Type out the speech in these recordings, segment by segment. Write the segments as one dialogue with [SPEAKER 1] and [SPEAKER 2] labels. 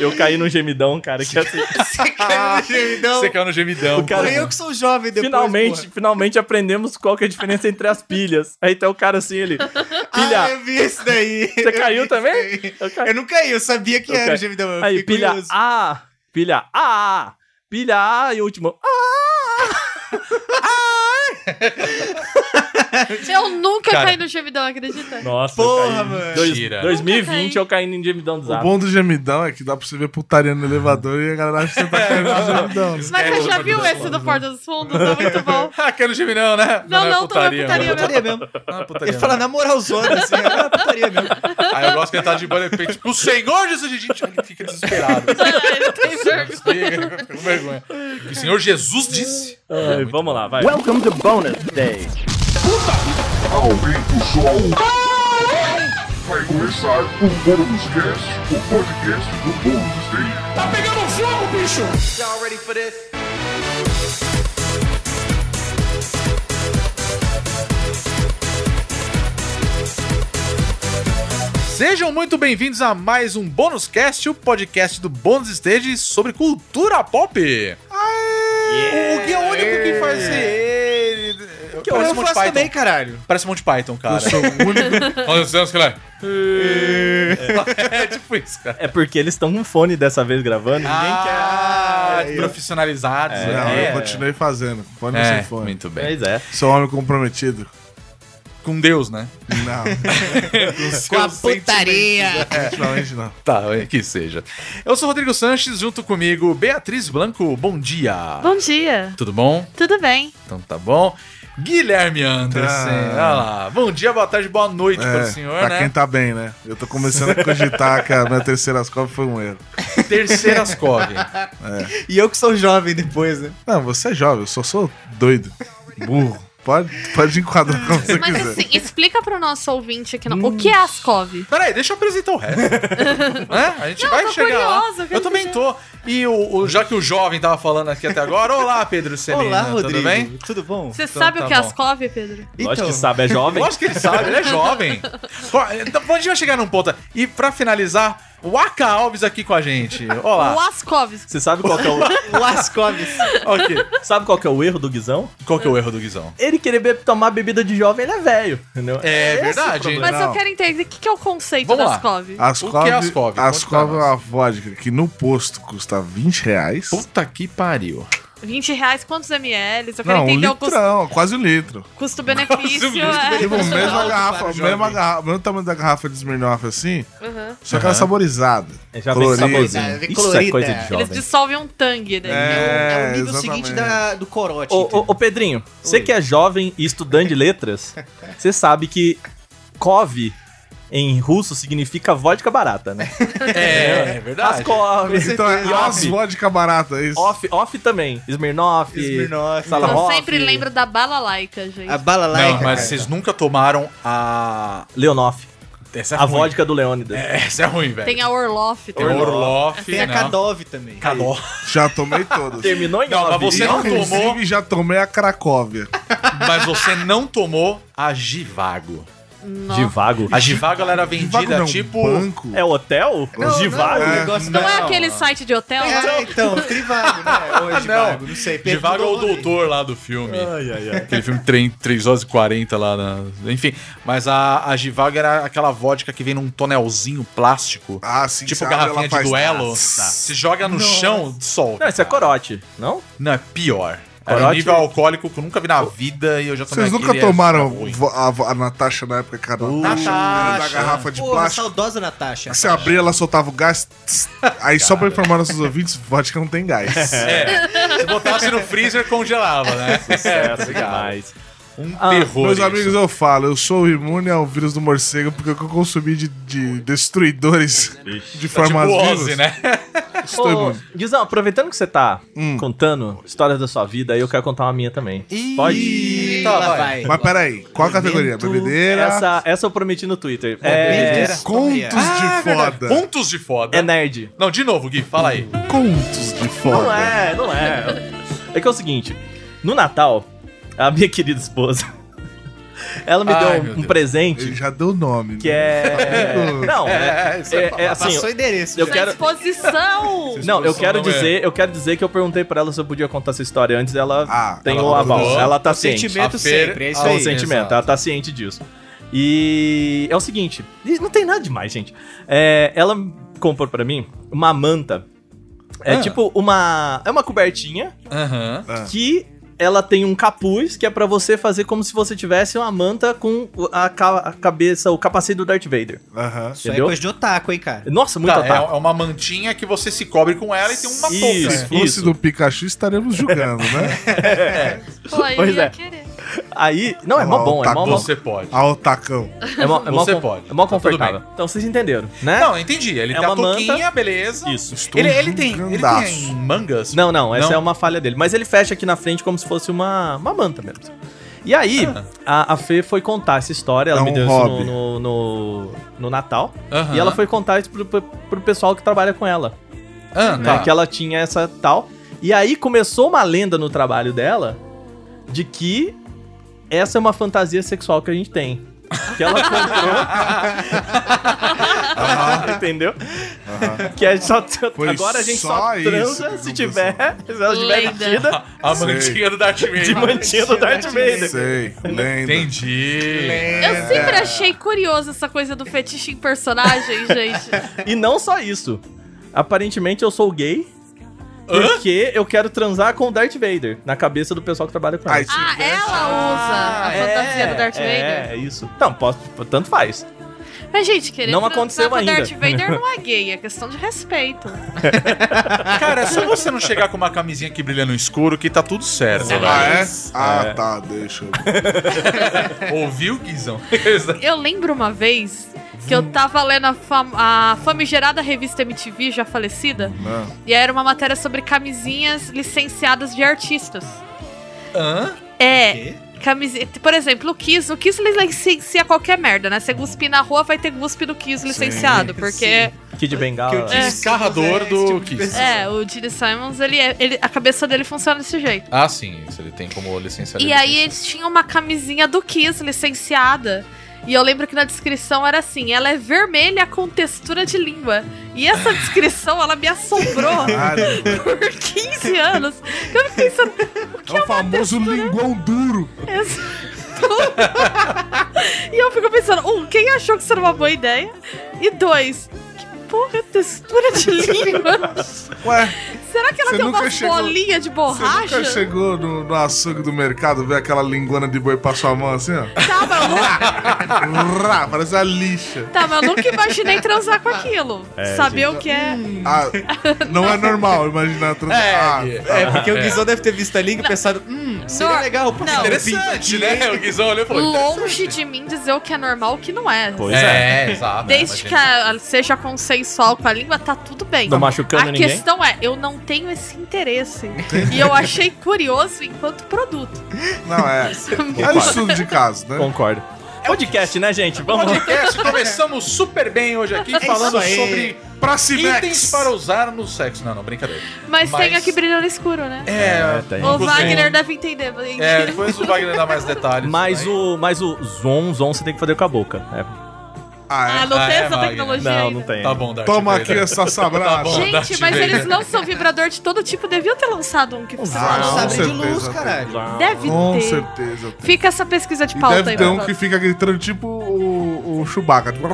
[SPEAKER 1] Eu caí num gemidão, cara, que assim.
[SPEAKER 2] Você caiu no gemidão.
[SPEAKER 3] Você caiu no gemidão.
[SPEAKER 1] O cara-
[SPEAKER 2] Foi eu que sou jovem depois.
[SPEAKER 1] finalmente,
[SPEAKER 2] porra.
[SPEAKER 1] finalmente aprendemos qual que é a diferença entre as pilhas. Aí tá o cara assim, ele. Pilha.
[SPEAKER 2] Ah, eu vi esse daí.
[SPEAKER 1] Você caiu também? Eu caí.
[SPEAKER 2] Eu não caí, eu sabia que
[SPEAKER 1] Eu
[SPEAKER 2] era
[SPEAKER 1] caí.
[SPEAKER 2] o gemidão. Eu
[SPEAKER 1] Aí,
[SPEAKER 2] fiquei
[SPEAKER 1] pilha
[SPEAKER 2] curioso.
[SPEAKER 1] A, pilha A, pilha A e o último. Ah!
[SPEAKER 4] Eu nunca
[SPEAKER 3] Cara.
[SPEAKER 4] caí no gemidão, acredita?
[SPEAKER 1] Nossa,
[SPEAKER 2] Porra,
[SPEAKER 1] eu caí.
[SPEAKER 2] mano.
[SPEAKER 1] Dois-
[SPEAKER 3] Mentira.
[SPEAKER 1] 2020
[SPEAKER 4] Nunca
[SPEAKER 1] eu caí no gemidão do
[SPEAKER 5] O
[SPEAKER 1] Zap.
[SPEAKER 5] bom do gemidão é que dá pra você ver putaria no elevador e a galera acha que você
[SPEAKER 1] É,
[SPEAKER 5] tá querendo no gemidão. né?
[SPEAKER 4] Mas
[SPEAKER 3] É,
[SPEAKER 4] você já
[SPEAKER 3] eu-
[SPEAKER 4] viu esse do Porta dos Fundos? É muito bom.
[SPEAKER 3] Ah, quero gemidão, né?
[SPEAKER 4] Não, não, tô na putaria
[SPEAKER 3] né?
[SPEAKER 2] Putaria mesmo.
[SPEAKER 3] Não, é putaria.
[SPEAKER 2] Ele fala na moralzona, assim, é uma putaria mesmo.
[SPEAKER 3] Aí eu gosto que ele tá de banho e repente, tipo, o Senhor Jesus, gente, ele fica desesperado.
[SPEAKER 4] Ele tem vergonha.
[SPEAKER 3] Fica com vergonha. O Senhor Jesus disse.
[SPEAKER 1] Ai, vamos lá, vai.
[SPEAKER 6] Welcome to bonus stage.
[SPEAKER 7] Aumenta o som. Vai começar o Bônus Cast, o podcast do Bônus Day. Tá pegando fogo, bicho!
[SPEAKER 3] Sejam muito bem-vindos a mais um Bônus Cast, o podcast do Bônus Stage sobre cultura pop. O Gui é o único que faz esse-
[SPEAKER 5] é
[SPEAKER 3] ele.
[SPEAKER 1] Então,
[SPEAKER 2] Eu,
[SPEAKER 1] é
[SPEAKER 3] parece um
[SPEAKER 2] faço
[SPEAKER 3] Monty Python.
[SPEAKER 2] também, caralho.
[SPEAKER 3] Parece Monty Python, cara.
[SPEAKER 5] Eu sou o único.
[SPEAKER 3] Olha os anos que lá. É tipo isso, cara.
[SPEAKER 1] É porque eles estão com fone dessa vez gravando.
[SPEAKER 3] Ah, profissionalizados.
[SPEAKER 5] Não,
[SPEAKER 3] né?
[SPEAKER 5] É, eu continuei fazendo. Quando
[SPEAKER 3] É,
[SPEAKER 5] sem fone.
[SPEAKER 3] muito bem.
[SPEAKER 1] Pois é.
[SPEAKER 5] Sou homem comprometido.
[SPEAKER 3] Com Deus, né?
[SPEAKER 5] Não,
[SPEAKER 2] Com
[SPEAKER 1] é
[SPEAKER 2] a putaria.
[SPEAKER 5] definitivamente não.
[SPEAKER 3] Tá, é que seja. Eu sou Rodrigo Sanches, junto comigo, Beatriz Blanco. Bom dia.
[SPEAKER 4] Bom dia,
[SPEAKER 3] Tudo bom?
[SPEAKER 4] tudo bem?
[SPEAKER 3] Então tá bom. Guilherme Anderson.
[SPEAKER 5] Tá.
[SPEAKER 3] Olha lá. Bom dia, boa tarde, boa noite para o
[SPEAKER 5] É,
[SPEAKER 3] senhor,
[SPEAKER 5] pra
[SPEAKER 3] né?
[SPEAKER 5] quem tá bem, né? Eu tô começando a cogitar que a minha terceira escola foi um erro.
[SPEAKER 3] Terceira escove.
[SPEAKER 2] E eu que sou jovem depois, né?
[SPEAKER 5] Não, você é jovem, eu só sou doido. Burro. Pode, pode enquadrar como você
[SPEAKER 4] Mas
[SPEAKER 5] quiser.
[SPEAKER 4] assim, explica pro nosso ouvinte aqui, não. o que é Ascov?
[SPEAKER 3] Peraí, deixa eu apresentar o resto. né? A gente
[SPEAKER 4] Não,
[SPEAKER 3] vai
[SPEAKER 4] tô
[SPEAKER 3] chegar
[SPEAKER 4] curiosa,
[SPEAKER 3] lá.
[SPEAKER 4] eu quero
[SPEAKER 3] Eu também tô. E o, o- já que o jovem tava falando aqui até agora, olá, Pedro Celina.
[SPEAKER 2] Olá,
[SPEAKER 3] Tudo
[SPEAKER 2] Rodrigo.
[SPEAKER 3] bem?
[SPEAKER 2] Tudo bom?
[SPEAKER 4] Você
[SPEAKER 3] Então
[SPEAKER 4] sabe
[SPEAKER 3] tá
[SPEAKER 4] o que é
[SPEAKER 3] bom.
[SPEAKER 4] Ascov, Pedro?
[SPEAKER 1] Lógico que sabe, é jovem.
[SPEAKER 3] Lógico que ele sabe, ele é jovem. Ó, Então, a gente vai chegar num ponto. E pra finalizar, o Aka Alves aqui com a gente.
[SPEAKER 4] O
[SPEAKER 3] Olá.
[SPEAKER 4] Ascov.
[SPEAKER 1] Você sabe qual, que é o,
[SPEAKER 2] Lascoves.
[SPEAKER 3] Ok.
[SPEAKER 1] sabe qual que é o erro do Guizão?
[SPEAKER 3] Qual que é o erro do Guizão?
[SPEAKER 1] Ele querer be- tomar bebida de jovem, ele é velho. Entendeu?
[SPEAKER 3] É
[SPEAKER 1] Esse
[SPEAKER 3] verdade.
[SPEAKER 1] o problema.
[SPEAKER 4] Mas eu
[SPEAKER 5] Não. Ah.
[SPEAKER 4] quero entender o que, que é o conceito
[SPEAKER 3] Vamos
[SPEAKER 4] do
[SPEAKER 3] lá.
[SPEAKER 4] Ascov.
[SPEAKER 3] O que é
[SPEAKER 5] Ascov,
[SPEAKER 3] Ascov?
[SPEAKER 5] Ascov
[SPEAKER 3] Conta
[SPEAKER 5] é
[SPEAKER 3] pra
[SPEAKER 5] uma vodka que no posto custa 20 reais.
[SPEAKER 3] Puta que pariu.
[SPEAKER 4] 20 reais, quantos ml? Eu quero
[SPEAKER 5] Não, um
[SPEAKER 4] entender o custo-
[SPEAKER 5] litrão, quase um litro.
[SPEAKER 4] custo-benefício. é.
[SPEAKER 5] Tipo, mesma
[SPEAKER 2] não,
[SPEAKER 5] garrafa,
[SPEAKER 2] para,
[SPEAKER 5] mesma
[SPEAKER 2] jovem.
[SPEAKER 5] garrafa, mesmo tamanho da garrafa de Smirnoff assim,
[SPEAKER 4] Uhum.
[SPEAKER 5] só que ela é
[SPEAKER 3] Aham.
[SPEAKER 5] saborizada.
[SPEAKER 1] É, já vem
[SPEAKER 5] Colorido.
[SPEAKER 1] saborzinho.
[SPEAKER 2] Vem
[SPEAKER 1] Isso é
[SPEAKER 2] colorida.
[SPEAKER 1] coisa de
[SPEAKER 4] Eles
[SPEAKER 1] jovem.
[SPEAKER 4] dissolvem um tangue, né?
[SPEAKER 2] É, o nível
[SPEAKER 5] exatamente.
[SPEAKER 2] seguinte da, do corote.
[SPEAKER 1] Ô,
[SPEAKER 2] entendeu?
[SPEAKER 1] ô, ô, Pedrinho, você
[SPEAKER 2] Oi.
[SPEAKER 1] que é jovem e estudante de letras, você sabe que Kov em russo significa vodka barata, né?
[SPEAKER 3] É, é verdade.
[SPEAKER 1] Askov,
[SPEAKER 5] Então é
[SPEAKER 1] Yoff.
[SPEAKER 5] as vodka barata, é isso.
[SPEAKER 1] off, off também, Smirnoff,
[SPEAKER 2] Smirnoff.
[SPEAKER 1] Sala
[SPEAKER 4] Eu
[SPEAKER 1] Roff,
[SPEAKER 4] sempre lembro da balalaica, gente.
[SPEAKER 2] A bala lá.
[SPEAKER 3] Não, mas vocês nunca tomaram a.
[SPEAKER 1] Leonoff,
[SPEAKER 3] Essa é
[SPEAKER 1] a
[SPEAKER 3] ruim.
[SPEAKER 1] vodka do Leônidas.
[SPEAKER 3] É, Essa é ruim, velho.
[SPEAKER 4] Tem a Orloff
[SPEAKER 3] Tem
[SPEAKER 4] também.
[SPEAKER 3] o Orloff.
[SPEAKER 2] Tem a
[SPEAKER 3] né?
[SPEAKER 2] Kadov também.
[SPEAKER 3] Cadó.
[SPEAKER 5] Já tomei todas.
[SPEAKER 1] Terminou em
[SPEAKER 3] Não, mas
[SPEAKER 1] off.
[SPEAKER 3] você não
[SPEAKER 5] Inclusive,
[SPEAKER 3] tomou.
[SPEAKER 5] já tomei a Cracóvia.
[SPEAKER 3] Mas você não tomou a Givago.
[SPEAKER 4] Nossa.
[SPEAKER 1] De vago.
[SPEAKER 3] A Givago ela era
[SPEAKER 5] Vago
[SPEAKER 3] vendida
[SPEAKER 5] não,
[SPEAKER 3] tipo.
[SPEAKER 5] um banco.
[SPEAKER 1] É hotel?
[SPEAKER 2] Não,
[SPEAKER 1] de
[SPEAKER 2] não,
[SPEAKER 1] vago?
[SPEAKER 2] o negócio
[SPEAKER 4] Não,
[SPEAKER 2] da-
[SPEAKER 4] é aquele site de hotel?
[SPEAKER 2] É,
[SPEAKER 4] né?
[SPEAKER 2] então, tem vago, né? Ou é de
[SPEAKER 3] Ah, Não.
[SPEAKER 2] vago, não sei.
[SPEAKER 3] Givago é o
[SPEAKER 2] perguntou.
[SPEAKER 3] doutor lá do filme.
[SPEAKER 1] Ai, ai, ai.
[SPEAKER 3] Aquele filme 3, horas e 40 lá na. Enfim. Mas a, a Givago era aquela vodka que vem num tonelzinho plástico.
[SPEAKER 5] Ah, sim,
[SPEAKER 3] tipo
[SPEAKER 5] você abre,
[SPEAKER 3] garrafinha
[SPEAKER 5] ela
[SPEAKER 3] de
[SPEAKER 5] faz-
[SPEAKER 3] duelo. Tá.
[SPEAKER 5] Nossa.
[SPEAKER 3] Se joga no chão, dissolve.
[SPEAKER 1] Não, isso é corote, não?
[SPEAKER 3] Não, é pior. Era um
[SPEAKER 1] Corote-
[SPEAKER 3] nível alcoólico que eu nunca vi na vida e eu já tomei
[SPEAKER 5] Vocês nunca
[SPEAKER 3] aquele, é
[SPEAKER 5] tomaram
[SPEAKER 3] ruim.
[SPEAKER 5] vo- a, a Natasha na época que era da
[SPEAKER 3] Natasha.
[SPEAKER 5] garrafa de
[SPEAKER 2] Porra,
[SPEAKER 5] plástico?
[SPEAKER 2] saudosa
[SPEAKER 3] Tá,
[SPEAKER 2] Natasha.
[SPEAKER 5] Você abria, ela soltava o gás. tss. Aí, só pra informar nossos ouvintes, vodka não tem gás.
[SPEAKER 3] É, se botasse no freezer, congelava, né?
[SPEAKER 1] Sucesso
[SPEAKER 3] Obrigado.
[SPEAKER 1] é demais.
[SPEAKER 3] Um
[SPEAKER 1] Ah,
[SPEAKER 3] terror.
[SPEAKER 5] Meus
[SPEAKER 3] isso.
[SPEAKER 5] amigos, eu falo, eu sou imune ao vírus do morcego porque o que eu consumi de, de destruidores de
[SPEAKER 3] Tá tipo
[SPEAKER 5] formas
[SPEAKER 3] Ozzy,
[SPEAKER 5] vivas.
[SPEAKER 3] né?
[SPEAKER 5] Estou
[SPEAKER 1] Ô,
[SPEAKER 5] imune.
[SPEAKER 1] Guizão, aproveitando que você tá contando histórias da sua vida, aí eu quero contar uma minha também. Pode?
[SPEAKER 2] Ih,
[SPEAKER 3] Tá,
[SPEAKER 2] lá
[SPEAKER 3] vai.
[SPEAKER 2] vai.
[SPEAKER 5] Mas peraí, qual a categoria? Bebedeira?
[SPEAKER 1] Essa, essa eu prometi no Twitter. É,
[SPEAKER 2] Bebedeira.
[SPEAKER 5] Contos
[SPEAKER 3] é
[SPEAKER 5] de foda.
[SPEAKER 3] Pontos de foda.
[SPEAKER 1] é Hum. nerd.
[SPEAKER 3] Não, de novo, Gui, fala aí.
[SPEAKER 5] Contos de
[SPEAKER 1] Não
[SPEAKER 5] foda.
[SPEAKER 1] é, não é. É que é o seguinte: no Natal, a minha querida esposa. Ela me
[SPEAKER 3] Ai, meu
[SPEAKER 1] deu um- um,
[SPEAKER 3] Deus.
[SPEAKER 1] presente
[SPEAKER 5] Ele já deu nome.
[SPEAKER 1] que
[SPEAKER 5] né?
[SPEAKER 1] é.
[SPEAKER 5] Tá vendo?
[SPEAKER 1] Não, é, é- é assim.
[SPEAKER 2] Passou o endereço.
[SPEAKER 1] eu
[SPEAKER 2] já.
[SPEAKER 1] quero-
[SPEAKER 4] Exposição!
[SPEAKER 1] Não, eu quero
[SPEAKER 3] Não é.
[SPEAKER 1] dizer, eu quero dizer que eu perguntei pra ela se eu podia contar essa história antes. Ela
[SPEAKER 5] Ah,
[SPEAKER 1] tem
[SPEAKER 5] ela
[SPEAKER 1] o aval.
[SPEAKER 3] concordou.
[SPEAKER 1] Ela tá
[SPEAKER 2] O
[SPEAKER 1] ciente.
[SPEAKER 2] sentimento
[SPEAKER 3] A feira-
[SPEAKER 2] sempre, é isso
[SPEAKER 1] Só o
[SPEAKER 2] aí.
[SPEAKER 1] sentimento,
[SPEAKER 3] exato.
[SPEAKER 1] ela tá ciente disso. E é o seguinte, e não tem nada demais, gente. É, ela comprou pra mim uma manta. É
[SPEAKER 3] Ah.
[SPEAKER 1] tipo uma. É uma cobertinha
[SPEAKER 3] Aham.
[SPEAKER 5] Ah.
[SPEAKER 1] que ela tem um capuz que é pra você fazer como se você tivesse uma manta com a, ca- a cabeça, o capacete do Darth Vader.
[SPEAKER 5] Aham.
[SPEAKER 2] Isso aí é
[SPEAKER 1] Entendeu?
[SPEAKER 2] coisa de otaku, hein, cara.
[SPEAKER 1] Nossa, muito
[SPEAKER 3] Tá, é,
[SPEAKER 1] ataque.
[SPEAKER 3] é uma mantinha que você se cobre com ela e tem uma touca.
[SPEAKER 1] Isso.
[SPEAKER 5] Se fosse
[SPEAKER 1] Isso.
[SPEAKER 5] do Pikachu, estaremos julgando, né?
[SPEAKER 4] Pô, aí
[SPEAKER 1] Pois
[SPEAKER 4] ia
[SPEAKER 1] é.
[SPEAKER 4] querer.
[SPEAKER 1] Aí. Não, é
[SPEAKER 5] Ah,
[SPEAKER 1] mó bom, é
[SPEAKER 5] tá
[SPEAKER 1] mó,
[SPEAKER 5] bom.
[SPEAKER 3] um Você pode.
[SPEAKER 5] Ao tacão.
[SPEAKER 1] é mó, é mó
[SPEAKER 3] Você
[SPEAKER 1] con-
[SPEAKER 3] pode,
[SPEAKER 1] É mó
[SPEAKER 3] tá tudo
[SPEAKER 1] confortável. então vocês entenderam, né?
[SPEAKER 3] Não, entendi. Ele
[SPEAKER 1] É
[SPEAKER 3] tem a
[SPEAKER 1] uma manta.
[SPEAKER 3] touquinha, beleza.
[SPEAKER 1] Isso. Um
[SPEAKER 5] Estou
[SPEAKER 3] Ele, ele tem. Ele
[SPEAKER 5] julgandaço.
[SPEAKER 3] tem mangas?
[SPEAKER 1] Não, não, essa
[SPEAKER 3] Não?
[SPEAKER 1] é uma falha dele. Mas ele fecha aqui na frente como se fosse uma, uma manta mesmo. E aí, a, a Fê foi contar essa história, ela
[SPEAKER 5] Ah. É
[SPEAKER 1] me
[SPEAKER 5] um
[SPEAKER 1] deu isso no,
[SPEAKER 5] hobby.
[SPEAKER 1] no, no- no Natal.
[SPEAKER 3] Aham.
[SPEAKER 1] E ela foi contar isso pro, pro, pro pessoal que trabalha com ela.
[SPEAKER 3] Ah,
[SPEAKER 5] Tá.
[SPEAKER 1] né, que ela tinha essa tal. E aí começou uma lenda no trabalho dela de que essa é uma fantasia sexual que a gente tem. Que ela comprou. Entendeu? Que a gente só.
[SPEAKER 5] Foi
[SPEAKER 1] agora a gente só,
[SPEAKER 5] só isso
[SPEAKER 1] transa
[SPEAKER 5] que
[SPEAKER 1] se
[SPEAKER 5] eu
[SPEAKER 1] tiver. Se ela tiver
[SPEAKER 4] Lenda.
[SPEAKER 1] metida.
[SPEAKER 3] A
[SPEAKER 5] Sei.
[SPEAKER 3] mantinha do Darth Vader.
[SPEAKER 1] de mantinha do Darth Vader.
[SPEAKER 5] Sei, lenda. Ah, é?
[SPEAKER 3] Entendi.
[SPEAKER 4] Eu sempre achei curioso essa coisa do fetiche em personagem, gente.
[SPEAKER 1] E não só isso. Aparentemente eu sou gay.
[SPEAKER 3] Hã?
[SPEAKER 1] Porque eu quero transar com o Darth Vader na cabeça do pessoal que trabalha com
[SPEAKER 5] Ai,
[SPEAKER 1] ele.
[SPEAKER 5] se
[SPEAKER 4] Ah,
[SPEAKER 5] tivesse-
[SPEAKER 4] ela usa a fantasia do Darth
[SPEAKER 1] Ah, É,
[SPEAKER 4] Vader.
[SPEAKER 1] é isso. Não, posso, tanto faz.
[SPEAKER 4] Mas, gente, querer
[SPEAKER 1] Não
[SPEAKER 4] transar
[SPEAKER 1] aconteceu
[SPEAKER 4] com o Darth
[SPEAKER 1] ainda.
[SPEAKER 4] Vader não é gay, é questão de respeito.
[SPEAKER 3] Cara, é só você não chegar com uma camisinha que brilha no escuro que tá tudo certo.
[SPEAKER 5] Ah, é?
[SPEAKER 1] É.
[SPEAKER 5] Ah, tá, deixa. eu-
[SPEAKER 3] Ouviu, Guizão?
[SPEAKER 4] Eu lembro uma vez que eu tava lendo a, fam- a famigerada revista MTV, já falecida,
[SPEAKER 1] Ah.
[SPEAKER 5] Não.
[SPEAKER 4] e aí era uma matéria sobre camisinhas licenciadas de artistas.
[SPEAKER 3] Hã?
[SPEAKER 4] É,
[SPEAKER 2] Quê?
[SPEAKER 4] camiseta. Por exemplo, o Kiss, o Kiss é licencia qualquer merda, né? Você cuspir na rua, vai ter cuspe do Kiss licenciado,
[SPEAKER 2] Sim,
[SPEAKER 4] porque
[SPEAKER 1] Kid
[SPEAKER 2] Que
[SPEAKER 1] Bengala.
[SPEAKER 2] o
[SPEAKER 3] né?
[SPEAKER 2] Kiss
[SPEAKER 3] É Descarrador
[SPEAKER 2] é esse
[SPEAKER 3] do
[SPEAKER 2] tipo de
[SPEAKER 3] Kiss.
[SPEAKER 2] pessoa.
[SPEAKER 4] é, o Gene Simons, ele, é- ele a cabeça dele funciona desse jeito.
[SPEAKER 3] Ah, sim. Isso ele tem como licenciado.
[SPEAKER 4] E aí eles tinham uma camisinha do Kiss licenciada. E eu lembro que na descrição era assim: ela é vermelha com textura de língua. E essa descrição, ela me assombrou
[SPEAKER 5] Caramba.
[SPEAKER 4] por 15 anos. Eu fiquei pensando,
[SPEAKER 5] É o famoso linguão duro.
[SPEAKER 4] Esse- e eu fico pensando, um, quem achou que isso era uma boa ideia? E dois, que porra é textura de língua?
[SPEAKER 5] Ué,
[SPEAKER 4] Será que ela
[SPEAKER 5] Você
[SPEAKER 4] tem
[SPEAKER 5] nunca
[SPEAKER 4] uma
[SPEAKER 5] chegou-
[SPEAKER 4] bolinha de
[SPEAKER 5] você nunca
[SPEAKER 4] borracha?
[SPEAKER 5] chegou no, no açougue do mercado, ver aquela linguana de boi pra sua mão assim, ó?
[SPEAKER 4] Tá, mas eu nunca,
[SPEAKER 5] Rá, parece a lixa.
[SPEAKER 4] tá, mas eu nunca imaginei transar com aquilo. Saber o que é.
[SPEAKER 5] Ah, não é normal imaginar trans... ah,
[SPEAKER 3] É,
[SPEAKER 2] É, porque o Guizão deve ter visto ali e pensado, hum, seria
[SPEAKER 4] Não.
[SPEAKER 2] legal. pô,
[SPEAKER 3] é
[SPEAKER 4] Não.
[SPEAKER 3] Interessante, né? O Guizão olhou e
[SPEAKER 5] então
[SPEAKER 3] falou.
[SPEAKER 4] Longe de mim dizer o que é normal e o que não é.
[SPEAKER 1] Pois é.
[SPEAKER 3] É, exato.
[SPEAKER 4] Desde que ela seja consensual com a língua, tá tudo bem.
[SPEAKER 1] Não machucando
[SPEAKER 4] a
[SPEAKER 1] ninguém.
[SPEAKER 4] questão é, eu não tenho esse interesse. e eu achei curioso enquanto produto.
[SPEAKER 5] Não, é. É o estudo de caso, né?
[SPEAKER 1] Concordo.
[SPEAKER 3] É
[SPEAKER 1] Podcast, né, gente? Vamos.
[SPEAKER 3] Podcast, começamos super bem hoje aqui falando
[SPEAKER 2] isso aí.
[SPEAKER 3] sobre
[SPEAKER 5] Pra cima.
[SPEAKER 3] itens para usar no sexo. Não, não, brincadeira.
[SPEAKER 4] Mas,
[SPEAKER 3] Mas-
[SPEAKER 4] tem a que brilha no escuro, né?
[SPEAKER 1] É,
[SPEAKER 3] É,
[SPEAKER 1] tem.
[SPEAKER 4] O
[SPEAKER 3] inclusive-
[SPEAKER 4] Wagner deve entender. mas-
[SPEAKER 3] É, depois o Wagner dá mais detalhes. né?
[SPEAKER 1] Mas
[SPEAKER 3] também.
[SPEAKER 1] o, mas o Zon, Zon você tem que fazer com a boca. É.
[SPEAKER 5] Ah,
[SPEAKER 4] Ah,
[SPEAKER 5] é.
[SPEAKER 4] não
[SPEAKER 3] Ah,
[SPEAKER 4] tem
[SPEAKER 3] é,
[SPEAKER 4] essa
[SPEAKER 3] Wagner.
[SPEAKER 4] tecnologia
[SPEAKER 1] Não,
[SPEAKER 4] ainda.
[SPEAKER 1] não tem.
[SPEAKER 3] Tá bom, Darth
[SPEAKER 5] Toma aqui
[SPEAKER 3] Vader.
[SPEAKER 5] essa
[SPEAKER 3] Tá
[SPEAKER 5] sabrada.
[SPEAKER 3] bom. Darth
[SPEAKER 4] Gente, mas
[SPEAKER 3] Vader.
[SPEAKER 4] eles lançam vibrador de todo tipo. Deviam ter lançado um que
[SPEAKER 2] Ah,
[SPEAKER 4] funcionava.
[SPEAKER 5] com
[SPEAKER 2] sabre de
[SPEAKER 5] certeza,
[SPEAKER 2] luz,
[SPEAKER 5] tem.
[SPEAKER 2] caralho.
[SPEAKER 4] Deve
[SPEAKER 5] Com
[SPEAKER 4] ter.
[SPEAKER 5] certeza.
[SPEAKER 4] Fica essa pesquisa de
[SPEAKER 5] E
[SPEAKER 4] pauta
[SPEAKER 5] deve
[SPEAKER 4] aí.
[SPEAKER 5] ter
[SPEAKER 4] pra
[SPEAKER 5] um
[SPEAKER 4] nós.
[SPEAKER 5] que fica gritando tipo o, o Chewbacca. Tipo,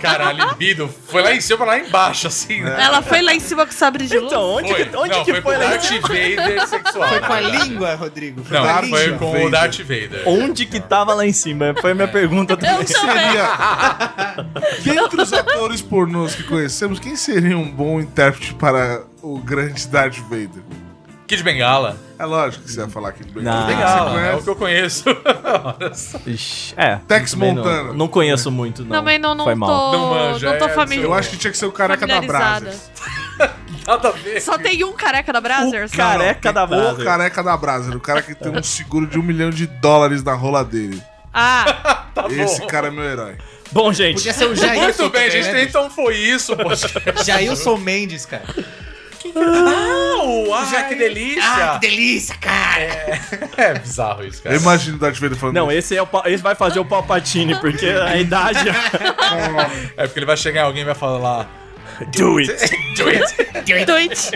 [SPEAKER 3] Cara, a libido foi lá em cima, lá embaixo, assim, né?
[SPEAKER 4] Ela foi lá em cima com o sabre de luz.
[SPEAKER 1] Então, onde,
[SPEAKER 3] Foi.
[SPEAKER 1] que- onde
[SPEAKER 3] não,
[SPEAKER 1] que
[SPEAKER 3] foi
[SPEAKER 1] foi,
[SPEAKER 3] com o
[SPEAKER 1] lá em
[SPEAKER 3] Darth Vader sexual.
[SPEAKER 2] Foi com a língua, Rodrigo? Foi com a
[SPEAKER 3] Não, foi
[SPEAKER 2] língua.
[SPEAKER 3] com o
[SPEAKER 5] Vader.
[SPEAKER 3] Darth Vader. É.
[SPEAKER 1] Onde que tava lá em cima? Foi a minha pergunta
[SPEAKER 4] Eu
[SPEAKER 1] também.
[SPEAKER 4] também.
[SPEAKER 5] seria. Dentre os atores pornôs que conhecemos, quem seria um bom intérprete para o grande Darth Vader?
[SPEAKER 3] Kid Bengala.
[SPEAKER 5] É lógico que você ia falar que bem.
[SPEAKER 1] Não.
[SPEAKER 5] Você
[SPEAKER 3] Bengala, é
[SPEAKER 5] conhece?
[SPEAKER 3] o que eu conheço.
[SPEAKER 1] Ixi, É.
[SPEAKER 5] Tex
[SPEAKER 1] também não-
[SPEAKER 5] Montana.
[SPEAKER 1] Não, conheço muito, não.
[SPEAKER 4] Também não, não
[SPEAKER 1] Foi
[SPEAKER 4] tô.
[SPEAKER 1] mal.
[SPEAKER 3] Não manja,
[SPEAKER 4] não tô
[SPEAKER 3] é,
[SPEAKER 4] famili-
[SPEAKER 5] Eu acho que tinha que ser o careca da
[SPEAKER 4] familiarizada.
[SPEAKER 5] Brazzers.
[SPEAKER 3] Nada a ver.
[SPEAKER 4] Só tem um careca da Brazzers?
[SPEAKER 1] Careca da
[SPEAKER 5] O
[SPEAKER 1] Brasa.
[SPEAKER 5] careca da Brazzers, o cara que tem um seguro de um milhão de dólares na rola dele.
[SPEAKER 4] Ah,
[SPEAKER 5] Esse cara é meu herói.
[SPEAKER 1] Bom, gente.
[SPEAKER 2] Podia ser um o Jailson.
[SPEAKER 3] Muito bem,
[SPEAKER 2] também,
[SPEAKER 3] gente.
[SPEAKER 2] né,
[SPEAKER 3] Então foi isso, podcast.
[SPEAKER 2] bicho? Jailson Mendes, cara.
[SPEAKER 3] Ah, o ai,
[SPEAKER 8] Já que delícia.
[SPEAKER 2] Ah, que delícia, cara!
[SPEAKER 3] É bizarro isso, cara.
[SPEAKER 5] Eu imagino o Darth Vader falando
[SPEAKER 1] Não, esse, é o, pa- esse vai fazer o Palpatine, porque a idade.
[SPEAKER 3] É porque ele vai chegar em alguém e vai falar
[SPEAKER 1] Do it!
[SPEAKER 4] Doente.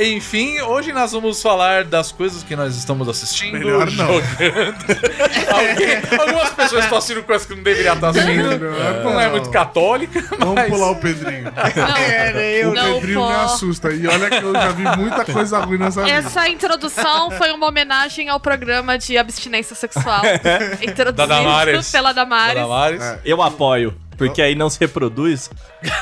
[SPEAKER 3] Enfim, hoje nós vamos falar das coisas que nós estamos assistindo.
[SPEAKER 5] Melhor não.
[SPEAKER 3] Jogando. Alguém- algumas pessoas estão assistindo coisas que não deveria estar assistindo.
[SPEAKER 5] Melhor
[SPEAKER 3] Não é
[SPEAKER 5] não.
[SPEAKER 3] muito católica,
[SPEAKER 5] Vamos
[SPEAKER 3] mas...
[SPEAKER 5] pular o Pedrinho.
[SPEAKER 4] Não.
[SPEAKER 5] o
[SPEAKER 4] não
[SPEAKER 5] Pedrinho
[SPEAKER 4] posso.
[SPEAKER 5] me assusta. E olha que eu já vi muita coisa ruim nessa vida.
[SPEAKER 4] Essa introdução foi uma homenagem ao programa de abstinência sexual introduzido
[SPEAKER 3] Da Damares.
[SPEAKER 4] pela Damares.
[SPEAKER 3] Damares.
[SPEAKER 5] É.
[SPEAKER 1] Eu apoio, porque aí não se reproduz.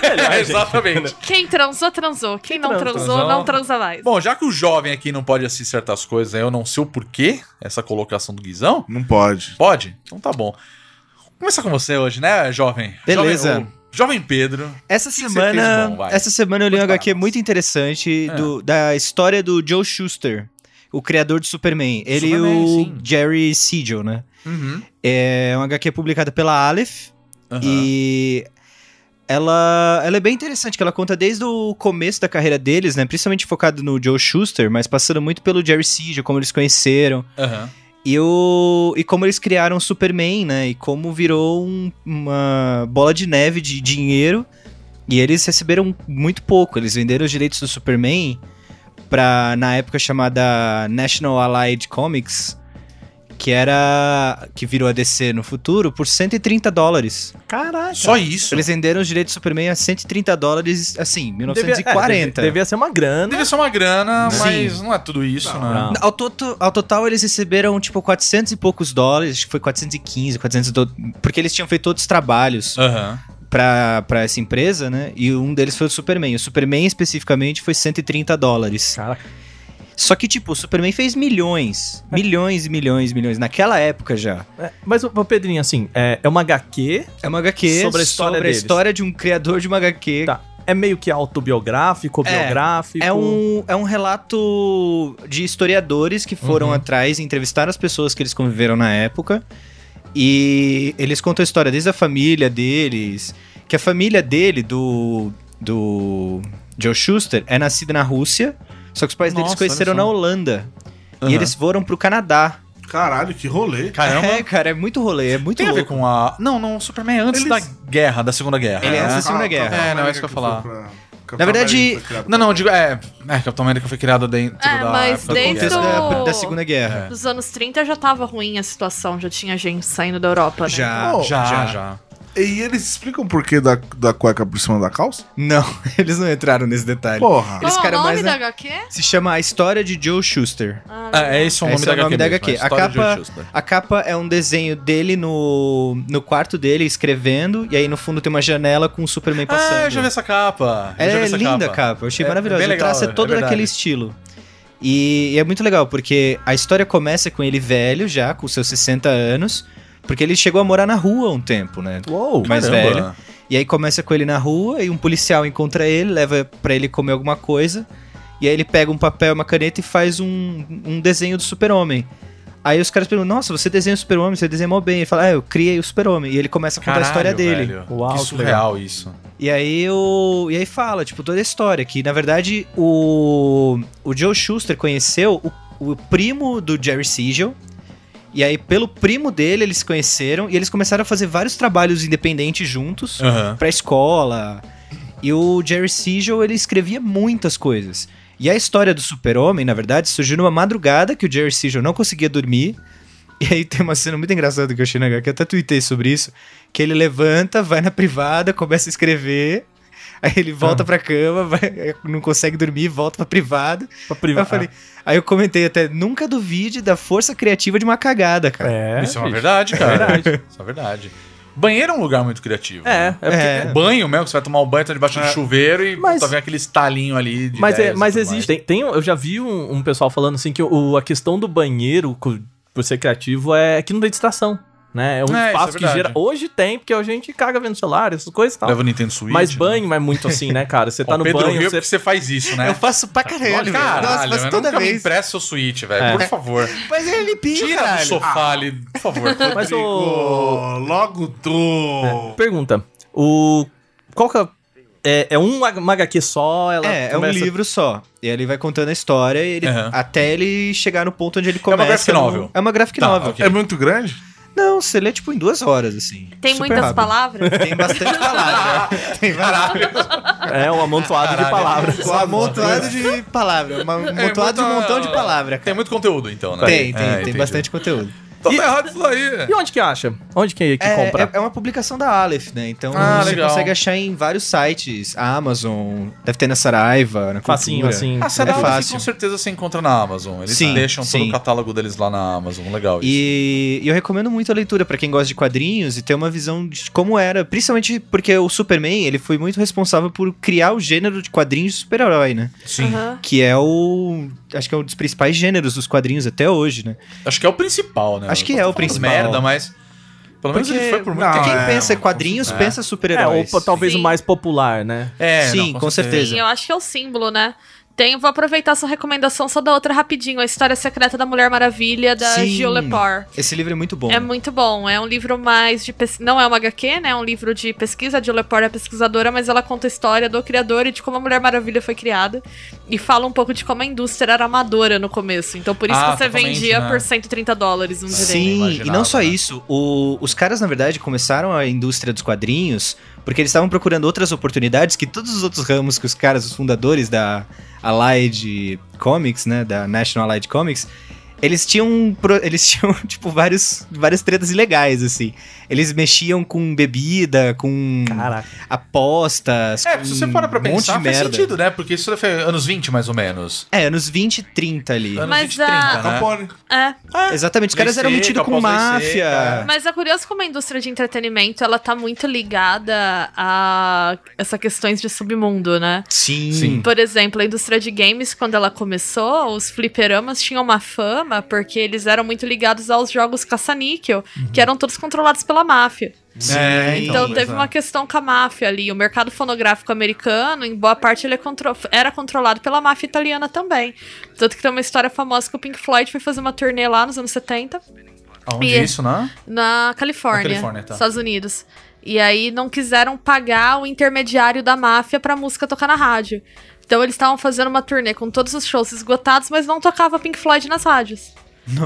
[SPEAKER 1] Melhor,
[SPEAKER 3] É,
[SPEAKER 1] gente.
[SPEAKER 3] exatamente.
[SPEAKER 4] Quem transou, transou. Quem, não
[SPEAKER 1] trans-
[SPEAKER 4] transou,
[SPEAKER 3] transou?
[SPEAKER 4] não transa mais.
[SPEAKER 3] Bom, já que o jovem aqui não pode assistir certas coisas, eu não sei o porquê, essa colocação do Guizão.
[SPEAKER 5] Não pode.
[SPEAKER 3] Pode? Então tá bom. Vou Começar com você hoje, né, jovem?
[SPEAKER 2] Beleza.
[SPEAKER 3] Jovem, o jovem Pedro.
[SPEAKER 2] Essa
[SPEAKER 3] que você
[SPEAKER 2] semana,
[SPEAKER 3] fez bom, vai? É.
[SPEAKER 2] essa semana eu li um
[SPEAKER 3] Conta pra
[SPEAKER 2] HQ muito interessante do- da história do Joe Shuster, o criador de Superman. Ele
[SPEAKER 3] Superman,
[SPEAKER 2] e o
[SPEAKER 3] sim.
[SPEAKER 2] Jerry Siegel, né?
[SPEAKER 3] Uhum.
[SPEAKER 2] É uma HQ publicada pela Aleph
[SPEAKER 3] Aham.
[SPEAKER 2] e ela, ela é bem interessante, que ela conta desde o começo da carreira deles, né? Principalmente focado no Joe Shuster, mas passando muito pelo Jerry Siegel, como eles conheceram.
[SPEAKER 3] Aham.
[SPEAKER 2] E, o, e como eles criaram o Superman, né? E como virou um- uma bola de neve de dinheiro. E eles receberam muito pouco. Eles venderam os direitos do Superman pra, na época, chamada National Allied Comics, que era. que virou a DC no futuro, por 130 dólares.
[SPEAKER 1] Caraca.
[SPEAKER 3] Só isso.
[SPEAKER 2] Eles venderam os direitos do Superman a 130 dólares, assim,
[SPEAKER 1] Devia- é,
[SPEAKER 2] 1940.
[SPEAKER 1] deve- devia ser uma grana.
[SPEAKER 3] Deve ser uma grana,
[SPEAKER 2] Sim.
[SPEAKER 3] mas não é tudo isso, né?
[SPEAKER 1] não.
[SPEAKER 2] Ao, toto- ao total, eles receberam, tipo, 400 e poucos dólares. Acho que foi 415, 400 do- Porque eles tinham feito outros trabalhos
[SPEAKER 3] Aham.
[SPEAKER 1] Ah.
[SPEAKER 2] pra, pra essa empresa, né? E um deles foi o Superman. O Superman, especificamente, foi 130 dólares.
[SPEAKER 1] Caraca.
[SPEAKER 2] Só que, tipo, o Superman fez milhões. Milhões e milhões e milhões. Naquela época já.
[SPEAKER 1] É, Mas, ô, ô, Pedrinho, assim, é, é uma HQ,
[SPEAKER 2] É uma HQ
[SPEAKER 1] Sobre a história
[SPEAKER 2] sobre a
[SPEAKER 1] deles.
[SPEAKER 2] história de um criador de uma HQ.
[SPEAKER 1] Tá. é meio que autobiográfico,
[SPEAKER 2] É,
[SPEAKER 1] biográfico.
[SPEAKER 2] É um, é um relato de historiadores que foram
[SPEAKER 3] Uhum.
[SPEAKER 2] atrás e entrevistaram as pessoas que eles conviveram na época. E eles contam a história desde a família deles. Que a família dele, do, do Joe Schuster, é nascida na Rússia. Só que os pais deles
[SPEAKER 3] Nossa,
[SPEAKER 2] conheceram
[SPEAKER 3] olha
[SPEAKER 2] na
[SPEAKER 3] só.
[SPEAKER 2] Holanda.
[SPEAKER 3] Aham.
[SPEAKER 2] E eles foram pro Canadá.
[SPEAKER 5] Caralho, que rolê.
[SPEAKER 3] Caramba.
[SPEAKER 2] É, cara, é muito rolê, é muito
[SPEAKER 3] Tem a ver
[SPEAKER 2] louco.
[SPEAKER 3] com a. Não, não, o Superman é antes
[SPEAKER 5] Eles-
[SPEAKER 3] da guerra, da Segunda Guerra.
[SPEAKER 2] Ele é
[SPEAKER 3] né?
[SPEAKER 2] antes da Segunda
[SPEAKER 5] Ah,
[SPEAKER 2] Guerra.
[SPEAKER 5] Capitão
[SPEAKER 3] É, não, é isso
[SPEAKER 5] América
[SPEAKER 3] que eu ia falar.
[SPEAKER 5] foi pra- Capitão
[SPEAKER 2] Na verdade,
[SPEAKER 5] América foi criado
[SPEAKER 3] Não, não,
[SPEAKER 5] pra-
[SPEAKER 3] eu digo. É, é Capitão América foi criado dentro
[SPEAKER 4] É,
[SPEAKER 3] da.
[SPEAKER 4] mas
[SPEAKER 3] época da
[SPEAKER 4] desde
[SPEAKER 3] guerra.
[SPEAKER 2] Contexto da,
[SPEAKER 4] o-
[SPEAKER 2] da Segunda Guerra.
[SPEAKER 4] Nos anos 30 já tava ruim a situação, já tinha gente saindo da Europa, né?
[SPEAKER 3] É.
[SPEAKER 2] Já.
[SPEAKER 5] Oh,
[SPEAKER 3] Já, já.
[SPEAKER 5] E eles explicam o porquê da, da cueca por cima da calça?
[SPEAKER 2] Não, eles não entraram nesse detalhe.
[SPEAKER 5] Porra.
[SPEAKER 4] Qual
[SPEAKER 2] Eles
[SPEAKER 4] é o
[SPEAKER 2] ficaram
[SPEAKER 4] nome
[SPEAKER 2] mais
[SPEAKER 4] da
[SPEAKER 2] na-
[SPEAKER 4] HQ?
[SPEAKER 2] Se chama A História de Joe Schuster.
[SPEAKER 3] Ah, é esse é o nome
[SPEAKER 2] Esse é o
[SPEAKER 3] da
[SPEAKER 2] nome
[SPEAKER 3] HQ.
[SPEAKER 2] da
[SPEAKER 3] mesmo,
[SPEAKER 2] HQ.
[SPEAKER 3] é história
[SPEAKER 2] A
[SPEAKER 3] de Joe
[SPEAKER 2] capa-
[SPEAKER 3] Schuster.
[SPEAKER 2] A capa é um desenho dele no, no quarto dele, escrevendo, e aí no fundo tem uma janela com o Superman passando.
[SPEAKER 3] Ah, eu já vi essa capa. Eu
[SPEAKER 2] Ela
[SPEAKER 3] já vi
[SPEAKER 2] é
[SPEAKER 3] essa
[SPEAKER 2] linda a capa, eu achei
[SPEAKER 3] É,
[SPEAKER 2] maravilhosa.
[SPEAKER 3] é bem
[SPEAKER 2] o traço é
[SPEAKER 3] legal, é
[SPEAKER 2] todo
[SPEAKER 3] verdade.
[SPEAKER 2] naquele estilo. E, e é muito legal, porque a história começa com ele velho já, com seus 60 anos, porque ele chegou a morar na rua um tempo, né?
[SPEAKER 1] Uou,
[SPEAKER 2] mais
[SPEAKER 3] Caramba.
[SPEAKER 2] velho. E aí começa com ele na rua, e um policial encontra ele, leva pra ele comer alguma coisa. E aí ele pega um papel, uma caneta e faz um, um desenho do super-homem. Aí os caras perguntam, nossa, você desenha o super-homem, você desenha mó bem. Ele fala, ah, eu criei o super-homem. E ele começa a contar
[SPEAKER 3] Caralho,
[SPEAKER 2] a história dele.
[SPEAKER 3] velho.
[SPEAKER 1] Uau,
[SPEAKER 3] que
[SPEAKER 1] que
[SPEAKER 3] surreal isso.
[SPEAKER 2] E aí o. E aí fala, tipo, toda a história. Que na verdade o. O Joe Schuster conheceu o, o primo do Jerry Siegel. E aí, pelo primo dele, eles se conheceram e eles começaram a fazer vários trabalhos independentes juntos
[SPEAKER 3] Aham.
[SPEAKER 2] pra escola. E o Jerry Siegel, ele escrevia muitas coisas. E a história do super-homem, na verdade, surgiu numa madrugada que o Jerry Siegel não conseguia dormir. E aí tem uma cena muito engraçada que eu achei na HQ, eu até tuitei sobre isso, que ele levanta, vai na privada, começa a escrever, aí ele
[SPEAKER 3] Ah.
[SPEAKER 2] volta pra cama, vai- não consegue dormir, volta pra privada.
[SPEAKER 1] pra
[SPEAKER 2] Aí
[SPEAKER 1] privar.
[SPEAKER 2] eu falei,
[SPEAKER 3] ah.
[SPEAKER 2] aí eu comentei até, nunca duvide da força criativa de uma cagada, cara.
[SPEAKER 1] É,
[SPEAKER 3] isso é uma
[SPEAKER 1] bicho.
[SPEAKER 3] verdade, cara. Isso é verdade. Banheiro é um lugar muito criativo.
[SPEAKER 1] É, é
[SPEAKER 3] né?
[SPEAKER 1] porque
[SPEAKER 2] É.
[SPEAKER 3] Banho mesmo, que você vai tomar o banho, tá debaixo do chuveiro e
[SPEAKER 1] Mas-
[SPEAKER 3] tá vendo aquele estalinho ali de
[SPEAKER 1] Mas, é,
[SPEAKER 3] ideias e
[SPEAKER 1] mas
[SPEAKER 3] tudo mais.
[SPEAKER 1] existe. Tem, tem um- eu já vi um, um pessoal falando assim que o, a questão do banheiro, co- por ser criativo, é que não tem distração. Né? É um
[SPEAKER 3] É,
[SPEAKER 1] espaço
[SPEAKER 3] isso é
[SPEAKER 1] que gera.
[SPEAKER 3] verdade.
[SPEAKER 1] Hoje tem, porque a gente caga vendo celular, essas coisas e tal.
[SPEAKER 3] Leva o Nintendo Switch.
[SPEAKER 1] mas
[SPEAKER 3] né?
[SPEAKER 1] banho é muito assim, né, cara? Você
[SPEAKER 3] Ó,
[SPEAKER 1] tá no
[SPEAKER 3] Pedro
[SPEAKER 1] banho,
[SPEAKER 3] Rio,
[SPEAKER 1] você
[SPEAKER 3] porque você faz isso, né?
[SPEAKER 2] Eu faço pra caralho,
[SPEAKER 3] Caralho,
[SPEAKER 2] velho. Nossa, faço
[SPEAKER 3] eu
[SPEAKER 2] toda
[SPEAKER 3] nunca me
[SPEAKER 2] vez.
[SPEAKER 3] empresta seu Switch, velho. Por favor.
[SPEAKER 2] Mas ele é limpinho,
[SPEAKER 3] Tira do
[SPEAKER 2] caralho.
[SPEAKER 3] sofá ali, por favor.
[SPEAKER 1] Mas
[SPEAKER 5] Ô,
[SPEAKER 1] o.
[SPEAKER 5] logo tô.
[SPEAKER 1] Pergunta. O. Qual que é. É, é um, uma HQ só, ela
[SPEAKER 2] É, é um
[SPEAKER 1] começa-
[SPEAKER 2] livro só. E ele vai contando a história e ele-
[SPEAKER 3] Aham.
[SPEAKER 2] até ele chegar no ponto onde ele começa.
[SPEAKER 3] graphic
[SPEAKER 2] no-
[SPEAKER 3] novel.
[SPEAKER 2] É uma graphic
[SPEAKER 3] Tá,
[SPEAKER 2] novel.
[SPEAKER 3] ok.
[SPEAKER 5] É muito grande?
[SPEAKER 2] Não, você lê tipo em duas horas, assim.
[SPEAKER 4] Tem
[SPEAKER 2] Super
[SPEAKER 4] muitas
[SPEAKER 2] rápido.
[SPEAKER 4] palavras?
[SPEAKER 2] Tem bastante palavras. Tem várias.
[SPEAKER 1] É um amontoado de palavras.
[SPEAKER 2] Um amontoado de palavras. Um amontoado de um
[SPEAKER 3] É muita-
[SPEAKER 2] montão de palavras,
[SPEAKER 3] Tem
[SPEAKER 2] cara.
[SPEAKER 3] muito conteúdo, então, né?
[SPEAKER 2] Tem, tem,
[SPEAKER 3] É,
[SPEAKER 2] tem
[SPEAKER 3] entendi.
[SPEAKER 2] bastante conteúdo.
[SPEAKER 3] Então tá errado isso aí.
[SPEAKER 1] E onde que acha? Onde que, que
[SPEAKER 2] É,
[SPEAKER 1] compra?
[SPEAKER 2] é- é uma publicação da Aleph, né? Então
[SPEAKER 3] Ah,
[SPEAKER 2] você
[SPEAKER 3] legal.
[SPEAKER 2] consegue achar em vários sites. A Amazon, deve ter na Saraiva, na
[SPEAKER 1] Facinho,
[SPEAKER 2] Cultura.
[SPEAKER 1] assim.
[SPEAKER 3] Ah, será
[SPEAKER 2] É
[SPEAKER 3] que
[SPEAKER 2] fácil.
[SPEAKER 3] com certeza você encontra na Amazon. Eles
[SPEAKER 2] Sim,
[SPEAKER 3] deixam todo
[SPEAKER 2] sim.
[SPEAKER 3] o catálogo deles lá na Amazon. Legal isso.
[SPEAKER 2] E, e
[SPEAKER 3] é.
[SPEAKER 2] eu recomendo muito a leitura pra quem gosta de quadrinhos e ter uma visão de como era, principalmente porque o Superman, ele foi muito responsável por criar o gênero de quadrinhos de super-herói, né?
[SPEAKER 3] Sim.
[SPEAKER 4] Aham.
[SPEAKER 2] Que é o, acho que é um dos principais gêneros dos quadrinhos até hoje, né?
[SPEAKER 3] Acho que é o principal, né?
[SPEAKER 2] Acho que
[SPEAKER 3] Eu
[SPEAKER 2] é
[SPEAKER 3] tô
[SPEAKER 2] o
[SPEAKER 3] falando
[SPEAKER 2] principal.
[SPEAKER 3] Merda, mas. Pelo menos
[SPEAKER 2] Porque-
[SPEAKER 3] ele foi por muito
[SPEAKER 5] Não,
[SPEAKER 3] tempo.
[SPEAKER 2] quem
[SPEAKER 5] é,
[SPEAKER 2] pensa em
[SPEAKER 5] com
[SPEAKER 2] quadrinhos,
[SPEAKER 3] certeza.
[SPEAKER 2] pensa
[SPEAKER 1] É, ou
[SPEAKER 2] super-heróis.
[SPEAKER 1] pô, talvez
[SPEAKER 4] Sim.
[SPEAKER 1] o mais popular, né?
[SPEAKER 3] É,
[SPEAKER 2] Sim, com certeza.
[SPEAKER 4] Sim, eu acho que é o símbolo, né? Tem, vou aproveitar sua recomendação só da outra rapidinho, a História Secreta da Mulher Maravilha, da
[SPEAKER 2] Sim.
[SPEAKER 4] Gil Lepore.
[SPEAKER 2] Esse livro é muito bom.
[SPEAKER 4] É muito bom. É um livro mais de pes... não é uma HQ, né? É um livro de pesquisa. A Jill Lepore é pesquisadora, mas ela conta a história do criador e de como a Mulher Maravilha foi criada e fala um pouco de como a indústria era amadora no começo. Então por isso
[SPEAKER 3] Ah,
[SPEAKER 4] que você
[SPEAKER 3] totalmente,
[SPEAKER 4] vendia
[SPEAKER 3] né?
[SPEAKER 4] por 130 dólares um direito.
[SPEAKER 3] nem
[SPEAKER 2] Sim, e
[SPEAKER 3] imaginava,
[SPEAKER 2] não só
[SPEAKER 3] Tá né?
[SPEAKER 2] isso, o- os caras, na verdade, começaram a indústria dos quadrinhos porque eles estavam procurando outras oportunidades que todos os outros ramos que os caras, os fundadores da Allied Comics, né, da National Allied Comics, eles tinham, um pro- eles tinham tipo, vários, várias tretas ilegais, assim. Eles mexiam com bebida, com
[SPEAKER 1] Caraca.
[SPEAKER 2] apostas,
[SPEAKER 3] É,
[SPEAKER 2] com
[SPEAKER 3] se você para pra
[SPEAKER 2] um monte
[SPEAKER 3] pensar,
[SPEAKER 2] de
[SPEAKER 3] faz
[SPEAKER 2] merda.
[SPEAKER 3] sentido, né? Porque isso foi anos 20, mais ou menos.
[SPEAKER 2] É, anos 20 e 30 ali.
[SPEAKER 3] Anos
[SPEAKER 4] Mas
[SPEAKER 3] 20, 30,
[SPEAKER 4] a-
[SPEAKER 3] né?
[SPEAKER 5] Capone.
[SPEAKER 4] É.
[SPEAKER 2] Exatamente, os caras
[SPEAKER 3] Lei
[SPEAKER 2] eram
[SPEAKER 3] seca,
[SPEAKER 2] metidos com
[SPEAKER 3] após lei
[SPEAKER 2] máfia.
[SPEAKER 3] seca.
[SPEAKER 4] Mas é curioso como a indústria de entretenimento ela tá muito ligada a essas questões de submundo, né?
[SPEAKER 2] Sim.
[SPEAKER 3] Sim.
[SPEAKER 4] Por exemplo, a indústria de games, quando ela começou, os fliperamas tinham uma fama porque eles eram muito ligados aos jogos caça-níquel, que eram todos controlados pela máfia.
[SPEAKER 3] É,
[SPEAKER 4] Então
[SPEAKER 3] Uhum. Sim,
[SPEAKER 4] teve
[SPEAKER 3] exato.
[SPEAKER 4] uma questão com a máfia ali. O mercado fonográfico americano, em boa parte, ele é contro- era controlado pela máfia italiana também. Tanto que tem uma história famosa que o Pink Floyd foi fazer uma turnê lá nos anos 70
[SPEAKER 3] Aonde
[SPEAKER 4] E-
[SPEAKER 3] isso, né?
[SPEAKER 4] é. na Califórnia,
[SPEAKER 3] Na Califórnia, tá.
[SPEAKER 4] Estados Unidos. E aí não quiseram pagar o intermediário da máfia pra música tocar na rádio. Então eles estavam fazendo uma turnê com todos os shows esgotados, mas não tocava Pink Floyd nas rádios.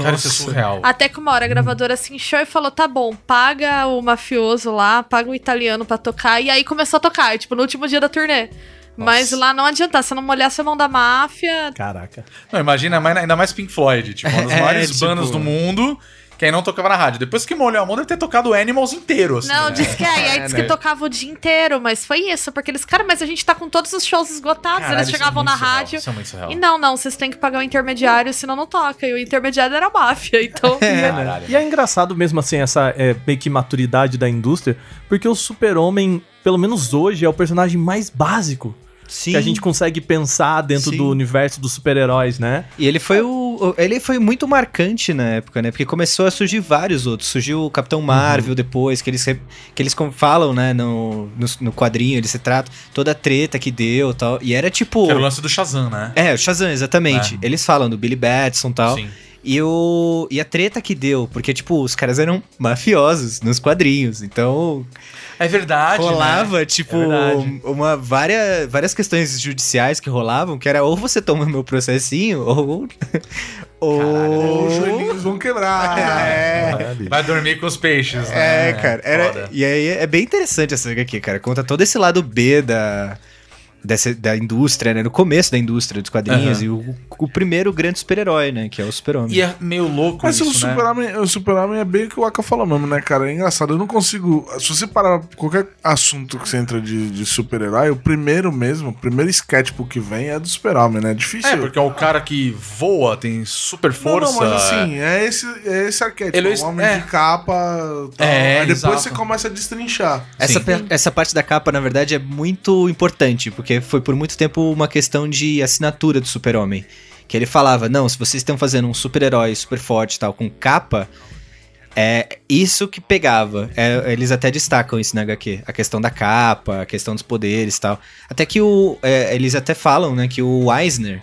[SPEAKER 3] Cara, isso é surreal.
[SPEAKER 4] Até que uma hora a gravadora se inchou e falou: tá bom, paga o mafioso lá, paga o italiano pra tocar. E aí começou a tocar, e, tipo, no último dia da turnê. Mas lá não adianta, se não molhasse a mão da máfia.
[SPEAKER 1] Caraca.
[SPEAKER 3] Não, imagina, mas- ainda mais Pink Floyd, tipo, uma das
[SPEAKER 2] É,
[SPEAKER 3] maiores
[SPEAKER 2] tipo-
[SPEAKER 3] bandas do mundo, que aí não tocava na rádio. Depois que molhou a mão, deve ter tocado Animals inteiro, assim.
[SPEAKER 4] Não,
[SPEAKER 3] né?
[SPEAKER 4] diz que aí, aí
[SPEAKER 3] É,
[SPEAKER 4] diz
[SPEAKER 3] né?
[SPEAKER 4] que tocava o dia inteiro, mas foi isso, porque eles, cara, mas a gente tá com todos os shows esgotados,
[SPEAKER 3] Caralho,
[SPEAKER 4] eles
[SPEAKER 3] isso é
[SPEAKER 4] chegavam
[SPEAKER 3] muito
[SPEAKER 4] na
[SPEAKER 3] surreal,
[SPEAKER 4] rádio.
[SPEAKER 3] Isso é muito surreal.
[SPEAKER 4] E não, não, vocês têm que pagar o intermediário, senão não toca. E o intermediário era a máfia, então.
[SPEAKER 3] Caralho.
[SPEAKER 1] E é engraçado mesmo assim essa é, meio que maturidade da indústria, porque o super-homem, pelo menos hoje, é o personagem mais básico
[SPEAKER 2] Sim.
[SPEAKER 1] que a gente consegue pensar dentro
[SPEAKER 2] Sim.
[SPEAKER 1] do universo dos super-heróis, né?
[SPEAKER 2] E ele foi o. o- Ele foi muito marcante na época, né? Porque começou a surgir vários outros. Surgiu o Capitão Marvel depois, que eles, re- que eles com- falam, né, no, no, no quadrinho, eles retratam toda a treta que deu e tal. E era tipo.
[SPEAKER 3] Que era o lance do Shazam, né?
[SPEAKER 2] É, o Shazam, exatamente. Eles falam do Billy Batson e tal.
[SPEAKER 3] Sim.
[SPEAKER 2] E, o, e a treta que deu, porque, tipo, os caras eram mafiosos nos quadrinhos. Então,
[SPEAKER 3] É verdade. né?
[SPEAKER 2] rolava, tipo,
[SPEAKER 1] É verdade.
[SPEAKER 2] uma, várias, várias questões judiciais que rolavam, que era ou você toma meu processinho, ou... ou...
[SPEAKER 3] né?
[SPEAKER 5] Os joelhinhos vão quebrar.
[SPEAKER 2] É,
[SPEAKER 3] Vai dormir com os peixes, né?
[SPEAKER 2] é, cara. Era,
[SPEAKER 3] Foda.
[SPEAKER 2] e aí é bem interessante essa aqui, cara. Conta todo esse lado B da, dessa, da indústria, né? No começo da indústria dos quadrinhos. E o, o primeiro grande super-herói, né? Que é o super-homem.
[SPEAKER 3] E é meio louco
[SPEAKER 5] Mas
[SPEAKER 3] isso,
[SPEAKER 5] o
[SPEAKER 3] né?
[SPEAKER 5] Super-Homem Super é bem o que o Aka fala mesmo, né, cara? É engraçado. Eu não consigo. Se você parar pra qualquer assunto que você entra de, de super-herói, o primeiro mesmo, o primeiro sketchbook que vem é do Super-Homem, né? É difícil.
[SPEAKER 3] É, porque é o cara que voa, tem super força.
[SPEAKER 5] Não, não, mas assim, é esse, é esse arquétipo.
[SPEAKER 3] Ele é
[SPEAKER 5] é
[SPEAKER 3] es-
[SPEAKER 5] um homem
[SPEAKER 3] é.
[SPEAKER 5] de capa. Tal.
[SPEAKER 3] É,
[SPEAKER 5] Aí depois
[SPEAKER 3] exato.
[SPEAKER 5] você começa a destrinchar.
[SPEAKER 2] Essa,
[SPEAKER 3] Sim.
[SPEAKER 2] pe- essa parte da capa, na verdade, é muito importante, porque foi por muito tempo uma questão de assinatura do super-homem. Que ele falava, não, se vocês estão fazendo um super-herói super forte e tal, com capa, é isso que pegava. É, eles até destacam isso na HQ. A questão da capa, a questão dos poderes e tal. Até que o. é, eles até falam, né, que o Eisner,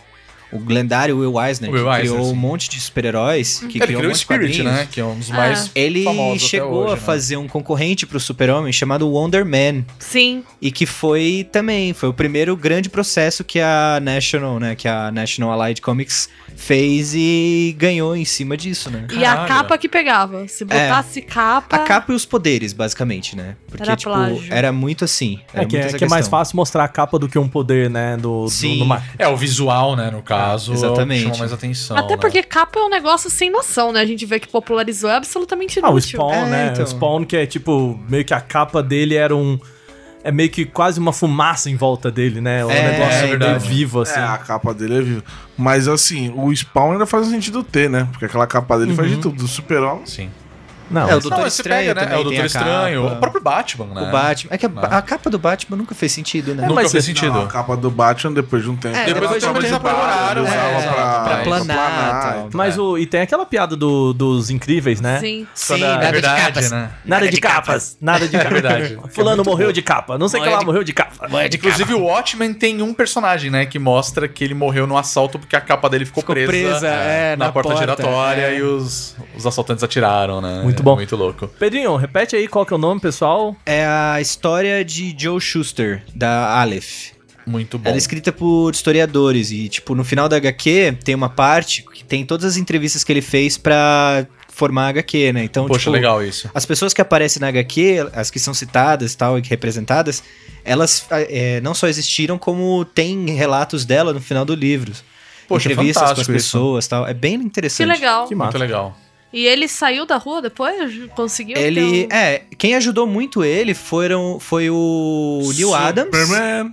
[SPEAKER 2] O lendário Will Eisner,
[SPEAKER 3] O Will
[SPEAKER 2] que
[SPEAKER 3] Eisner,
[SPEAKER 2] criou
[SPEAKER 3] sim.
[SPEAKER 2] um monte de super-heróis, que
[SPEAKER 3] Ele
[SPEAKER 2] criou, um
[SPEAKER 3] criou o
[SPEAKER 2] monte de
[SPEAKER 3] Spirit,
[SPEAKER 2] quadrinhos.
[SPEAKER 3] né? Que é um dos mais
[SPEAKER 2] Ele
[SPEAKER 3] famosos
[SPEAKER 2] chegou
[SPEAKER 3] até
[SPEAKER 1] né?
[SPEAKER 3] hoje,
[SPEAKER 2] a fazer um concorrente pro Super-Homem chamado Wonder Man.
[SPEAKER 4] Sim.
[SPEAKER 2] E que foi também, foi o primeiro grande processo que a National, né, que a National Allied Comics fez e ganhou em cima disso, né?
[SPEAKER 4] E a
[SPEAKER 3] Caralho.
[SPEAKER 4] capa que pegava. Se botasse capa.
[SPEAKER 2] A capa e os poderes, basicamente, né? Porque,
[SPEAKER 4] Tá. Era
[SPEAKER 2] tipo,
[SPEAKER 4] plágio.
[SPEAKER 2] era muito assim. Era
[SPEAKER 1] É que,
[SPEAKER 2] muito
[SPEAKER 1] é,
[SPEAKER 2] essa
[SPEAKER 1] que é mais
[SPEAKER 2] questão.
[SPEAKER 1] fácil mostrar a capa do que um poder, né? Do, do-
[SPEAKER 2] Sim.
[SPEAKER 1] numa-
[SPEAKER 3] né? É, o visual, né, no caso,
[SPEAKER 2] Exatamente.
[SPEAKER 3] chama mais atenção.
[SPEAKER 4] Até
[SPEAKER 3] né?
[SPEAKER 4] porque capa é um negócio sem noção, né? A gente vê que popularizou, é absolutamente
[SPEAKER 1] Ah, o
[SPEAKER 4] inútil.
[SPEAKER 1] Spawn,
[SPEAKER 2] É,
[SPEAKER 1] né?
[SPEAKER 2] então.
[SPEAKER 1] O Spawn que é tipo, meio que a capa dele era um... É meio que quase uma fumaça em volta dele, né? Um
[SPEAKER 2] É,
[SPEAKER 1] negócio
[SPEAKER 2] é
[SPEAKER 1] meio
[SPEAKER 3] verdade.
[SPEAKER 1] vivo, assim.
[SPEAKER 5] É, a capa dele é viva. Mas assim, o Spawn ainda faz sentido ter, né? Porque aquela capa dele faz de
[SPEAKER 3] Uhum.
[SPEAKER 5] tudo. Do Super-Homem.
[SPEAKER 3] Sim.
[SPEAKER 1] Não,
[SPEAKER 2] É, o
[SPEAKER 1] mas-
[SPEAKER 2] Doutor
[SPEAKER 3] Não, você
[SPEAKER 2] Estranho
[SPEAKER 3] pega, né? É o
[SPEAKER 2] também tem
[SPEAKER 3] Doutor
[SPEAKER 2] a
[SPEAKER 3] Estranho,
[SPEAKER 2] capa.
[SPEAKER 3] o próprio Batman, né?
[SPEAKER 2] O Batman. É que a,
[SPEAKER 3] Ah.
[SPEAKER 2] a capa do Batman nunca fez sentido, né?
[SPEAKER 3] Nunca
[SPEAKER 1] mas
[SPEAKER 3] fez
[SPEAKER 1] você-
[SPEAKER 3] é, sentido.
[SPEAKER 5] Não, a capa do Batman depois de um tempo.
[SPEAKER 2] É,
[SPEAKER 3] Depois
[SPEAKER 2] depois
[SPEAKER 3] eu
[SPEAKER 2] de
[SPEAKER 3] também
[SPEAKER 2] um
[SPEAKER 3] eles
[SPEAKER 2] tempo
[SPEAKER 3] apavoraram,
[SPEAKER 5] Eles
[SPEAKER 2] é,
[SPEAKER 5] usavam pra,
[SPEAKER 2] pra
[SPEAKER 3] pra
[SPEAKER 2] planar e tal.
[SPEAKER 1] mas o... E tem aquela piada do- dos incríveis, né?
[SPEAKER 4] Sim.
[SPEAKER 2] Sim,
[SPEAKER 1] Quando a-
[SPEAKER 2] nada
[SPEAKER 3] É
[SPEAKER 2] de
[SPEAKER 3] verdade,
[SPEAKER 2] capas.
[SPEAKER 3] né?
[SPEAKER 1] Nada de capas, nada de capas.
[SPEAKER 3] verdade.
[SPEAKER 1] Fulano morreu de capa, não sei o que
[SPEAKER 2] Morreu
[SPEAKER 1] lá,
[SPEAKER 2] é de-
[SPEAKER 1] morreu de capa.
[SPEAKER 3] Inclusive, o Watchmen tem um personagem, né? Que mostra que ele morreu num assalto porque a capa dele ficou,
[SPEAKER 2] Ficou
[SPEAKER 3] presa,
[SPEAKER 2] presa, é,
[SPEAKER 3] na,
[SPEAKER 2] na
[SPEAKER 3] porta,
[SPEAKER 2] porta,
[SPEAKER 3] giratória
[SPEAKER 2] é.
[SPEAKER 3] e os, os assaltantes atiraram, né?
[SPEAKER 1] Muito
[SPEAKER 3] É
[SPEAKER 1] bom.
[SPEAKER 3] Muito louco.
[SPEAKER 1] Pedrinho, repete aí qual que é o nome, pessoal.
[SPEAKER 2] É a história de Joe Schuster, da Aleph.
[SPEAKER 3] Muito bom.
[SPEAKER 2] Ela é escrita por historiadores e, tipo, no final da HQ tem uma parte que tem todas as entrevistas que ele fez pra formar a HQ, né? Então,
[SPEAKER 3] Poxa,
[SPEAKER 2] tipo,
[SPEAKER 3] legal isso.
[SPEAKER 2] as pessoas que aparecem na HQ, as que são citadas e tal, e que representadas, elas eh, não só existiram, como tem relatos dela no final do livro.
[SPEAKER 3] Poxa,
[SPEAKER 2] Entrevistas com as
[SPEAKER 3] fantástico isso.
[SPEAKER 2] pessoas e tal. É bem
[SPEAKER 4] Que
[SPEAKER 2] interessante.
[SPEAKER 4] legal.
[SPEAKER 1] Que
[SPEAKER 3] Muito
[SPEAKER 1] massa.
[SPEAKER 3] legal.
[SPEAKER 4] E ele saiu da rua depois? Conseguiu?
[SPEAKER 2] Ele,
[SPEAKER 4] ter um-
[SPEAKER 2] é, quem ajudou muito ele foram, foi o Neil Adams.
[SPEAKER 5] é. Superman.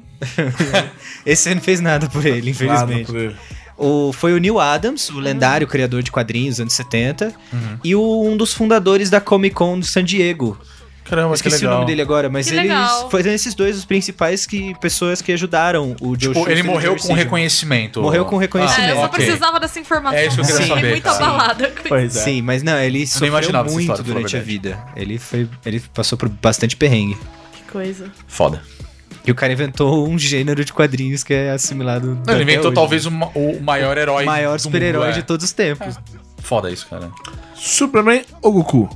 [SPEAKER 2] Esse não fez nada por ele,
[SPEAKER 5] Nada
[SPEAKER 2] infelizmente.
[SPEAKER 5] por ele.
[SPEAKER 2] O, foi o Neil Adams,
[SPEAKER 4] Uhum.
[SPEAKER 2] o lendário criador de quadrinhos dos anos 70,
[SPEAKER 3] Uhum.
[SPEAKER 2] e o- um dos fundadores da Comic Con de San Diego.
[SPEAKER 3] Caramba,
[SPEAKER 2] Esqueci
[SPEAKER 3] que legal.
[SPEAKER 2] o nome dele agora, mas
[SPEAKER 4] Que
[SPEAKER 2] eles
[SPEAKER 4] legal.
[SPEAKER 2] foram esses dois os principais que pessoas que ajudaram o Joe
[SPEAKER 3] Tipo,
[SPEAKER 2] Shuster
[SPEAKER 3] ele
[SPEAKER 2] e o
[SPEAKER 3] morreu
[SPEAKER 2] Jerry
[SPEAKER 3] com
[SPEAKER 2] Siegel.
[SPEAKER 3] reconhecimento.
[SPEAKER 2] é
[SPEAKER 3] Ah,
[SPEAKER 2] Morreu com
[SPEAKER 4] É,
[SPEAKER 2] reconhecimento.
[SPEAKER 4] eu só
[SPEAKER 3] ok.
[SPEAKER 4] precisava dessa informação.
[SPEAKER 3] É isso que eu
[SPEAKER 2] queria
[SPEAKER 4] Fiquei
[SPEAKER 2] saber,
[SPEAKER 4] muito
[SPEAKER 3] cara.
[SPEAKER 4] abalada com
[SPEAKER 1] Pois é.
[SPEAKER 2] Sim, mas não, ele sofreu
[SPEAKER 3] imaginava essa
[SPEAKER 2] muito
[SPEAKER 3] história, pra
[SPEAKER 2] durante a
[SPEAKER 3] falar a
[SPEAKER 2] vida. Ele foi, ele passou por bastante perrengue.
[SPEAKER 4] isso. Que coisa.
[SPEAKER 3] Foda.
[SPEAKER 2] E o cara inventou um gênero de quadrinhos que é assimilado.
[SPEAKER 3] Não,
[SPEAKER 2] até
[SPEAKER 3] ele inventou
[SPEAKER 2] hoje.
[SPEAKER 3] talvez o, ma- o maior herói.
[SPEAKER 2] o maior
[SPEAKER 3] do
[SPEAKER 2] super-herói
[SPEAKER 3] mundo,
[SPEAKER 2] de
[SPEAKER 3] é.
[SPEAKER 2] todos os tempos.
[SPEAKER 3] Foda isso, cara.
[SPEAKER 5] Superman ou Goku?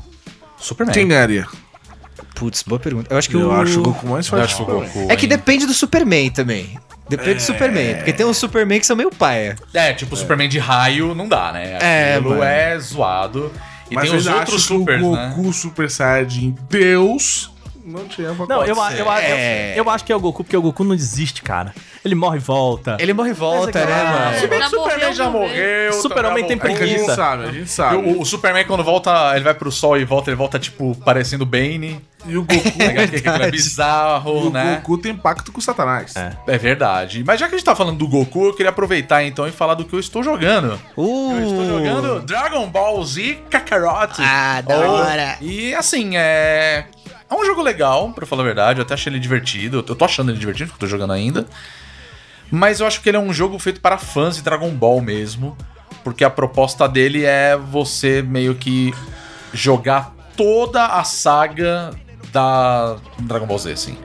[SPEAKER 3] Superman.
[SPEAKER 5] Quem ganharia?
[SPEAKER 2] Putz, boa pergunta. Eu acho que
[SPEAKER 5] Eu
[SPEAKER 2] o.
[SPEAKER 5] acho o Goku mais
[SPEAKER 3] Eu
[SPEAKER 5] forte.
[SPEAKER 3] acho que o Goku.
[SPEAKER 2] É que
[SPEAKER 3] hein?
[SPEAKER 2] depende do Superman também. Depende do Superman. Porque tem uns Superman que são meio paia.
[SPEAKER 3] É, tipo, o Superman de raio não dá, né?
[SPEAKER 2] É,
[SPEAKER 3] Aquilo
[SPEAKER 2] mano.
[SPEAKER 3] é zoado. E
[SPEAKER 5] Mas
[SPEAKER 3] tem os
[SPEAKER 5] eu ainda
[SPEAKER 3] outros
[SPEAKER 5] acho que
[SPEAKER 3] supers,
[SPEAKER 5] o
[SPEAKER 3] né?
[SPEAKER 5] Goku Super Saiyajin Deus não tinha pra
[SPEAKER 1] Não,
[SPEAKER 5] quatro.
[SPEAKER 1] eu, a- eu, a- eu,
[SPEAKER 2] É.
[SPEAKER 1] eu acho que é o Goku, porque o Goku não desiste, cara. Ele morre e volta.
[SPEAKER 2] Ele morre e volta, né, mano?
[SPEAKER 3] Ah, Se bem que
[SPEAKER 4] Já
[SPEAKER 3] o Superman
[SPEAKER 4] morreu,
[SPEAKER 3] já
[SPEAKER 4] não
[SPEAKER 3] morreu. tá
[SPEAKER 1] Super-Homem
[SPEAKER 3] bom.
[SPEAKER 1] tem
[SPEAKER 3] É
[SPEAKER 5] É que a gente
[SPEAKER 1] preguiça.
[SPEAKER 5] sabe, a gente
[SPEAKER 3] que
[SPEAKER 5] sabe.
[SPEAKER 3] Ah, O, o Superman, quando volta, ele vai pro sol e volta, ele volta, tipo, parecendo Bane.
[SPEAKER 5] E o Goku,
[SPEAKER 3] É, é bizarro,
[SPEAKER 5] o
[SPEAKER 3] né?
[SPEAKER 5] Goku tem pacto com o Satanás.
[SPEAKER 3] É verdade. Mas já que a gente tá falando do Goku, eu queria aproveitar então e falar do que eu estou jogando.
[SPEAKER 2] Uh,
[SPEAKER 3] Eu estou jogando Dragon Ball Z Kakarot.
[SPEAKER 2] Ah, da
[SPEAKER 3] Ou-
[SPEAKER 2] hora.
[SPEAKER 3] E assim, é. É um jogo legal, pra falar a verdade. Eu até achei ele divertido. Eu tô achando ele divertido, porque eu tô jogando ainda. Mas eu acho que ele é um jogo feito para fãs de Dragon Ball mesmo. Porque a proposta dele é você meio que jogar toda a saga da Dragon Ball Z, assim.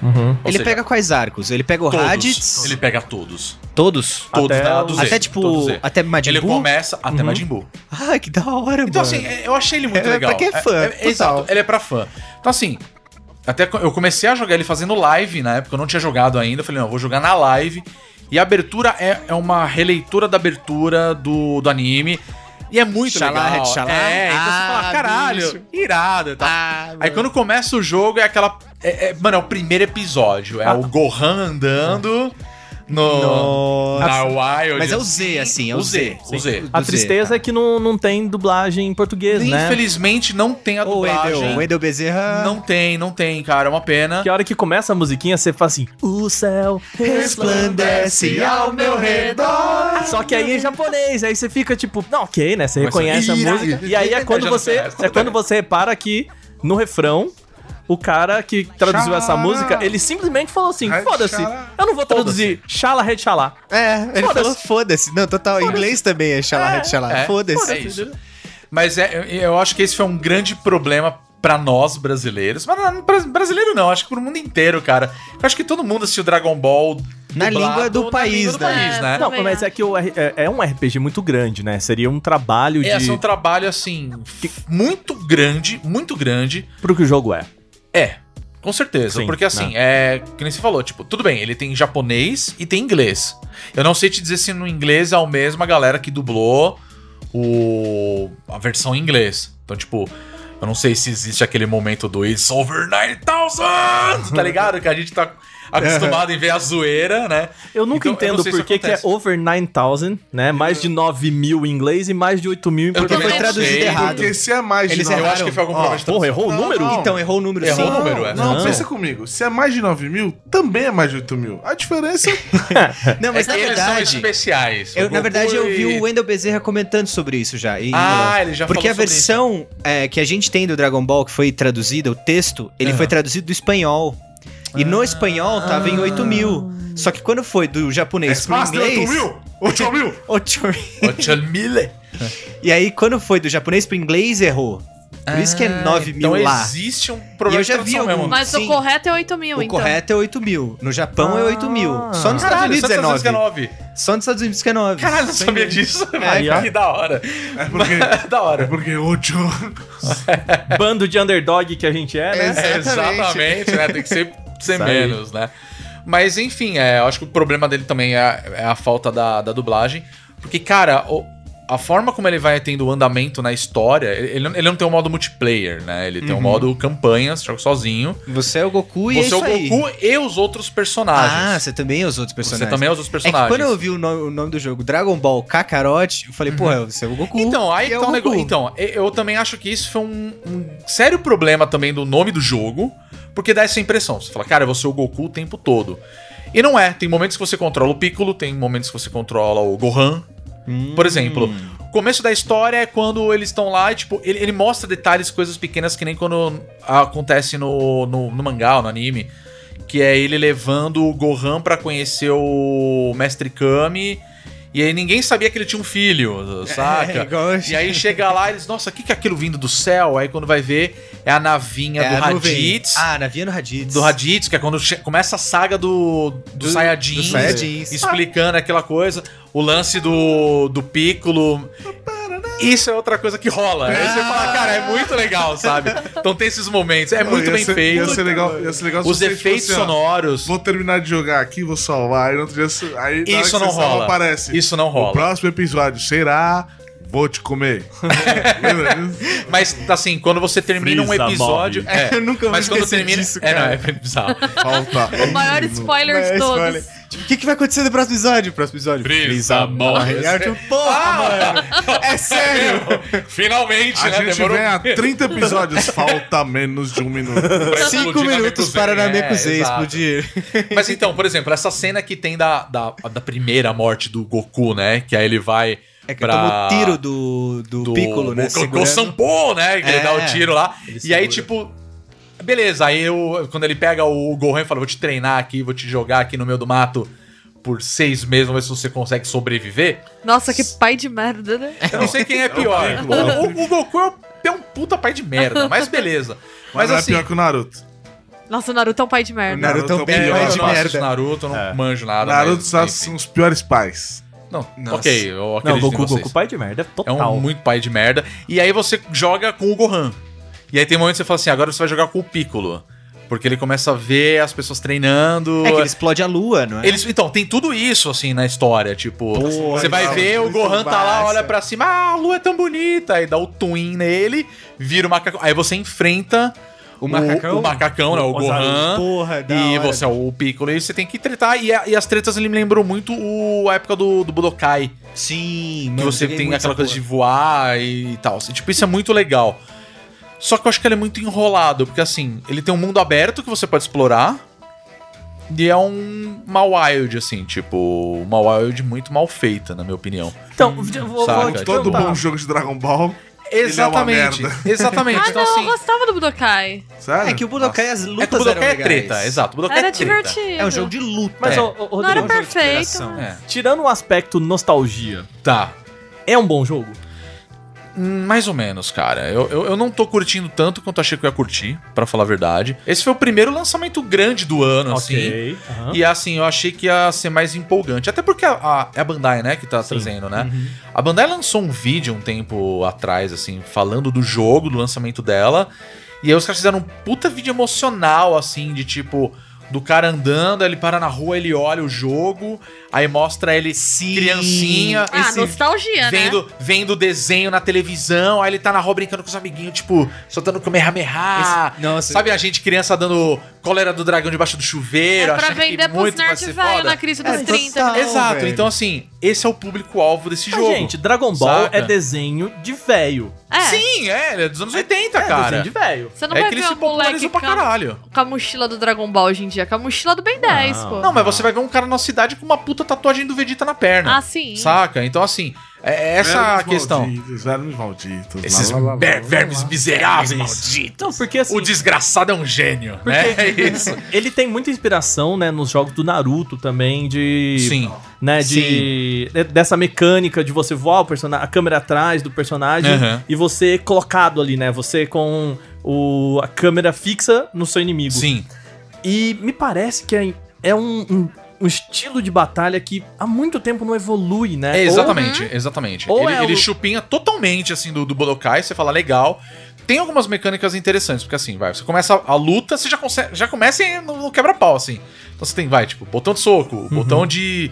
[SPEAKER 1] Uhum.
[SPEAKER 3] Ou
[SPEAKER 2] Ele
[SPEAKER 3] seja,
[SPEAKER 2] pega quais arcos? Ele pega o
[SPEAKER 3] todos.
[SPEAKER 2] Raditz?
[SPEAKER 3] Ele pega todos.
[SPEAKER 2] Todos?
[SPEAKER 3] Todos,
[SPEAKER 1] Até
[SPEAKER 3] né?
[SPEAKER 1] o-
[SPEAKER 3] Do Z,
[SPEAKER 2] Até
[SPEAKER 3] todos
[SPEAKER 2] tipo,
[SPEAKER 3] Z.
[SPEAKER 2] até Majin
[SPEAKER 3] Ele
[SPEAKER 2] Buu?
[SPEAKER 3] começa até
[SPEAKER 1] Uhum.
[SPEAKER 3] Majin Buu.
[SPEAKER 2] Ah, que da hora,
[SPEAKER 3] Então,
[SPEAKER 2] mano.
[SPEAKER 3] assim, é- eu achei ele muito
[SPEAKER 2] É,
[SPEAKER 3] legal.
[SPEAKER 2] pra quem é fã, total.
[SPEAKER 3] exato, ele é pra fã. Então, assim, até co- eu comecei a jogar ele fazendo live na época, eu não tinha jogado ainda. Eu falei, não, eu vou jogar na live. E a abertura é, é uma releitura da abertura do, do anime. E é muito
[SPEAKER 2] Xalá,
[SPEAKER 3] legal.
[SPEAKER 2] Red Xalá.
[SPEAKER 3] É, então
[SPEAKER 2] Ah,
[SPEAKER 3] você fala, caralho,
[SPEAKER 2] bicho.
[SPEAKER 3] irado e tal.
[SPEAKER 2] Ah,
[SPEAKER 3] Aí quando começa o jogo é aquela. é- é- mano, é o primeiro episódio. É o Gohan andando no.
[SPEAKER 2] Nossa.
[SPEAKER 3] Na Wild.
[SPEAKER 2] Mas é o Z, assim, é o Z.
[SPEAKER 3] Ah, O Z.
[SPEAKER 1] A
[SPEAKER 2] Do Z,
[SPEAKER 1] tristeza
[SPEAKER 2] tá.
[SPEAKER 1] é que não, não tem dublagem em português, né?
[SPEAKER 3] Infelizmente não tem a
[SPEAKER 2] Ô, Wendel,
[SPEAKER 3] dublagem.
[SPEAKER 2] Wendel Bezerra...
[SPEAKER 3] Não tem, não tem, cara. É uma pena.
[SPEAKER 1] Que a hora que começa a musiquinha, você faz assim: O céu resplandece ao meu redor. Só que aí é japonês, aí você fica tipo, não, ok, né? Você reconhece a
[SPEAKER 3] Ira-
[SPEAKER 1] música. E aí é quando
[SPEAKER 3] Já não
[SPEAKER 1] você
[SPEAKER 3] conhece.
[SPEAKER 1] é quando você repara que no refrão o cara que traduziu essa
[SPEAKER 5] Xalá.
[SPEAKER 1] música, ele simplesmente falou assim:
[SPEAKER 5] Red
[SPEAKER 1] foda-se,
[SPEAKER 5] Xalá.
[SPEAKER 1] eu não vou traduzir Xala Red Xalá.
[SPEAKER 2] É, ele
[SPEAKER 1] Foda-se.
[SPEAKER 2] falou foda-se. Não, total, em inglês também é xalá, red xalá.
[SPEAKER 3] É,
[SPEAKER 2] foda-se.
[SPEAKER 3] É isso. Mas é, eu- eu acho que esse foi um grande problema pra nós brasileiros. Mas não, pra- brasileiro não, acho que pro mundo inteiro, cara. Eu acho que todo mundo assistiu Dragon Ball
[SPEAKER 2] Na língua do
[SPEAKER 3] na
[SPEAKER 2] país,
[SPEAKER 3] língua do
[SPEAKER 2] né?
[SPEAKER 3] país, né?
[SPEAKER 4] Não,
[SPEAKER 1] Não,
[SPEAKER 4] também
[SPEAKER 1] mas
[SPEAKER 4] acho.
[SPEAKER 1] é que o R- é, é um RPG muito grande, né? Seria um trabalho
[SPEAKER 3] É,
[SPEAKER 1] de.
[SPEAKER 3] é um trabalho, assim, muito grande, muito grande.
[SPEAKER 1] Pro que o jogo é.
[SPEAKER 3] É, com certeza.
[SPEAKER 1] Sim,
[SPEAKER 3] porque assim, é. Que nem você falou, tipo, tudo bem, ele tem japonês e tem inglês. Eu não sei te dizer se no inglês é a mesma galera que dublou o. a versão em inglês. Então, tipo. Eu não sei se existe aquele momento do It's Over 9000, tá ligado? Que a gente tá acostumado em ver a zoeira, né?
[SPEAKER 1] Eu nunca
[SPEAKER 3] Então, eu não
[SPEAKER 1] entendo
[SPEAKER 3] sei se
[SPEAKER 1] por que que é
[SPEAKER 3] acontece.
[SPEAKER 1] over 9000, né? Mais de 9 mil em inglês e mais de 8 mil em
[SPEAKER 3] Eu
[SPEAKER 1] português.
[SPEAKER 3] também
[SPEAKER 2] foi traduzido
[SPEAKER 3] sei.
[SPEAKER 2] errado.
[SPEAKER 5] Porque se é mais de
[SPEAKER 2] Eles
[SPEAKER 5] nove-
[SPEAKER 3] Eu acho que foi algum
[SPEAKER 5] Ó,
[SPEAKER 3] problema de
[SPEAKER 1] Porra, errou o
[SPEAKER 5] Não,
[SPEAKER 1] número?
[SPEAKER 5] não.
[SPEAKER 2] Então, errou o número,
[SPEAKER 3] Errou
[SPEAKER 2] sim.
[SPEAKER 3] o número, é.
[SPEAKER 5] Não,
[SPEAKER 1] Não.
[SPEAKER 5] pensa comigo. Se é mais de 9 mil, também é mais de 8 mil. A diferença é
[SPEAKER 2] Não, mas
[SPEAKER 3] É
[SPEAKER 2] na
[SPEAKER 3] que eles são
[SPEAKER 2] verdade...
[SPEAKER 3] especiais.
[SPEAKER 2] Eu,
[SPEAKER 3] O
[SPEAKER 2] na
[SPEAKER 3] Goku
[SPEAKER 2] verdade, eu vi
[SPEAKER 3] e-
[SPEAKER 2] o Wendel Bezerra comentando sobre isso já. em-
[SPEAKER 3] Ah, ele já
[SPEAKER 2] Porque a
[SPEAKER 3] falou sobre isso.
[SPEAKER 2] versão é, que a gente tem do Dragon Ball, que foi traduzida, o texto, ele
[SPEAKER 3] Aham. Ah.
[SPEAKER 2] foi traduzido do espanhol. E no espanhol tava em 8 mil. Só que quando foi do
[SPEAKER 3] É
[SPEAKER 2] japonês pro
[SPEAKER 5] de
[SPEAKER 2] É inglês.
[SPEAKER 5] 8 mil? 8 mil?
[SPEAKER 2] 8 mil.
[SPEAKER 3] Ó, Tchamile.
[SPEAKER 2] E aí, quando foi do japonês pro inglês, errou. Por isso que é 9
[SPEAKER 3] então
[SPEAKER 2] mil lá.
[SPEAKER 3] existe um
[SPEAKER 2] E
[SPEAKER 3] problema
[SPEAKER 2] eu já
[SPEAKER 3] de tradução
[SPEAKER 2] vi
[SPEAKER 3] mesmo.
[SPEAKER 2] algum-
[SPEAKER 4] Mas
[SPEAKER 2] Sim.
[SPEAKER 4] o correto é 8 mil,
[SPEAKER 2] O
[SPEAKER 4] então.
[SPEAKER 2] correto é 8 mil. No Japão é 8 mil. Só nos
[SPEAKER 3] Ah. Caralho,
[SPEAKER 2] Estados Unidos é 9.
[SPEAKER 3] 19.
[SPEAKER 2] Só nos Estados Unidos que é 9.
[SPEAKER 3] Caralho, não sabia disso.
[SPEAKER 1] Aí, ó.
[SPEAKER 3] que da hora.
[SPEAKER 5] É porque,
[SPEAKER 3] da
[SPEAKER 5] é
[SPEAKER 3] hora.
[SPEAKER 5] porque 8
[SPEAKER 1] Bando de underdog que a gente é, né?
[SPEAKER 3] É, exatamente, né? Tem que ser, ser menos, né? Mas enfim, é, eu acho que o problema dele também é, é a falta da, da dublagem. Porque, cara, o- a forma como ele vai tendo o andamento na história, ele, ele não- ele não tem um modo multiplayer, né? Ele tem um modo campanha, você joga sozinho.
[SPEAKER 2] Você é o Goku Uhum. e é
[SPEAKER 3] você
[SPEAKER 2] isso
[SPEAKER 3] é o
[SPEAKER 2] aí.
[SPEAKER 3] Goku e os outros
[SPEAKER 2] Ah,
[SPEAKER 3] personagens.
[SPEAKER 2] você também é os outros
[SPEAKER 3] você
[SPEAKER 2] personagens.
[SPEAKER 3] também é os outros
[SPEAKER 2] É que
[SPEAKER 3] personagens.
[SPEAKER 2] quando eu vi o nome, o nome do jogo Dragon Ball Kakarot, eu falei, porra, você é o Goku.
[SPEAKER 3] Então, aí
[SPEAKER 2] e é
[SPEAKER 3] tá
[SPEAKER 2] o Goku.
[SPEAKER 3] um negócio. Então, e- eu também acho que isso foi um, um sério problema também do nome do jogo, porque dá essa impressão. Você fala, cara, eu vou ser o Goku o tempo todo. E não é. Tem momentos que você controla o Piccolo, tem momentos que você controla o Gohan.
[SPEAKER 2] Hum.
[SPEAKER 3] Por exemplo, o começo da história é quando eles estão lá e, tipo, ele, ele mostra detalhes, coisas pequenas que nem quando acontece no, no, no mangá ou no anime. Que é ele levando o Gohan pra conhecer o Mestre Kami. E aí ninguém sabia que ele tinha um filho, saca?
[SPEAKER 2] É, igual-
[SPEAKER 3] E aí chega lá, eles, nossa, o que, que é aquilo vindo do céu? Aí quando vai ver, é a navinha
[SPEAKER 2] É
[SPEAKER 3] do
[SPEAKER 2] a nuvem.
[SPEAKER 3] Raditz.
[SPEAKER 2] Ah, navia no Raditz.
[SPEAKER 3] Do Raditz, que é quando che- começa a saga do, do,
[SPEAKER 2] Do-
[SPEAKER 3] Saiyajins,
[SPEAKER 2] do Saiyajins.
[SPEAKER 3] explicando aquela coisa, o lance do, do Piccolo. Isso é outra coisa que rola. Aí você fala, cara, é muito legal, sabe? Então tem esses momentos, é muito
[SPEAKER 5] Ia
[SPEAKER 3] bem
[SPEAKER 5] ser- Ia
[SPEAKER 3] feito.
[SPEAKER 5] ser legal, ia ser legal se
[SPEAKER 3] Os
[SPEAKER 5] você, tipo
[SPEAKER 3] efeitos
[SPEAKER 5] assim, ó,
[SPEAKER 3] sonoros.
[SPEAKER 5] Vou terminar de jogar aqui, vou salvar. Aí no outro dia, você- aí, na hora
[SPEAKER 3] Isso
[SPEAKER 5] que
[SPEAKER 3] não
[SPEAKER 5] você salva,
[SPEAKER 3] rola.
[SPEAKER 5] Aparece.
[SPEAKER 3] Isso não
[SPEAKER 5] O
[SPEAKER 3] rola.
[SPEAKER 5] próximo episódio será. Vou te comer. Lembra disso?
[SPEAKER 3] Mas, assim, quando você termina
[SPEAKER 1] Frieza
[SPEAKER 3] um episódio.
[SPEAKER 1] morre.
[SPEAKER 3] É,
[SPEAKER 2] Eu nunca me
[SPEAKER 3] mas quando
[SPEAKER 2] esqueci
[SPEAKER 3] termina.
[SPEAKER 2] disso,
[SPEAKER 3] é, não,
[SPEAKER 2] cara.
[SPEAKER 3] é bizarro.
[SPEAKER 5] Falta. um.
[SPEAKER 4] O maior spoiler de todos.
[SPEAKER 2] Tipo, o que, que vai acontecer no próximo episódio? O próximo episódio.
[SPEAKER 3] Frieza morre. Ah!
[SPEAKER 2] E aí, tipo, porra, mano. É sério.
[SPEAKER 3] Finalmente,
[SPEAKER 5] A
[SPEAKER 3] né?
[SPEAKER 5] gente
[SPEAKER 3] Demorou
[SPEAKER 5] vem a 30 episódios, falta menos de um minuto.
[SPEAKER 3] pra
[SPEAKER 2] Cinco
[SPEAKER 3] explodir na
[SPEAKER 2] minutos
[SPEAKER 3] Mekuzen.
[SPEAKER 2] para na Namekusei
[SPEAKER 3] É, exato.
[SPEAKER 2] explodir.
[SPEAKER 3] Mas então, por exemplo, essa cena que tem da, da, da primeira morte do Goku, né? Que aí ele vai
[SPEAKER 2] É que
[SPEAKER 3] pra...
[SPEAKER 2] toma o tiro do, do, Piccolo, né?
[SPEAKER 3] O Goku
[SPEAKER 2] segurando.
[SPEAKER 3] Sampo, né? Que ele
[SPEAKER 2] É.
[SPEAKER 3] dá o tiro lá. E aí, tipo... Beleza, aí eu, quando ele pega o Gohan e fala, vou te treinar aqui, vou te jogar aqui no meio do mato por seis meses, vamos ver se você consegue sobreviver.
[SPEAKER 4] Nossa, que pai de merda, né?
[SPEAKER 3] Eu não sei quem é pior. o, o- o Goku é um- é um puta pai de merda, mas beleza. Mas,
[SPEAKER 5] Mas não
[SPEAKER 3] assim...
[SPEAKER 5] é pior que o Naruto.
[SPEAKER 4] Nossa, o Naruto é um pai de merda.
[SPEAKER 2] Naruto
[SPEAKER 5] Naruto é o
[SPEAKER 2] também
[SPEAKER 5] pior.
[SPEAKER 2] é de
[SPEAKER 3] eu não assisto
[SPEAKER 2] merda.
[SPEAKER 3] Naruto, eu não manjo nada.
[SPEAKER 5] Naruto
[SPEAKER 3] mas,
[SPEAKER 5] são-
[SPEAKER 3] enfim.
[SPEAKER 5] são os piores pais.
[SPEAKER 3] Não,
[SPEAKER 2] Nossa.
[SPEAKER 3] ok, eu
[SPEAKER 1] Não,
[SPEAKER 3] acredito em
[SPEAKER 1] Goku,
[SPEAKER 3] vocês.
[SPEAKER 1] Goku, pai de merda,
[SPEAKER 3] É
[SPEAKER 1] total.
[SPEAKER 3] um muito pai de merda. E aí você joga com o Gohan. E aí tem momentos que você fala assim, agora você vai jogar com o Piccolo. Porque ele começa a ver as pessoas treinando.
[SPEAKER 2] É que ele explode a lua, não é?
[SPEAKER 3] Eles, então, tem tudo isso, assim, na história. Tipo,
[SPEAKER 2] Porra,
[SPEAKER 3] você vai
[SPEAKER 2] legal,
[SPEAKER 3] ver o
[SPEAKER 2] muito
[SPEAKER 3] Gohan tá lá,
[SPEAKER 2] massa.
[SPEAKER 3] olha pra cima, ah, a lua é tão bonita. Aí dá o twin nele, vira o macacão. Aí você enfrenta
[SPEAKER 2] O macacão?
[SPEAKER 3] o, macacão, né? O, Gohan.
[SPEAKER 2] Porra, da
[SPEAKER 3] E
[SPEAKER 2] hora.
[SPEAKER 3] você é o Piccolo e você tem que tretar. E, a- e as tretas ele me lembrou muito o- a época do, do Budokai.
[SPEAKER 2] Sim,
[SPEAKER 3] Que
[SPEAKER 2] mano,
[SPEAKER 3] você
[SPEAKER 2] joguei
[SPEAKER 3] tem
[SPEAKER 2] muito
[SPEAKER 3] aquela
[SPEAKER 2] essa
[SPEAKER 3] coisa
[SPEAKER 2] porra.
[SPEAKER 3] de voar e tal. Assim, Tipo, isso é muito legal. Só que eu acho que ele é muito enrolado, porque assim, ele tem um mundo aberto que você pode explorar. E é um uma wild, assim, tipo, uma wild muito mal feita, na minha opinião.
[SPEAKER 1] Então, vou, vou
[SPEAKER 3] Saca,
[SPEAKER 1] te
[SPEAKER 5] Todo
[SPEAKER 1] perguntar.
[SPEAKER 2] Então tá.
[SPEAKER 5] bom jogo de Dragon Ball.
[SPEAKER 3] Exatamente.
[SPEAKER 5] Ele é uma
[SPEAKER 3] exatamente.
[SPEAKER 4] Ah,
[SPEAKER 3] então,
[SPEAKER 4] não, eu
[SPEAKER 3] assim,
[SPEAKER 4] gostava do Budokai.
[SPEAKER 5] Sério?
[SPEAKER 2] É que o Budokai, as lutas
[SPEAKER 3] é que o Budokai
[SPEAKER 2] eram
[SPEAKER 3] é treta,
[SPEAKER 2] legais.
[SPEAKER 3] exato. o Budokai
[SPEAKER 4] Era
[SPEAKER 3] é treta.
[SPEAKER 4] divertido.
[SPEAKER 2] É um jogo de luta.
[SPEAKER 1] Mas,
[SPEAKER 3] É.
[SPEAKER 1] ô, ô, Rodrigo,
[SPEAKER 4] Não era
[SPEAKER 2] É um jogo de
[SPEAKER 4] perfeito.
[SPEAKER 2] superação.
[SPEAKER 3] É.
[SPEAKER 1] tirando o aspecto nostalgia,
[SPEAKER 3] Tá.
[SPEAKER 1] é um bom jogo?
[SPEAKER 3] Hum, Mais ou menos, cara. Eu, eu, eu não tô curtindo tanto quanto achei que eu ia curtir, pra falar a verdade. Esse foi o primeiro lançamento grande do ano, assim.
[SPEAKER 1] Ok. aham.
[SPEAKER 3] E assim, eu achei que ia ser mais empolgante. Até porque a, a- é a Bandai, né, que tá trazendo, né?
[SPEAKER 1] Uhum.
[SPEAKER 3] A Bandai lançou um vídeo um tempo atrás, assim, falando do jogo, do lançamento dela. E aí os caras fizeram um puta vídeo emocional, assim, de tipo. Do cara andando, aí ele para na rua, ele olha o jogo, aí mostra ele criancinha.
[SPEAKER 4] Ah,
[SPEAKER 3] esse-
[SPEAKER 4] nostalgia, né?
[SPEAKER 3] Vendo, vendo desenho na televisão, aí ele tá na rua brincando com os amiguinhos, tipo, soltando Kamehameha.
[SPEAKER 2] Nossa,
[SPEAKER 3] Sabe a gente, criança, dando cólera do dragão debaixo do
[SPEAKER 4] É
[SPEAKER 3] chuveiro,
[SPEAKER 4] pra
[SPEAKER 3] achando que
[SPEAKER 4] vender pros
[SPEAKER 3] muito vai
[SPEAKER 4] nerds
[SPEAKER 3] ser
[SPEAKER 4] velho
[SPEAKER 3] foda.
[SPEAKER 4] na crise dos né?
[SPEAKER 2] É,
[SPEAKER 4] 30.
[SPEAKER 2] total.
[SPEAKER 3] Exato,
[SPEAKER 2] velho.
[SPEAKER 3] então assim, esse é o público-alvo desse
[SPEAKER 1] Ah,
[SPEAKER 3] jogo.
[SPEAKER 1] Gente, Dragon Ball
[SPEAKER 3] Saca?
[SPEAKER 1] é desenho de velho.
[SPEAKER 4] É,
[SPEAKER 3] Sim, é, ele é dos anos 80,
[SPEAKER 1] É desenho
[SPEAKER 3] cara.
[SPEAKER 1] de velho.
[SPEAKER 4] você não
[SPEAKER 3] É
[SPEAKER 4] vai
[SPEAKER 3] que ele
[SPEAKER 4] ver
[SPEAKER 3] se
[SPEAKER 4] um moleque
[SPEAKER 3] popularizou pra
[SPEAKER 4] com,
[SPEAKER 3] caralho.
[SPEAKER 4] com a mochila do Dragon Ball hoje em dia, com a mochila do Ben 10, pô.
[SPEAKER 3] Não, mas você vai ver um cara na cidade com uma puta tatuagem do Vegeta na perna.
[SPEAKER 4] Ah, sim.
[SPEAKER 3] Saca? Então, assim, é é essa a questão.
[SPEAKER 5] Malditos, vermes malditos.
[SPEAKER 3] Esses
[SPEAKER 5] lá, lá, lá, lá,
[SPEAKER 3] ver-
[SPEAKER 5] lá,
[SPEAKER 3] vermes
[SPEAKER 5] lá.
[SPEAKER 3] miseráveis, malditos.
[SPEAKER 1] Não, porque assim.
[SPEAKER 3] O desgraçado é um gênio, né? É isso.
[SPEAKER 1] Ele tem muita inspiração, né, nos jogos do Naruto também, de.
[SPEAKER 3] Sim.
[SPEAKER 1] Né, de. de- Dessa mecânica de você voar o personagem, a câmera atrás do personagem
[SPEAKER 3] Aham.
[SPEAKER 1] e você colocado ali, né? Você com o, a câmera fixa no seu inimigo.
[SPEAKER 3] Sim.
[SPEAKER 1] E me parece que é, é um, um- um estilo de batalha que há muito tempo não evolui, né?
[SPEAKER 3] É,
[SPEAKER 1] Ou-
[SPEAKER 3] exatamente, exatamente.
[SPEAKER 1] Ou
[SPEAKER 3] ele,
[SPEAKER 1] é
[SPEAKER 3] ele
[SPEAKER 1] o-
[SPEAKER 3] chupinha totalmente assim do, do Budokai, você fala legal. Tem algumas mecânicas interessantes, porque assim, vai, você começa a, a luta, você já, consegue, já começa em- no, no quebra-pau, assim. Então você tem, vai, tipo, botão de soco,
[SPEAKER 1] Uhum.
[SPEAKER 3] botão de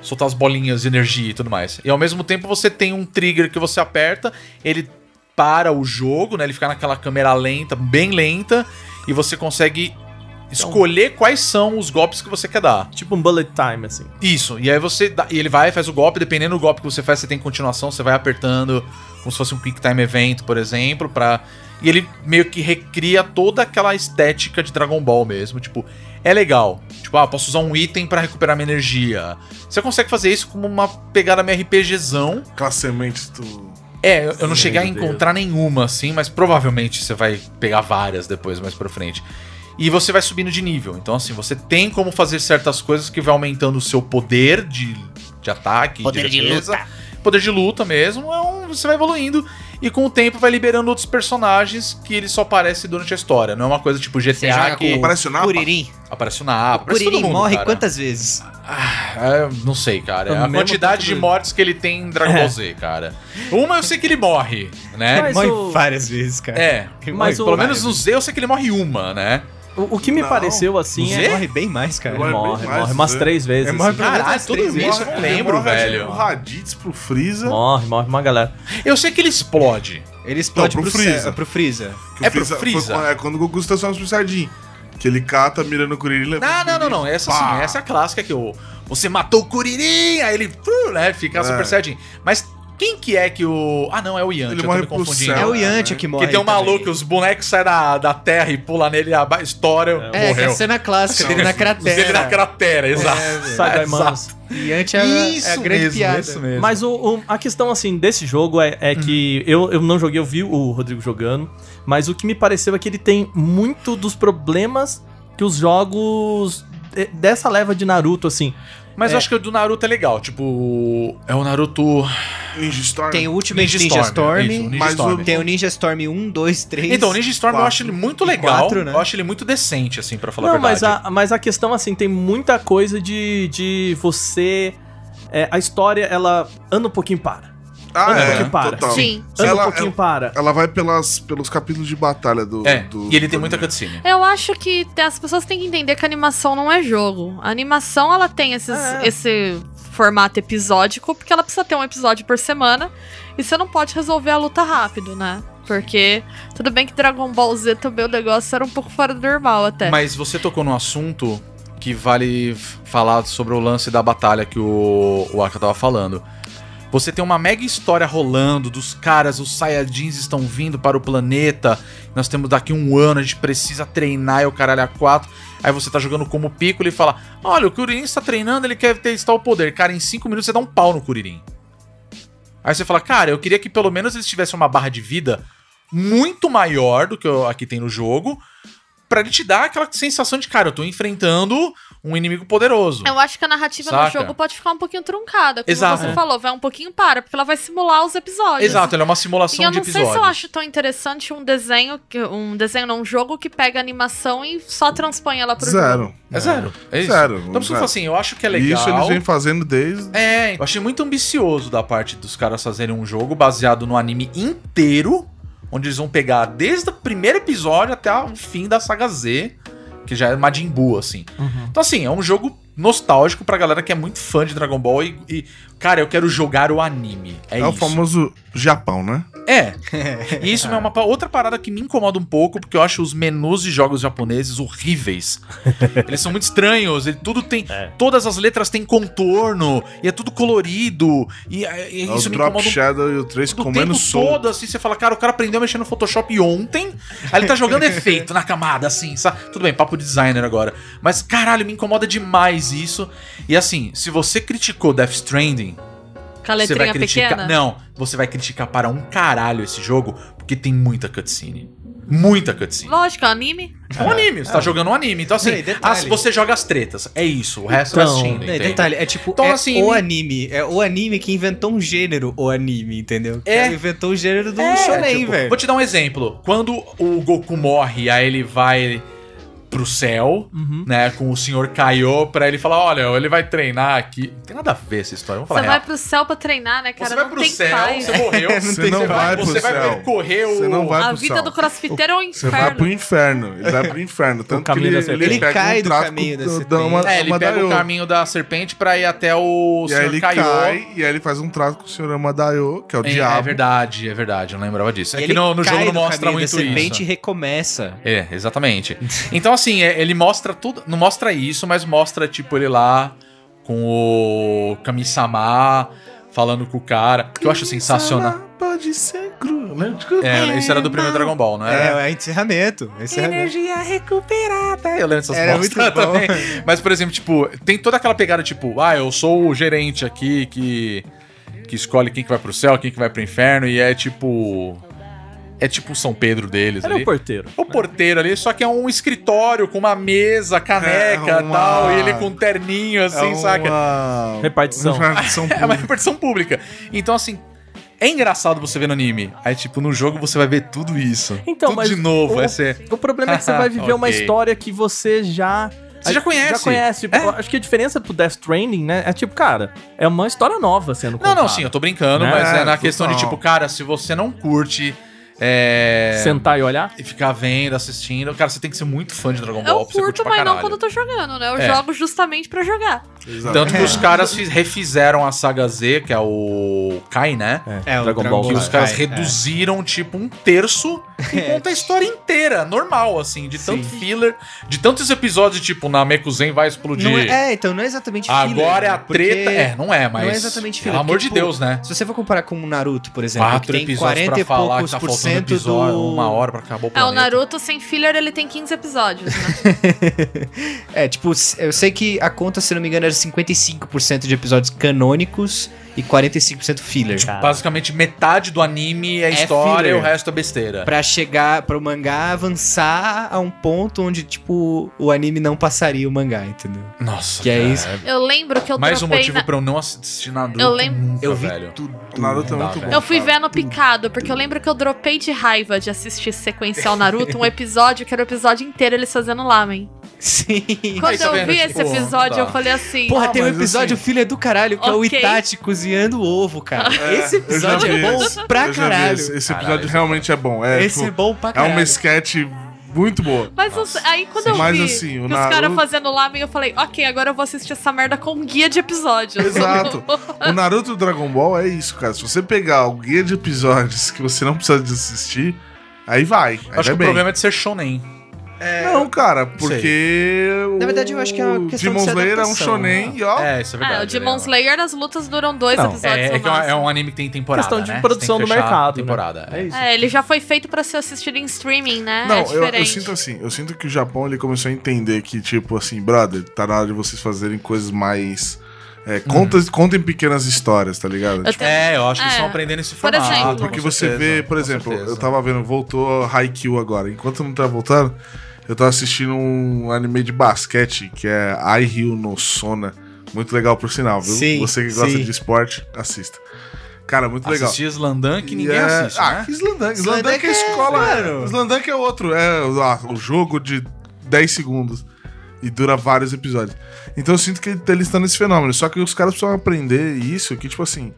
[SPEAKER 3] soltar as bolinhas de energia e tudo mais. E ao mesmo tempo você tem um trigger que você aperta, ele para o jogo, né? Ele fica naquela câmera lenta, bem lenta, e você consegue
[SPEAKER 1] Então
[SPEAKER 3] escolher quais são os golpes que você quer dar.
[SPEAKER 1] Tipo um bullet time, assim.
[SPEAKER 3] Isso, e aí você. dá- e ele vai, faz o golpe, dependendo do golpe que você faz, você tem continuação, você vai apertando, como se fosse um Quick Time Event, por exemplo, pra. E ele meio que recria toda aquela estética de Dragon Ball mesmo. Tipo, é legal. Tipo, ah, posso usar um item pra recuperar minha energia. Você consegue fazer isso como uma pegada meio RPGzão.
[SPEAKER 5] Aquelas sementes do.
[SPEAKER 3] É, eu, eu não
[SPEAKER 5] Sim,
[SPEAKER 3] cheguei a
[SPEAKER 5] meu Deus.
[SPEAKER 3] encontrar nenhuma, assim, mas provavelmente você vai pegar várias depois, mais pra frente. E você vai subindo de nível. Então, assim, você tem como fazer certas coisas que vai aumentando o seu poder de, de ataque. Poder de, luta. Poder de luta mesmo. É um- você vai evoluindo. E com o tempo vai liberando outros personagens que ele só aparece durante a história. Não é uma coisa tipo
[SPEAKER 2] Você
[SPEAKER 3] GTA
[SPEAKER 2] joga
[SPEAKER 3] que
[SPEAKER 2] com-
[SPEAKER 5] Parece o Napa?
[SPEAKER 2] Curirim.
[SPEAKER 3] aparece o Napa. Aparece todo
[SPEAKER 2] Curirim
[SPEAKER 3] mundo,
[SPEAKER 2] morre
[SPEAKER 3] cara.
[SPEAKER 2] quantas vezes?
[SPEAKER 3] Ah, eu não sei, cara.
[SPEAKER 1] Pelo
[SPEAKER 3] a
[SPEAKER 1] mesmo
[SPEAKER 3] quantidade
[SPEAKER 1] tanto
[SPEAKER 3] de
[SPEAKER 1] dele.
[SPEAKER 3] mortes que ele tem em Dragon Ball Z, cara. Uma eu sei que ele morre, né?
[SPEAKER 1] Mas
[SPEAKER 2] morre
[SPEAKER 1] o-
[SPEAKER 2] várias vezes, cara.
[SPEAKER 3] É,
[SPEAKER 1] Mas o-
[SPEAKER 3] pelo menos no Z eu sei que ele morre uma, né?
[SPEAKER 1] O, o que me
[SPEAKER 5] Não.
[SPEAKER 1] pareceu, assim,
[SPEAKER 2] Sim,
[SPEAKER 1] é...
[SPEAKER 2] morre bem mais, cara.
[SPEAKER 1] Ele
[SPEAKER 5] Morre
[SPEAKER 1] morre,
[SPEAKER 5] bem
[SPEAKER 1] morre
[SPEAKER 5] mais,
[SPEAKER 1] umas
[SPEAKER 5] né?
[SPEAKER 1] três vezes.
[SPEAKER 2] É, morre
[SPEAKER 1] assim.
[SPEAKER 2] pelo menos
[SPEAKER 3] Caralho,
[SPEAKER 2] umas
[SPEAKER 3] tudo
[SPEAKER 2] três
[SPEAKER 3] bem.
[SPEAKER 2] vezes.
[SPEAKER 3] eu não lembro,
[SPEAKER 5] Morre de-
[SPEAKER 3] velho.
[SPEAKER 5] O Raditz pro Freeza.
[SPEAKER 1] Morre, morre uma galera.
[SPEAKER 3] Eu sei que ele explode.
[SPEAKER 2] Ele explode
[SPEAKER 5] Não,
[SPEAKER 2] pro,
[SPEAKER 5] pro
[SPEAKER 2] Freeza.
[SPEAKER 5] Freeza.
[SPEAKER 2] pro Freeza.
[SPEAKER 5] que
[SPEAKER 3] É
[SPEAKER 5] o
[SPEAKER 3] pro
[SPEAKER 5] foi
[SPEAKER 3] Freeza.
[SPEAKER 5] quando- é quando o Goku se transforma pro Saiyajin. Que ele cata, mira no Kuririn e levanta.
[SPEAKER 3] Ah, não, não, não. Essa sim,
[SPEAKER 5] Pá.
[SPEAKER 3] essa é a clássica que o. Você matou o Kuririn, aí ele uh, né, fica
[SPEAKER 5] É.
[SPEAKER 3] super saiyajin. Mas quem que é que o. Ah, não, é o Yanti,
[SPEAKER 5] Ele
[SPEAKER 3] eu tô
[SPEAKER 5] morre
[SPEAKER 3] me
[SPEAKER 5] pro
[SPEAKER 3] confundindo.
[SPEAKER 5] céu.
[SPEAKER 2] É
[SPEAKER 5] É
[SPEAKER 2] o
[SPEAKER 5] o
[SPEAKER 2] Yantia
[SPEAKER 5] né?
[SPEAKER 2] que morre.
[SPEAKER 3] Que tem um
[SPEAKER 2] também.
[SPEAKER 3] maluco, os bonecos saem da, da terra e pulam nele, a história
[SPEAKER 2] É, que é a
[SPEAKER 3] morreu.
[SPEAKER 2] cena clássica dele na é, cratera.
[SPEAKER 3] Ele na cratera, exato.
[SPEAKER 5] É.
[SPEAKER 1] Sai daí, mano.
[SPEAKER 2] Yantia é a grande piada.
[SPEAKER 3] mesmo.
[SPEAKER 1] Mas o- o- a questão, assim, desse jogo é, é que
[SPEAKER 3] Hum.
[SPEAKER 1] eu, eu não joguei, eu vi o Rodrigo jogando, mas o que me pareceu é que ele tem muito dos problemas que os jogos de- dessa leva de Naruto, assim.
[SPEAKER 3] Mas
[SPEAKER 1] É.
[SPEAKER 3] eu acho que o do Naruto é legal. Tipo, é o Naruto.
[SPEAKER 5] Ninja Storm.
[SPEAKER 2] Tem o Ultimate Ninja, Storm.
[SPEAKER 3] isso, Ninja
[SPEAKER 5] mas o-
[SPEAKER 3] Storm.
[SPEAKER 2] Tem o Ninja Storm 1, 2, 3.
[SPEAKER 3] Então, o Ninja Storm eu
[SPEAKER 5] quatro.
[SPEAKER 3] acho ele muito
[SPEAKER 2] E
[SPEAKER 3] legal.
[SPEAKER 2] quatro, né?
[SPEAKER 3] Eu acho ele muito decente, assim, pra falar
[SPEAKER 1] não,
[SPEAKER 3] a verdade.
[SPEAKER 1] mas a, mas a questão, assim, tem muita coisa de, de você... é, a história, ela anda um pouquinho para.
[SPEAKER 5] Ah,
[SPEAKER 1] Anda
[SPEAKER 5] é,
[SPEAKER 1] um pouquinho para.
[SPEAKER 5] total.
[SPEAKER 4] Sim.
[SPEAKER 1] Anda
[SPEAKER 5] Ela-
[SPEAKER 1] um pouquinho
[SPEAKER 5] ela-
[SPEAKER 1] para.
[SPEAKER 5] Ela vai pelas, pelos capítulos de batalha do.
[SPEAKER 3] É,
[SPEAKER 5] do-
[SPEAKER 3] e ele tem
[SPEAKER 5] do
[SPEAKER 3] muita
[SPEAKER 5] anime.
[SPEAKER 3] cutscene.
[SPEAKER 4] Eu acho que te- as pessoas têm que entender que a animação não é jogo. A animação, ela tem esses,
[SPEAKER 1] É.
[SPEAKER 4] esse formato episódico, porque ela precisa ter um episódio por semana. E você não pode resolver a luta rápido, né? Porque, tudo bem que Dragon Ball Z também o negócio era um pouco fora do normal
[SPEAKER 1] É.
[SPEAKER 4] até.
[SPEAKER 3] Mas você tocou num assunto que vale f- falar sobre o lance da batalha que o, o Aka tava falando. Você tem uma mega história rolando dos caras, os Saiyajins estão vindo para o planeta. Nós temos daqui um ano, a gente precisa treinar e o caralho a quatro. Aí você tá jogando como Piccolo e fala: Olha, o Kuririn está treinando, ele quer testar o poder. Cara, em cinco minutos você dá um pau no Kuririn. Aí você fala, cara, eu queria que pelo menos eles tivessem uma barra de vida muito maior do que eu- a que tem no jogo, pra ele te dar aquela sensação de, cara, eu tô enfrentando um inimigo poderoso.
[SPEAKER 4] Eu acho que a narrativa
[SPEAKER 3] Saca?
[SPEAKER 4] do jogo pode ficar um pouquinho truncada, como
[SPEAKER 3] Exato.
[SPEAKER 4] você falou, vai um pouquinho para, porque ela vai simular os episódios.
[SPEAKER 3] Exato, ela é uma
[SPEAKER 4] E eu
[SPEAKER 3] simulação de
[SPEAKER 4] não sei se eu
[SPEAKER 3] episódios.
[SPEAKER 4] acho tão interessante um desenho, que- um desenho não, um jogo que pega a animação e só transpõe ela pro jogo.
[SPEAKER 5] Zero.
[SPEAKER 3] É zero. É isso.
[SPEAKER 5] Zero.
[SPEAKER 3] Então, por isso que eu
[SPEAKER 5] Zero.
[SPEAKER 3] falo assim, eu acho que é legal.
[SPEAKER 5] Isso eles vêm fazendo desde.
[SPEAKER 3] É, eu achei muito ambicioso da parte dos caras fazerem um jogo baseado no anime inteiro, onde eles vão pegar desde o primeiro episódio até o fim da saga Z, que já é Majin Buu, assim.
[SPEAKER 5] Uhum.
[SPEAKER 3] Então, assim, é um jogo nostálgico pra galera que é muito fã de Dragon Ball e, e, cara, eu quero jogar o anime. É,
[SPEAKER 5] É,
[SPEAKER 3] isso.
[SPEAKER 5] o famoso Japão, né?
[SPEAKER 3] É. E isso é uma pa- outra parada que me incomoda um pouco, porque eu acho os menus de jogos japoneses horríveis. Eles são muito estranhos, ele tudo tem,
[SPEAKER 1] É.
[SPEAKER 3] todas as letras têm contorno e é tudo colorido e, e
[SPEAKER 5] É
[SPEAKER 3] isso
[SPEAKER 5] o
[SPEAKER 3] me
[SPEAKER 5] Drop
[SPEAKER 3] incomoda um
[SPEAKER 5] Shadow e o 3
[SPEAKER 3] do tempo
[SPEAKER 5] comendo sol.
[SPEAKER 3] todo, assim, você fala, cara, o cara aprendeu a mexer no Photoshop ontem, aí ele tá jogando efeito na camada, assim, sabe? Tudo bem, papo designer agora. Mas, caralho, me incomoda demais isso. E assim, se você criticou Death Stranding,
[SPEAKER 4] Com a
[SPEAKER 3] você vai
[SPEAKER 4] letrinha
[SPEAKER 3] criticar.
[SPEAKER 4] pequena.
[SPEAKER 3] Não, você vai criticar para um caralho esse jogo, porque tem muita cutscene. Muita cutscene.
[SPEAKER 4] Lógico, é um anime.
[SPEAKER 3] É um anime, você tá jogando um anime. Então, assim,
[SPEAKER 2] Não, e detalhe.
[SPEAKER 3] as- você joga as tretas. É isso, o resto é
[SPEAKER 1] Então,
[SPEAKER 3] assistindo.
[SPEAKER 2] Não, e
[SPEAKER 3] entende?
[SPEAKER 2] detalhe, é tipo
[SPEAKER 3] Então,
[SPEAKER 2] é
[SPEAKER 3] assim,
[SPEAKER 2] o
[SPEAKER 3] me-
[SPEAKER 2] anime. É o anime que inventou um gênero, o anime, entendeu?
[SPEAKER 3] É.
[SPEAKER 2] Cara, inventou o gênero do
[SPEAKER 3] É,
[SPEAKER 2] shonen,
[SPEAKER 3] tipo,
[SPEAKER 2] velho.
[SPEAKER 3] Vou te dar um exemplo. Quando o Goku morre, aí ele vai pro céu,
[SPEAKER 1] Uhum.
[SPEAKER 3] né, com o senhor Kaiô, pra ele falar, olha, ele vai treinar aqui. Não tem nada a ver essa história, vamos falar
[SPEAKER 4] Você
[SPEAKER 3] a
[SPEAKER 4] vai
[SPEAKER 3] real.
[SPEAKER 4] pro céu pra treinar, né, cara?
[SPEAKER 3] você vai
[SPEAKER 4] não
[SPEAKER 3] pro
[SPEAKER 4] tem
[SPEAKER 3] céu,
[SPEAKER 4] paz.
[SPEAKER 3] você morreu,
[SPEAKER 2] Não
[SPEAKER 5] Você
[SPEAKER 2] tem-
[SPEAKER 5] não
[SPEAKER 2] você
[SPEAKER 5] vai, pro
[SPEAKER 3] você vai
[SPEAKER 5] céu.
[SPEAKER 3] percorrer o...
[SPEAKER 5] Você não vai
[SPEAKER 4] A
[SPEAKER 5] pro
[SPEAKER 4] vida
[SPEAKER 5] céu.
[SPEAKER 4] do crossfiteiro é um
[SPEAKER 5] Você vai
[SPEAKER 4] inferno.
[SPEAKER 5] pro inferno. Ele vai pro inferno. Tanto que
[SPEAKER 1] caminho
[SPEAKER 5] ele, um
[SPEAKER 1] da serpente.
[SPEAKER 2] Ele cai do
[SPEAKER 5] tráfico
[SPEAKER 2] caminho da
[SPEAKER 5] da-
[SPEAKER 2] serpente.
[SPEAKER 5] da uma-
[SPEAKER 3] É, ele
[SPEAKER 5] uma
[SPEAKER 3] pega o
[SPEAKER 5] daioba.
[SPEAKER 3] caminho da serpente pra ir até o
[SPEAKER 5] E aí
[SPEAKER 3] senhor
[SPEAKER 5] ele
[SPEAKER 3] Kaiô.
[SPEAKER 5] cai, e aí ele faz um trato com o senhor Amadayo, que é o
[SPEAKER 3] É,
[SPEAKER 5] diabo.
[SPEAKER 3] é verdade, é verdade, eu não lembrava disso. É
[SPEAKER 2] Ele
[SPEAKER 3] que no, no
[SPEAKER 2] cai
[SPEAKER 3] jogo não
[SPEAKER 2] do
[SPEAKER 3] mostra
[SPEAKER 2] caminho da
[SPEAKER 3] muito
[SPEAKER 2] serpente
[SPEAKER 3] isso.
[SPEAKER 2] e recomeça.
[SPEAKER 3] É, exatamente. Então, assim, é- ele mostra tudo. Não mostra isso, mas mostra, tipo, ele lá com o Kami-sama falando com o cara. Que eu acho sensacional.
[SPEAKER 5] Ela Pode ser cru, né?
[SPEAKER 3] É, isso era do primeiro Dragon Ball, não
[SPEAKER 2] É,
[SPEAKER 3] era?
[SPEAKER 2] é encerramento. é encerramento.
[SPEAKER 3] É, eu lembro dessas
[SPEAKER 2] Era
[SPEAKER 3] bosta
[SPEAKER 2] muito bom.
[SPEAKER 3] também. Mas, por exemplo, tipo, tem toda aquela pegada, tipo, ah, eu sou o gerente aqui que, que escolhe quem que vai pro céu, quem que vai pro inferno, e é tipo. É tipo o São Pedro deles
[SPEAKER 1] Era é
[SPEAKER 3] ali.
[SPEAKER 1] o porteiro.
[SPEAKER 3] O porteiro ali, só que é um escritório com uma mesa, caneca
[SPEAKER 5] É,
[SPEAKER 3] e
[SPEAKER 5] uma-
[SPEAKER 3] tal, e ele com um terninho
[SPEAKER 5] É
[SPEAKER 3] assim, saca?
[SPEAKER 5] uma-
[SPEAKER 1] Repartição.
[SPEAKER 5] Repartição
[SPEAKER 3] É uma
[SPEAKER 5] pública.
[SPEAKER 3] repartição pública. Então, assim, é engraçado você ver no anime. Aí, tipo, no jogo você vai ver tudo isso.
[SPEAKER 1] Então,
[SPEAKER 3] tudo
[SPEAKER 1] mas
[SPEAKER 3] de novo,
[SPEAKER 1] o-
[SPEAKER 3] vai ser.
[SPEAKER 1] O problema é que você vai viver uma
[SPEAKER 3] Ok.
[SPEAKER 1] história que você já.
[SPEAKER 3] Você já conhece.
[SPEAKER 1] Já conhece. Tipo,
[SPEAKER 3] É.
[SPEAKER 1] eu Acho que a diferença pro Death Stranding, né? É tipo, cara, é uma história nova sendo
[SPEAKER 3] Não,
[SPEAKER 1] contada.
[SPEAKER 3] não, sim, eu tô brincando,
[SPEAKER 1] Né?
[SPEAKER 3] mas é na
[SPEAKER 5] Total.
[SPEAKER 3] questão de, tipo, cara, se você não curte. É...
[SPEAKER 1] Sentar e olhar.
[SPEAKER 3] E ficar vendo, assistindo. Cara, você tem que ser muito fã de Dragon Ball.
[SPEAKER 4] Eu
[SPEAKER 3] pra você curtir
[SPEAKER 4] curto,
[SPEAKER 3] pra
[SPEAKER 4] mas não
[SPEAKER 3] caralho.
[SPEAKER 4] quando eu tô jogando, né? Eu
[SPEAKER 3] É.
[SPEAKER 4] jogo justamente pra jogar.
[SPEAKER 5] Exato. É,
[SPEAKER 3] Tanto que
[SPEAKER 2] É.
[SPEAKER 3] os caras fiz- refizeram a saga Z, que é o Kai, né?
[SPEAKER 2] É, o
[SPEAKER 1] Dragon
[SPEAKER 2] Dragon
[SPEAKER 1] Ball,
[SPEAKER 3] Que
[SPEAKER 2] Ball.
[SPEAKER 3] os caras
[SPEAKER 2] Kai, é.
[SPEAKER 3] reduziram, tipo, um terço e conta a história inteira, normal, assim, de tanto filler, de tantos episódios, tipo, na Mekuzen vai explodir.
[SPEAKER 2] Não é, é, então não é exatamente filler,
[SPEAKER 3] Agora é a
[SPEAKER 2] né? Porque
[SPEAKER 3] treta. É, não é, mas.
[SPEAKER 2] não é exatamente filler,
[SPEAKER 3] Pelo amor
[SPEAKER 2] porque,
[SPEAKER 3] de
[SPEAKER 2] pô,
[SPEAKER 3] Deus, né?
[SPEAKER 2] Se você for comparar com o Naruto, por exemplo, que
[SPEAKER 3] Quatro
[SPEAKER 2] tem
[SPEAKER 3] episódios
[SPEAKER 2] 40
[SPEAKER 3] pra
[SPEAKER 2] e
[SPEAKER 3] falar
[SPEAKER 2] poucos
[SPEAKER 3] que tá
[SPEAKER 2] por
[SPEAKER 3] faltando
[SPEAKER 2] cento
[SPEAKER 3] episódio,
[SPEAKER 2] do...
[SPEAKER 3] uma hora pra acabar o
[SPEAKER 4] É, o
[SPEAKER 3] planeta.
[SPEAKER 4] Naruto sem filler, ele tem 15 episódios, né?
[SPEAKER 2] É, tipo, s- eu sei que a conta, se não me engano, era 55% de episódios canônicos e 45% filler.
[SPEAKER 3] Basicamente, metade do anime é,
[SPEAKER 2] É
[SPEAKER 3] história e
[SPEAKER 2] filler.
[SPEAKER 3] o resto é besteira.
[SPEAKER 2] Pra chegar, para o mangá avançar a um ponto onde, tipo, o anime não passaria o mangá, entendeu?
[SPEAKER 3] Nossa.
[SPEAKER 2] Que é isso.
[SPEAKER 4] Eu lembro que eu
[SPEAKER 3] Mais um
[SPEAKER 4] dropei
[SPEAKER 3] motivo
[SPEAKER 4] na-
[SPEAKER 3] pra eu não assistir Naruto.
[SPEAKER 4] Eu lembro-
[SPEAKER 3] nunca,
[SPEAKER 2] Eu vi
[SPEAKER 3] velho.
[SPEAKER 2] tudo.
[SPEAKER 5] O Naruto é
[SPEAKER 3] Não
[SPEAKER 5] muito
[SPEAKER 3] dá,
[SPEAKER 5] bom.
[SPEAKER 3] velho.
[SPEAKER 4] Eu fui
[SPEAKER 5] cara.
[SPEAKER 4] vendo picado, porque eu lembro que eu dropei de raiva de assistir sequencial Naruto, um episódio que era o episódio inteiro eles fazendo lamen.
[SPEAKER 2] Sim.
[SPEAKER 3] Aí
[SPEAKER 4] Quando
[SPEAKER 3] tá
[SPEAKER 4] eu
[SPEAKER 3] vendo,
[SPEAKER 4] vi
[SPEAKER 3] tipo,
[SPEAKER 4] esse episódio,
[SPEAKER 3] tá.
[SPEAKER 4] eu falei assim.
[SPEAKER 2] Porra,
[SPEAKER 5] Ah,
[SPEAKER 2] tem um
[SPEAKER 5] mas
[SPEAKER 2] episódio filler do caralho, que é o
[SPEAKER 4] Ok.
[SPEAKER 2] Itachi cozinhando o ovo, cara.
[SPEAKER 5] É,
[SPEAKER 2] Esse episódio
[SPEAKER 5] eu
[SPEAKER 2] é
[SPEAKER 5] já vi
[SPEAKER 2] bom
[SPEAKER 5] esse.
[SPEAKER 2] pra
[SPEAKER 5] Eu já vi
[SPEAKER 2] caralho.
[SPEAKER 5] Esse, esse
[SPEAKER 3] Caralho,
[SPEAKER 5] episódio
[SPEAKER 3] esse
[SPEAKER 5] realmente é bom. É,
[SPEAKER 2] Esse é
[SPEAKER 5] tipo,
[SPEAKER 2] bom pra
[SPEAKER 5] é
[SPEAKER 2] caralho.
[SPEAKER 5] uma sketch muito boa.
[SPEAKER 4] Mas os- aí quando eu
[SPEAKER 5] Mas,
[SPEAKER 4] vi
[SPEAKER 5] assim, o
[SPEAKER 4] que os caras
[SPEAKER 5] Naruto-
[SPEAKER 4] fazendo lamen, eu falei, ok, agora eu vou assistir essa merda com um guia de Ah, episódio.
[SPEAKER 5] Exato. O Naruto do Dragon Ball é isso, cara. Se você pegar o guia de episódios que você não precisa de assistir, aí vai. Aí
[SPEAKER 3] Eu Acho
[SPEAKER 5] vai
[SPEAKER 3] que
[SPEAKER 5] bem.
[SPEAKER 3] o problema é de ser shonen.
[SPEAKER 5] Não, cara, porque.
[SPEAKER 2] Na verdade, eu acho que é uma
[SPEAKER 5] o
[SPEAKER 2] questão de
[SPEAKER 5] Demon
[SPEAKER 2] ser
[SPEAKER 5] Slayer é um
[SPEAKER 2] adaptação,
[SPEAKER 5] shonen
[SPEAKER 2] né?
[SPEAKER 5] e ó.
[SPEAKER 3] É, isso é verdade.
[SPEAKER 4] ah, o
[SPEAKER 3] ele
[SPEAKER 4] Demon
[SPEAKER 3] é-
[SPEAKER 4] Slayer, as lutas duram dois
[SPEAKER 1] Não,
[SPEAKER 4] episódios.
[SPEAKER 3] É, é
[SPEAKER 4] no
[SPEAKER 3] que é, uma- é
[SPEAKER 4] máximo.
[SPEAKER 3] um anime que tem temporada.
[SPEAKER 1] Questão de
[SPEAKER 3] né?
[SPEAKER 1] produção
[SPEAKER 3] Tem que
[SPEAKER 1] do
[SPEAKER 3] fechar
[SPEAKER 1] mercado, né?
[SPEAKER 3] Temporada. é.
[SPEAKER 1] É isso.
[SPEAKER 4] É, ele já foi feito pra ser assistido em streaming, né?
[SPEAKER 5] Não,
[SPEAKER 4] é
[SPEAKER 5] eu,
[SPEAKER 4] diferente.
[SPEAKER 5] eu sinto assim, eu sinto que o Japão ele começou a entender que, tipo assim, brother, tá na hora de vocês fazerem coisas mais. É,
[SPEAKER 3] Uhum.
[SPEAKER 5] contas, Contem pequenas histórias, tá ligado?
[SPEAKER 4] Eu
[SPEAKER 5] Tipo,
[SPEAKER 4] tenho-
[SPEAKER 3] É, eu acho que
[SPEAKER 4] É.
[SPEAKER 3] estão aprendendo esse
[SPEAKER 4] Por
[SPEAKER 3] formato.
[SPEAKER 4] exemplo.
[SPEAKER 5] porque
[SPEAKER 3] com
[SPEAKER 5] você
[SPEAKER 3] certeza,
[SPEAKER 5] vê, por
[SPEAKER 3] com
[SPEAKER 5] exemplo,
[SPEAKER 3] certeza.
[SPEAKER 5] eu tava vendo, voltou Haikyuu agora. Enquanto não tá voltando, Eu tava assistindo um anime de basquete que é I Rio no Sona. Muito legal, por sinal, viu?
[SPEAKER 2] Sim,
[SPEAKER 5] Você que gosta
[SPEAKER 2] sim.
[SPEAKER 5] de esporte, assista. Cara, muito legal.
[SPEAKER 3] Assistir Slandan que ninguém
[SPEAKER 5] E é-
[SPEAKER 3] assiste,
[SPEAKER 5] Ah,
[SPEAKER 3] né?
[SPEAKER 5] que Slandank. Slandank é,
[SPEAKER 2] Slandank é,
[SPEAKER 5] escola.
[SPEAKER 2] mano.
[SPEAKER 5] Slandank é outro. É ah, o jogo de 10 segundos. E dura vários episódios. Então eu sinto que eles estão nesse fenômeno. Só que os caras precisam aprender isso, que tipo assim.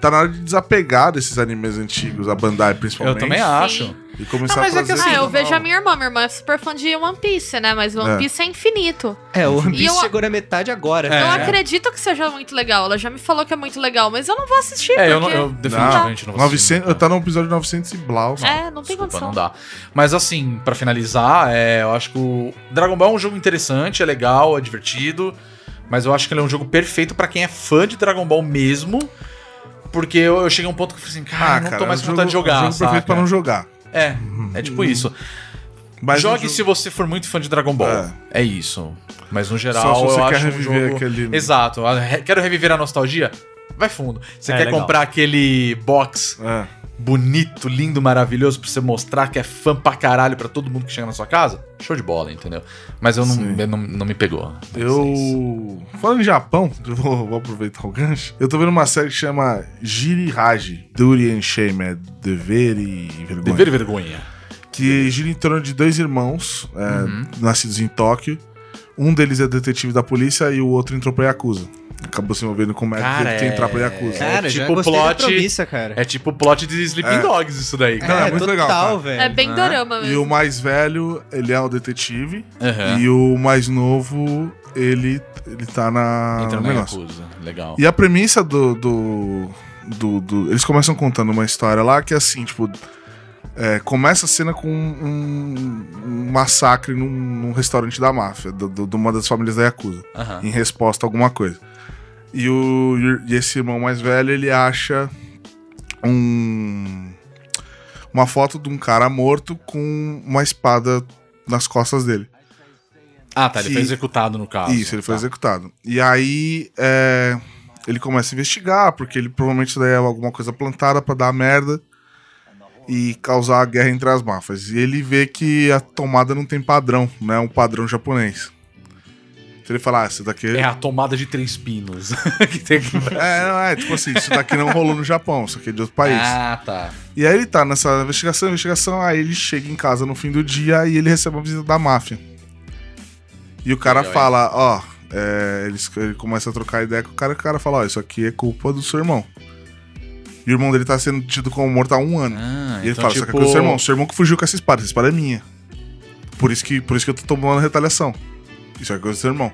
[SPEAKER 5] Tá na hora de desapegar desses animes antigos, a Bandai principalmente.
[SPEAKER 3] Eu também acho.
[SPEAKER 5] E começar
[SPEAKER 3] Não, mas
[SPEAKER 5] a
[SPEAKER 3] é que
[SPEAKER 5] fazer
[SPEAKER 3] assim,
[SPEAKER 4] Ah, eu
[SPEAKER 5] normal.
[SPEAKER 4] vejo a minha irmã. Minha irmã é super fã de One Piece, né? Mas One
[SPEAKER 5] É.
[SPEAKER 4] Piece é infinito.
[SPEAKER 2] É, o One
[SPEAKER 4] E
[SPEAKER 2] Piece
[SPEAKER 4] eu-
[SPEAKER 2] chegou na metade agora.
[SPEAKER 3] É.
[SPEAKER 4] Eu acredito que seja muito legal. Ela já me falou que é muito legal, mas eu não vou assistir.
[SPEAKER 3] É, eu, não,
[SPEAKER 4] porque...
[SPEAKER 3] eu definitivamente não, vou assistir.
[SPEAKER 5] 900, tá no episódio 900 e blau.
[SPEAKER 3] Ah,
[SPEAKER 4] É, não tem
[SPEAKER 3] Desculpa,
[SPEAKER 4] condição.
[SPEAKER 3] não dá. Mas assim, pra finalizar, é, eu acho que o Dragon Ball é um jogo interessante, é legal, é divertido, mas eu acho que ele é um jogo perfeito pra quem é fã de Dragon Ball mesmo, porque eu, eu cheguei a um ponto que eu falei assim, cara, não tô mais
[SPEAKER 5] é
[SPEAKER 3] com
[SPEAKER 5] um
[SPEAKER 3] vontade de
[SPEAKER 5] jogo-
[SPEAKER 3] jogar,
[SPEAKER 5] é um jogo perfeito
[SPEAKER 3] saca?
[SPEAKER 5] pra não jogar.
[SPEAKER 3] É, é tipo isso.
[SPEAKER 5] Mas
[SPEAKER 3] Jogue
[SPEAKER 5] um
[SPEAKER 3] se
[SPEAKER 5] jogo-
[SPEAKER 3] você for muito fã de Dragon Ball.
[SPEAKER 5] É.
[SPEAKER 3] É, isso. Mas no geral,
[SPEAKER 5] Só se você
[SPEAKER 3] eu
[SPEAKER 5] quer
[SPEAKER 3] acho um
[SPEAKER 5] reviver
[SPEAKER 3] jogo...
[SPEAKER 5] aquele-
[SPEAKER 3] Exato. Ah, re- Quero reviver a nostalgia? Vai fundo. Você
[SPEAKER 1] É,
[SPEAKER 3] quer
[SPEAKER 1] legal.
[SPEAKER 3] comprar aquele box
[SPEAKER 5] É.
[SPEAKER 3] bonito, lindo, maravilhoso pra você mostrar que é fã pra caralho pra todo mundo que chega na sua casa, show de bola, entendeu? Mas eu não,
[SPEAKER 5] Sim.
[SPEAKER 3] eu não, não me pegou. é
[SPEAKER 5] Eu. Falando em Japão, eu vou, vou aproveitar o gancho. Eu tô vendo uma série que chama Jiri Haji, Duty and Shame, é dever e vergonha.
[SPEAKER 3] Dever e vergonha.
[SPEAKER 5] Que gira em torno de dois irmãos é,
[SPEAKER 3] Uhum.
[SPEAKER 5] nascidos em Tóquio. Um deles é detetive da polícia e o outro entrou pra Yakuza. Acabou se envolvendo com o médico
[SPEAKER 3] Cara,
[SPEAKER 5] e teve que entrar pra
[SPEAKER 3] é-
[SPEAKER 5] Yakuza.
[SPEAKER 3] É.
[SPEAKER 2] Cara, já
[SPEAKER 3] tipo
[SPEAKER 2] gostei da
[SPEAKER 3] plot-
[SPEAKER 2] premissa, cara.
[SPEAKER 3] É tipo o plot de Sleeping
[SPEAKER 5] É.
[SPEAKER 3] Dogs isso daí,
[SPEAKER 5] Não,
[SPEAKER 3] cara.
[SPEAKER 5] é muito
[SPEAKER 2] total,
[SPEAKER 5] legal, cara.
[SPEAKER 2] velho.
[SPEAKER 4] É bem dorama
[SPEAKER 5] E o
[SPEAKER 4] mesmo.
[SPEAKER 5] mais velho, ele é o detetive.
[SPEAKER 3] Aham.
[SPEAKER 5] E o mais novo, ele, ele tá na.
[SPEAKER 3] Entra
[SPEAKER 5] no
[SPEAKER 3] na
[SPEAKER 5] negócio.
[SPEAKER 3] Yakuza. Legal.
[SPEAKER 5] E a premissa do do, do- do- Eles começam contando uma história lá que é assim, tipo. é, começa a cena com um, um massacre num, num restaurante da máfia, do- do- de uma das famílias da Yakuza,
[SPEAKER 3] Aham.
[SPEAKER 5] em resposta a alguma coisa. E, o, e esse irmão mais velho, ele acha um, uma foto de um cara morto com uma espada nas costas dele.
[SPEAKER 3] Ah, tá. Ele
[SPEAKER 5] que-
[SPEAKER 3] foi executado no caso.
[SPEAKER 5] Isso, ele foi
[SPEAKER 3] Tá.
[SPEAKER 5] executado. E aí é, ele começa a investigar, porque ele provavelmente isso daí é alguma coisa plantada pra dar merda e causar a guerra entre as máfias. E ele vê que a tomada não tem padrão, não é um padrão japonês. Então ele fala, ah, isso daqui...
[SPEAKER 3] É
[SPEAKER 5] É,
[SPEAKER 3] a tomada de três pinos. que tem que...
[SPEAKER 5] não, é, tipo assim, isso daqui não rolou no Japão, isso aqui é de outro país.
[SPEAKER 3] Ah, tá.
[SPEAKER 5] E aí ele tá nessa investigação, investigação, aí ele chega em casa no fim do dia e ele recebe uma visita da máfia. E o cara
[SPEAKER 3] Legal, hein?
[SPEAKER 5] fala, ó, é, eles- ele começa a trocar ideia com o cara, e o cara fala, ó, isso aqui é culpa do seu irmão. E o irmão dele tá sendo tido como morto há um ano.
[SPEAKER 3] Ah,
[SPEAKER 5] e ele fala, isso aqui é culpa do seu irmão, seu irmão que fugiu com essa espada, essa espada é minha. Por isso que, por isso que eu tô tomando retaliação. Isso aqui é coisa do seu irmão.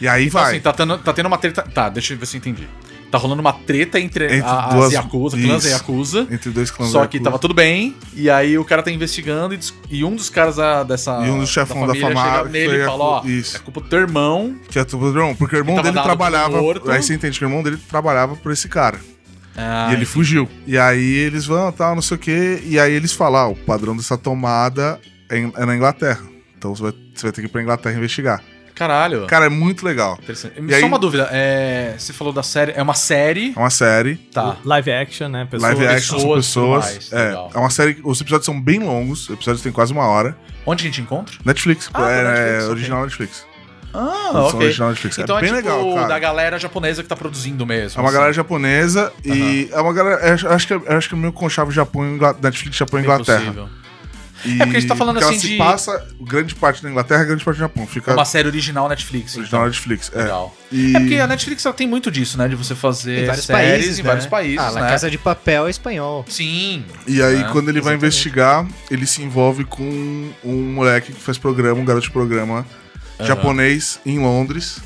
[SPEAKER 5] E aí
[SPEAKER 3] Então,
[SPEAKER 5] vai.
[SPEAKER 3] assim, tá, tendo, tá tendo uma treta. Tá, deixa eu ver se eu entendi. Tá rolando uma treta entre,
[SPEAKER 5] Entre
[SPEAKER 3] a,
[SPEAKER 5] duas-
[SPEAKER 3] as Yakuza, clãs e
[SPEAKER 5] Isso.
[SPEAKER 3] Yakuza.
[SPEAKER 5] entre dois clãs
[SPEAKER 3] tá- Só
[SPEAKER 5] da
[SPEAKER 3] que
[SPEAKER 5] Yakuza.
[SPEAKER 3] tava tudo bem, e aí o cara tá investigando e, dis- e um dos caras da- dessa.
[SPEAKER 5] E um dos chefão da
[SPEAKER 3] família
[SPEAKER 5] famada
[SPEAKER 3] chega
[SPEAKER 5] que
[SPEAKER 3] nele
[SPEAKER 5] foi
[SPEAKER 3] e
[SPEAKER 5] a-
[SPEAKER 3] fala: ó,
[SPEAKER 5] isso.
[SPEAKER 3] é culpa do teu irmão.
[SPEAKER 5] Que é tudo do irmão, porque o irmão
[SPEAKER 3] Ele tava
[SPEAKER 5] dele
[SPEAKER 3] dado como
[SPEAKER 5] trabalhava.
[SPEAKER 3] morto.
[SPEAKER 5] Aí você entende que o irmão dele trabalhava por esse cara.
[SPEAKER 3] Ah,
[SPEAKER 5] e ele fugiu. E aí eles vão, tal, não sei o quê. E aí eles falam: ah, o padrão dessa tomada é, em- é na Inglaterra. Então você vai, você vai ter que ir pra Inglaterra investigar.
[SPEAKER 3] Caralho.
[SPEAKER 5] Cara, é muito legal.
[SPEAKER 3] Interessante.
[SPEAKER 5] e
[SPEAKER 3] Só
[SPEAKER 5] aí-
[SPEAKER 3] uma dúvida: é, você falou da série. É uma série.
[SPEAKER 5] É uma série,
[SPEAKER 3] Tá.
[SPEAKER 1] Live action, né? Pessoa,
[SPEAKER 5] live action, são
[SPEAKER 3] pessoas, tudo
[SPEAKER 5] pessoas.
[SPEAKER 3] mais,
[SPEAKER 5] é,
[SPEAKER 3] legal.
[SPEAKER 5] é uma série. Os episódios são bem longos, os episódios têm quase uma hora.
[SPEAKER 3] Onde que a gente encontra?
[SPEAKER 5] Netflix,
[SPEAKER 3] Ah, tá
[SPEAKER 5] é,
[SPEAKER 3] Netflix,
[SPEAKER 5] é
[SPEAKER 3] ok.
[SPEAKER 5] original Netflix.
[SPEAKER 3] Ah,
[SPEAKER 5] Produção
[SPEAKER 3] ok.
[SPEAKER 5] original Netflix.
[SPEAKER 3] Então
[SPEAKER 5] é
[SPEAKER 3] é,
[SPEAKER 5] bem
[SPEAKER 3] tipo
[SPEAKER 5] legal, cara.
[SPEAKER 3] da galera japonesa que tá produzindo mesmo.
[SPEAKER 5] É uma
[SPEAKER 3] assim.
[SPEAKER 5] galera japonesa e é uma galera. é, Acho que, é- acho que é meio conchavo Japão e Ingla- Netflix Japão e
[SPEAKER 3] Bem
[SPEAKER 5] Inglaterra.
[SPEAKER 3] possível. É
[SPEAKER 5] E
[SPEAKER 3] porque a gente tá falando
[SPEAKER 5] ela
[SPEAKER 3] assim
[SPEAKER 5] se
[SPEAKER 3] de-
[SPEAKER 5] passa grande parte na Inglaterra, grande parte no Japão. Fica
[SPEAKER 3] É uma série original Netflix.
[SPEAKER 5] original
[SPEAKER 3] então.
[SPEAKER 5] Netflix. É.
[SPEAKER 3] Legal.
[SPEAKER 5] E
[SPEAKER 3] É porque a Netflix ela tem muito disso, né? De você fazer séries em
[SPEAKER 2] né?
[SPEAKER 3] vários países,
[SPEAKER 2] Ah,
[SPEAKER 3] né?
[SPEAKER 2] La Casa de Papel é espanhol.
[SPEAKER 3] Sim.
[SPEAKER 5] e aí
[SPEAKER 3] É,
[SPEAKER 5] quando ele vai
[SPEAKER 2] exatamente.
[SPEAKER 5] investigar, ele se envolve com um moleque que faz programa, um garoto de programa japonês em Londres.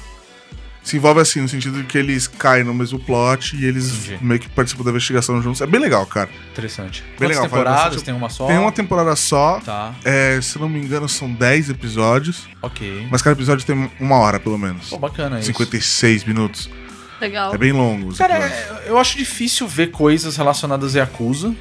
[SPEAKER 5] Se envolve assim, no sentido de que eles caem no mesmo plot e eles
[SPEAKER 3] Entendi.
[SPEAKER 5] meio que participam da investigação juntos. É bem legal, cara.
[SPEAKER 3] Interessante. Quantas
[SPEAKER 5] legal, faz
[SPEAKER 3] temporadas?
[SPEAKER 5] bastante-
[SPEAKER 3] Tem uma só?
[SPEAKER 5] Tem uma temporada só,
[SPEAKER 3] Tá,
[SPEAKER 5] é, se não me engano são 10 episódios,
[SPEAKER 3] ok.
[SPEAKER 5] mas cada episódio tem uma hora pelo menos.
[SPEAKER 3] Pô, bacana isso.
[SPEAKER 5] 56 minutos.
[SPEAKER 4] Legal.
[SPEAKER 5] É bem longo. os
[SPEAKER 3] Cara,
[SPEAKER 5] episódios.
[SPEAKER 3] é- eu acho difícil ver coisas relacionadas a Yakuza,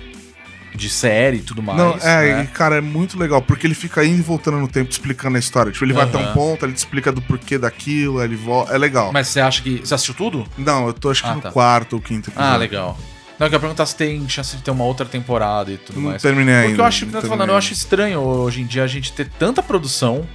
[SPEAKER 3] de série e tudo mais.
[SPEAKER 5] Não, é, e,
[SPEAKER 3] né?
[SPEAKER 5] cara, é muito legal, porque ele fica indo e voltando no tempo, te explicando a história. Tipo, ele vai até um
[SPEAKER 3] Aham.
[SPEAKER 5] ponto, ele te explica do porquê daquilo, aí ele volta. É legal.
[SPEAKER 3] Mas você acha que. Você assistiu tudo?
[SPEAKER 5] Não, eu tô acho que
[SPEAKER 3] Ah,
[SPEAKER 5] no
[SPEAKER 3] tá.
[SPEAKER 5] quarto ou quinto episódio.
[SPEAKER 3] Ah, legal. Não, eu quero perguntar se tem chance de ter uma outra temporada e tudo
[SPEAKER 5] Não
[SPEAKER 3] mais.
[SPEAKER 5] terminei
[SPEAKER 3] Porque
[SPEAKER 5] ainda.
[SPEAKER 3] eu acho,
[SPEAKER 5] não
[SPEAKER 3] eu tô
[SPEAKER 5] terminei
[SPEAKER 3] falando, eu acho estranho hoje em dia a gente ter tanta produção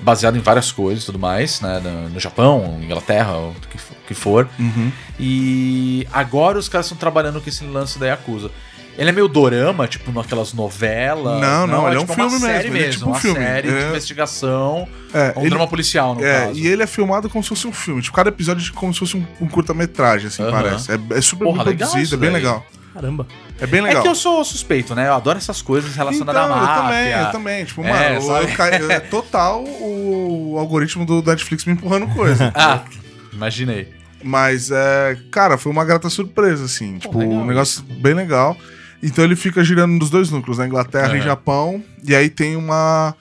[SPEAKER 3] baseada em várias coisas e tudo mais, né? No, no Japão, Inglaterra, o que, fo- que for.
[SPEAKER 5] ainda. Uhum.
[SPEAKER 3] E agora os caras estão trabalhando com esse lance da Yakuza. Ele é meio dorama, tipo, naquelas novelas.
[SPEAKER 5] Não, não, ele é um
[SPEAKER 3] uma
[SPEAKER 5] filme
[SPEAKER 3] série
[SPEAKER 5] mesmo, ele é tipo um
[SPEAKER 3] uma
[SPEAKER 5] filme.
[SPEAKER 3] série
[SPEAKER 5] Ele
[SPEAKER 3] de
[SPEAKER 5] é-
[SPEAKER 3] investigação,
[SPEAKER 5] É,
[SPEAKER 3] é um
[SPEAKER 5] ele-
[SPEAKER 3] drama policial, no
[SPEAKER 5] É,
[SPEAKER 3] caso.
[SPEAKER 5] e ele é filmado como se fosse um filme. Tipo, cada episódio é como se fosse um, um curta-metragem, assim,
[SPEAKER 3] Aham.
[SPEAKER 5] parece. É, é super
[SPEAKER 3] Porra,
[SPEAKER 5] bem
[SPEAKER 3] legal
[SPEAKER 5] produzido,
[SPEAKER 3] isso
[SPEAKER 5] é bem
[SPEAKER 3] daí.
[SPEAKER 5] legal.
[SPEAKER 1] Caramba.
[SPEAKER 5] É bem legal.
[SPEAKER 3] É que eu sou suspeito, né? Eu adoro essas coisas relacionadas à
[SPEAKER 5] Então, eu
[SPEAKER 3] máfia.
[SPEAKER 5] também, eu também. Tipo,
[SPEAKER 3] É,
[SPEAKER 5] mano,
[SPEAKER 3] sabe?
[SPEAKER 5] eu ca- eu- é total o algoritmo do Netflix me empurrando coisa.
[SPEAKER 3] Ah, imaginei.
[SPEAKER 5] Mas, é, cara, foi uma grata surpresa, assim. tipo,
[SPEAKER 3] legal
[SPEAKER 5] um negócio bem legal. Então ele fica girando nos dois núcleos, na Inglaterra e
[SPEAKER 3] Aham.
[SPEAKER 5] Japão. E aí tem uma.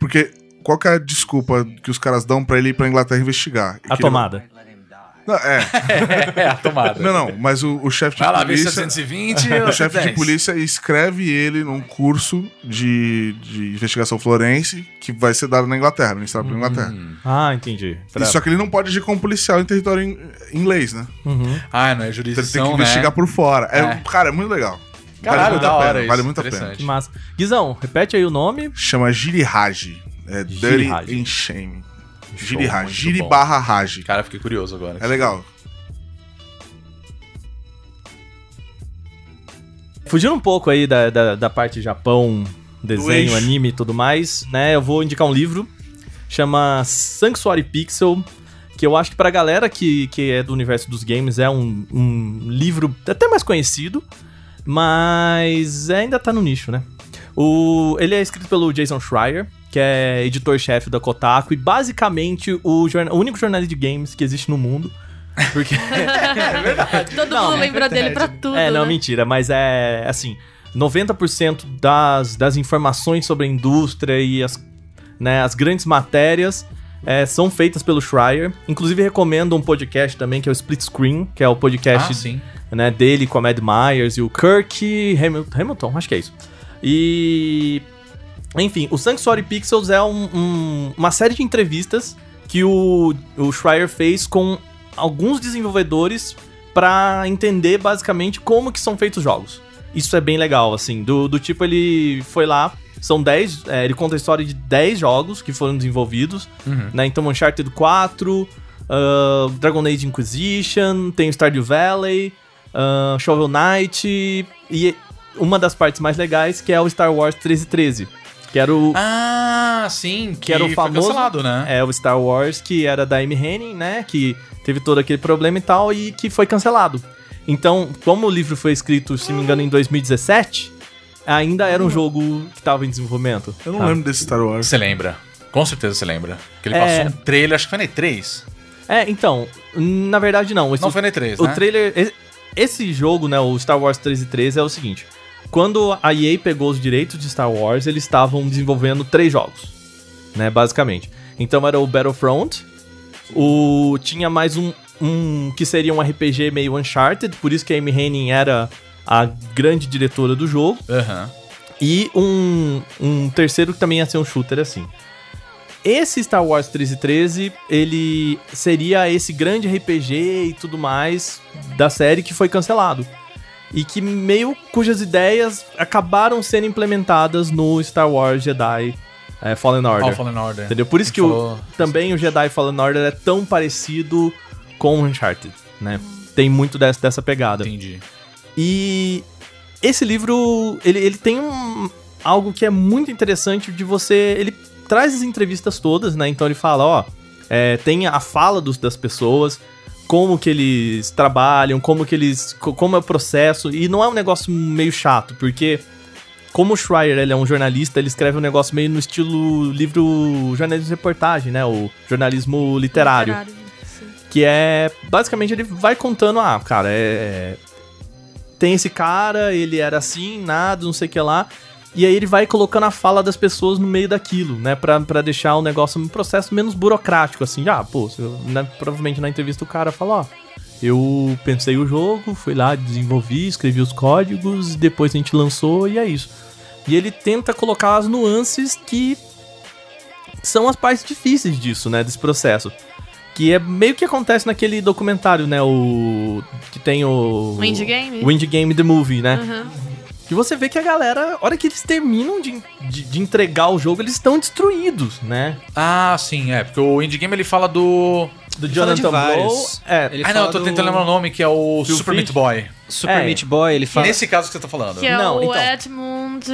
[SPEAKER 5] Porque qual que é a desculpa que os caras dão pra ele ir pra Inglaterra investigar?
[SPEAKER 1] A
[SPEAKER 5] Que ele-
[SPEAKER 1] tomada.
[SPEAKER 5] Não, é.
[SPEAKER 3] É, a tomada.
[SPEAKER 5] não, não, mas o, o chefe de
[SPEAKER 3] Vai lá, vê é
[SPEAKER 5] polícia.
[SPEAKER 3] 720.
[SPEAKER 5] O chefe de polícia escreve ele num curso de, de investigação florense que vai ser dado na Inglaterra, ministrado pela Inglaterra.
[SPEAKER 1] Ah, entendi.
[SPEAKER 5] E Só que ele não pode agir como policial em território in- inglês, né?
[SPEAKER 1] Uhum.
[SPEAKER 3] Ah, não é
[SPEAKER 5] Então ele tem
[SPEAKER 3] jurisdição,
[SPEAKER 5] que
[SPEAKER 3] né?
[SPEAKER 5] investigar por fora. É,
[SPEAKER 3] É.
[SPEAKER 5] Cara, é muito legal.
[SPEAKER 3] Caralho,
[SPEAKER 5] muito
[SPEAKER 3] da
[SPEAKER 5] a
[SPEAKER 3] hora
[SPEAKER 5] pena,
[SPEAKER 3] isso,
[SPEAKER 5] vale muito a pena.
[SPEAKER 3] interessante.
[SPEAKER 1] Que massa. Guizão, repete aí o nome.
[SPEAKER 5] Chama Girihage. É Dirty
[SPEAKER 1] Jirihage.
[SPEAKER 5] and Shame.
[SPEAKER 3] Show,
[SPEAKER 5] Girihage.
[SPEAKER 3] muito
[SPEAKER 5] Giri
[SPEAKER 3] bom.
[SPEAKER 5] barra Rage.
[SPEAKER 3] Cara, fiquei curioso agora.
[SPEAKER 5] É legal.
[SPEAKER 1] Fugindo um pouco aí da, da, da parte Japão, desenho,
[SPEAKER 5] eixo.
[SPEAKER 1] anime e tudo mais, né? Eu vou indicar um livro, chama Sanctuary Pixel, que eu acho que pra galera que, que é do universo dos games é um, um livro até mais conhecido, mas ainda tá no nicho, né? O, ele é escrito pelo Jason Schreier, que é editor-chefe da Kotaku e basicamente o, jorna- o único jornal de games que existe no mundo. Porque
[SPEAKER 5] É,
[SPEAKER 4] Todo
[SPEAKER 1] Não,
[SPEAKER 4] mundo
[SPEAKER 1] é
[SPEAKER 4] lembra dele pra tudo.
[SPEAKER 1] é, não,
[SPEAKER 4] né?
[SPEAKER 1] mentira, mas é assim, 90% das, das informações sobre a indústria e as, né, as grandes matérias é, são feitas pelo Schreier. Inclusive, recomendo um podcast também, que é o Split Screen, que é o
[SPEAKER 3] Ah,
[SPEAKER 1] podcast
[SPEAKER 3] sim.
[SPEAKER 1] né, dele com a Mad Myers e o Kirk Hamil- Hamilton, acho que é isso. E. Enfim, o Sanctuary Pixels é um- um- uma série de entrevistas que o, o Schreier fez com alguns desenvolvedores pra entender basicamente como que são feitos os jogos. Isso é bem legal, assim, do, do tipo ele foi lá, são 10, é, ele conta a história de 10 jogos que foram desenvolvidos,
[SPEAKER 3] Uhum.
[SPEAKER 1] né? Então Uncharted 4, ah, Dragon Age Inquisition, tem o Stardew Valley, ah, Shovel Knight e uma das partes mais legais que é o Star Wars 1313, que era o,
[SPEAKER 3] Ah, sim. Que,
[SPEAKER 1] era o
[SPEAKER 3] foi
[SPEAKER 1] famoso-
[SPEAKER 3] cancelado, né?
[SPEAKER 1] é, o Star Wars que era da Amy Henning, né? Que teve todo aquele problema e tal e que foi cancelado. Então, como o livro foi escrito, se não me engano, em 2017, ainda era um jogo que estava em desenvolvimento.
[SPEAKER 5] Eu não
[SPEAKER 1] sabe?
[SPEAKER 5] lembro desse Star Wars.
[SPEAKER 3] Você lembra. Com certeza você lembra. Que ele
[SPEAKER 1] É.
[SPEAKER 3] passou um trailer, acho que foi na E3.
[SPEAKER 1] É, então, na verdade não. Esse-
[SPEAKER 3] Não foi na E3,
[SPEAKER 1] O
[SPEAKER 3] né?
[SPEAKER 1] trailer. e- Esse jogo, né, o Star Wars 1313, é o seguinte: quando a EA pegou os direitos de Star Wars, eles estavam desenvolvendo três jogos, né, basicamente. Então era o Battlefront, o tinha mais um, um que seria um RPG meio Uncharted, por isso que a Amy Henning era a grande diretora do jogo.
[SPEAKER 3] Aham.
[SPEAKER 1] E um, um terceiro que também ia ser um shooter assim. Esse Star Wars 1313, ele seria esse grande RPG e tudo mais da série que foi cancelado. E que meio cujas ideias acabaram sendo implementadas no Star Wars Jedi eh, Fallen
[SPEAKER 3] All
[SPEAKER 1] Order.
[SPEAKER 3] Fallen Order.
[SPEAKER 1] Entendeu? Por isso que o,
[SPEAKER 3] Falou-
[SPEAKER 1] também o Jedi Fallen Order é tão parecido com o Uncharted, né? Tem muito dessa, dessa pegada.
[SPEAKER 3] Entendi.
[SPEAKER 1] E esse livro, ele, ele tem um, algo que é muito interessante de você... Ele traz as entrevistas todas, né? Então ele fala, ó, é, tem a fala dos, das pessoas, como que eles trabalham, como que eles... co- como é o processo. E não é um negócio meio chato, porque... Como o Schreier ele é um jornalista, ele escreve um negócio meio no estilo livro jornalismo de reportagem, né? O jornalismo literário.
[SPEAKER 4] sim.
[SPEAKER 1] Que é. Basicamente, ele vai contando, ah, cara, é. Tem esse cara, ele era assim, nada, não sei o que lá. E aí ele vai colocando a fala das pessoas no meio daquilo, né? Pra, pra deixar o negócio um processo menos burocrático, assim. Ah, pô, se eu- né, provavelmente na entrevista o cara fala, ó. Eu pensei o jogo, fui lá, desenvolvi, escrevi os códigos, depois a gente lançou e é isso. E ele tenta colocar as nuances que são as partes difíceis disso, né? Desse processo Que é meio que acontece naquele documentário, né? O. Que tem o.
[SPEAKER 4] O Indie Game?
[SPEAKER 1] O Indie Game The Movie, né?
[SPEAKER 4] Aham.
[SPEAKER 1] Que você vê que a galera, a hora que eles terminam de, de, de entregar o jogo, eles estão destruídos, né?
[SPEAKER 3] Ah, sim, é. Porque o Indie Game ele fala do.
[SPEAKER 1] Do
[SPEAKER 2] fala de
[SPEAKER 1] Jonathan Blow.
[SPEAKER 2] vários.
[SPEAKER 1] É,
[SPEAKER 2] Ele
[SPEAKER 3] ah, não, eu tô
[SPEAKER 2] fala do
[SPEAKER 3] tentando lembrar o nome, que é o
[SPEAKER 1] Phil
[SPEAKER 3] Super
[SPEAKER 1] Fish?
[SPEAKER 3] Meat Boy.
[SPEAKER 2] Super
[SPEAKER 1] É.
[SPEAKER 2] Meat Boy, ele fala.
[SPEAKER 3] Nesse caso que você tá falando.
[SPEAKER 4] Que é
[SPEAKER 1] Não,
[SPEAKER 4] o
[SPEAKER 1] então.
[SPEAKER 4] Edmund...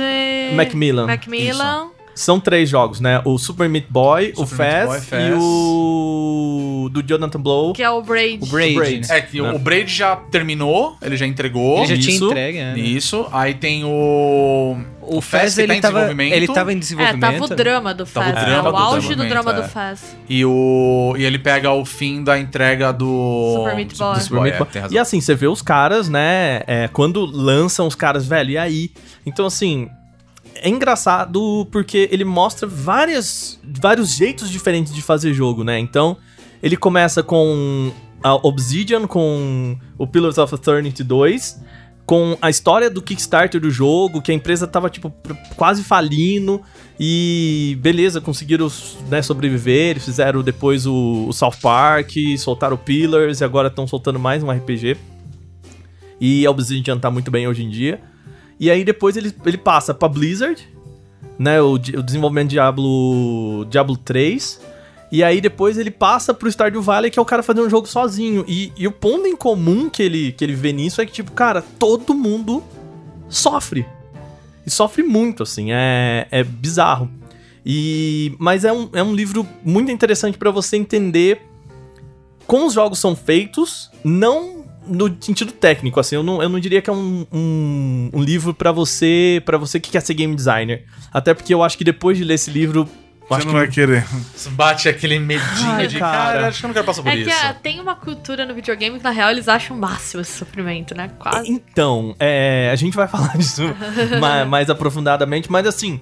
[SPEAKER 1] Macmillan.
[SPEAKER 4] Macmillan.
[SPEAKER 1] São três jogos, né? O Super Meat Boy, o
[SPEAKER 3] Super Meat
[SPEAKER 1] Fast,
[SPEAKER 3] Boy,
[SPEAKER 1] e
[SPEAKER 3] Fast.
[SPEAKER 1] o do Jonathan Blow.
[SPEAKER 4] Que é o Braid.
[SPEAKER 2] O Braid.
[SPEAKER 1] Braid.
[SPEAKER 2] né?
[SPEAKER 3] É que o Braid É, já terminou, ele já entregou.
[SPEAKER 2] Ele já tinha
[SPEAKER 1] isso,
[SPEAKER 2] entregue, né?
[SPEAKER 3] Isso. Aí tem o.
[SPEAKER 2] O Fez,
[SPEAKER 3] Fez que tá
[SPEAKER 2] ele,
[SPEAKER 3] em
[SPEAKER 2] tava,
[SPEAKER 3] desenvolvimento.
[SPEAKER 2] ele tava em
[SPEAKER 4] É,
[SPEAKER 2] desenvolvimento.
[SPEAKER 4] tava o drama do
[SPEAKER 3] Tava o
[SPEAKER 4] Faz. né?
[SPEAKER 3] drama
[SPEAKER 4] o
[SPEAKER 3] do
[SPEAKER 4] auge do drama
[SPEAKER 3] desenvolvimento,
[SPEAKER 4] do
[SPEAKER 3] é.
[SPEAKER 4] Faz.
[SPEAKER 3] E o. E ele pega o fim da entrega do.
[SPEAKER 4] Super Meat Boy.
[SPEAKER 3] do
[SPEAKER 1] Super Meat
[SPEAKER 3] é,
[SPEAKER 1] Boy.
[SPEAKER 3] tem razão.
[SPEAKER 1] E assim, você vê os caras, né? é, quando lançam os caras, velho, e aí? Então, assim, é engraçado porque ele mostra várias, vários jeitos diferentes de fazer jogo, né? Então, ele começa com a Obsidian, com o Pillars of Eternity 2, com a história do Kickstarter do jogo, que a empresa tava, tipo, pr- quase falindo. E beleza, conseguiram né, sobreviver. Eles fizeram depois o, o South Park, soltaram o Pillars e agora estão soltando mais um RPG. E a Obsidian tá muito bem hoje em dia. E aí depois ele, ele passa pra Blizzard, né? O, di- o desenvolvimento de Diablo, Diablo 3. E aí depois ele passa pro Stardew Valley, que é o cara fazendo um jogo sozinho. E, e o ponto em comum que ele, que ele vê nisso é que, tipo, cara, todo mundo sofre. E sofre muito, assim, é, é bizarro. E, mas é um, é um livro muito interessante pra você entender como os jogos são feitos, não no sentido técnico, assim, eu não, eu não diria que é um, um, um livro pra você para você que quer ser game designer. Até porque eu acho que depois de ler esse livro, eu
[SPEAKER 5] Você
[SPEAKER 1] acho
[SPEAKER 5] não
[SPEAKER 1] que
[SPEAKER 5] vai querer.
[SPEAKER 3] Bate aquele medinho
[SPEAKER 1] Ai,
[SPEAKER 3] de
[SPEAKER 1] cara.
[SPEAKER 3] cara. acho que eu não quero passar por
[SPEAKER 4] É
[SPEAKER 3] isso.
[SPEAKER 4] que ah, tem uma cultura no videogame que, na real, eles acham o máximo esse sofrimento, né? Quase.
[SPEAKER 1] Então, é, a gente vai falar disso ma- mais aprofundadamente, mas assim,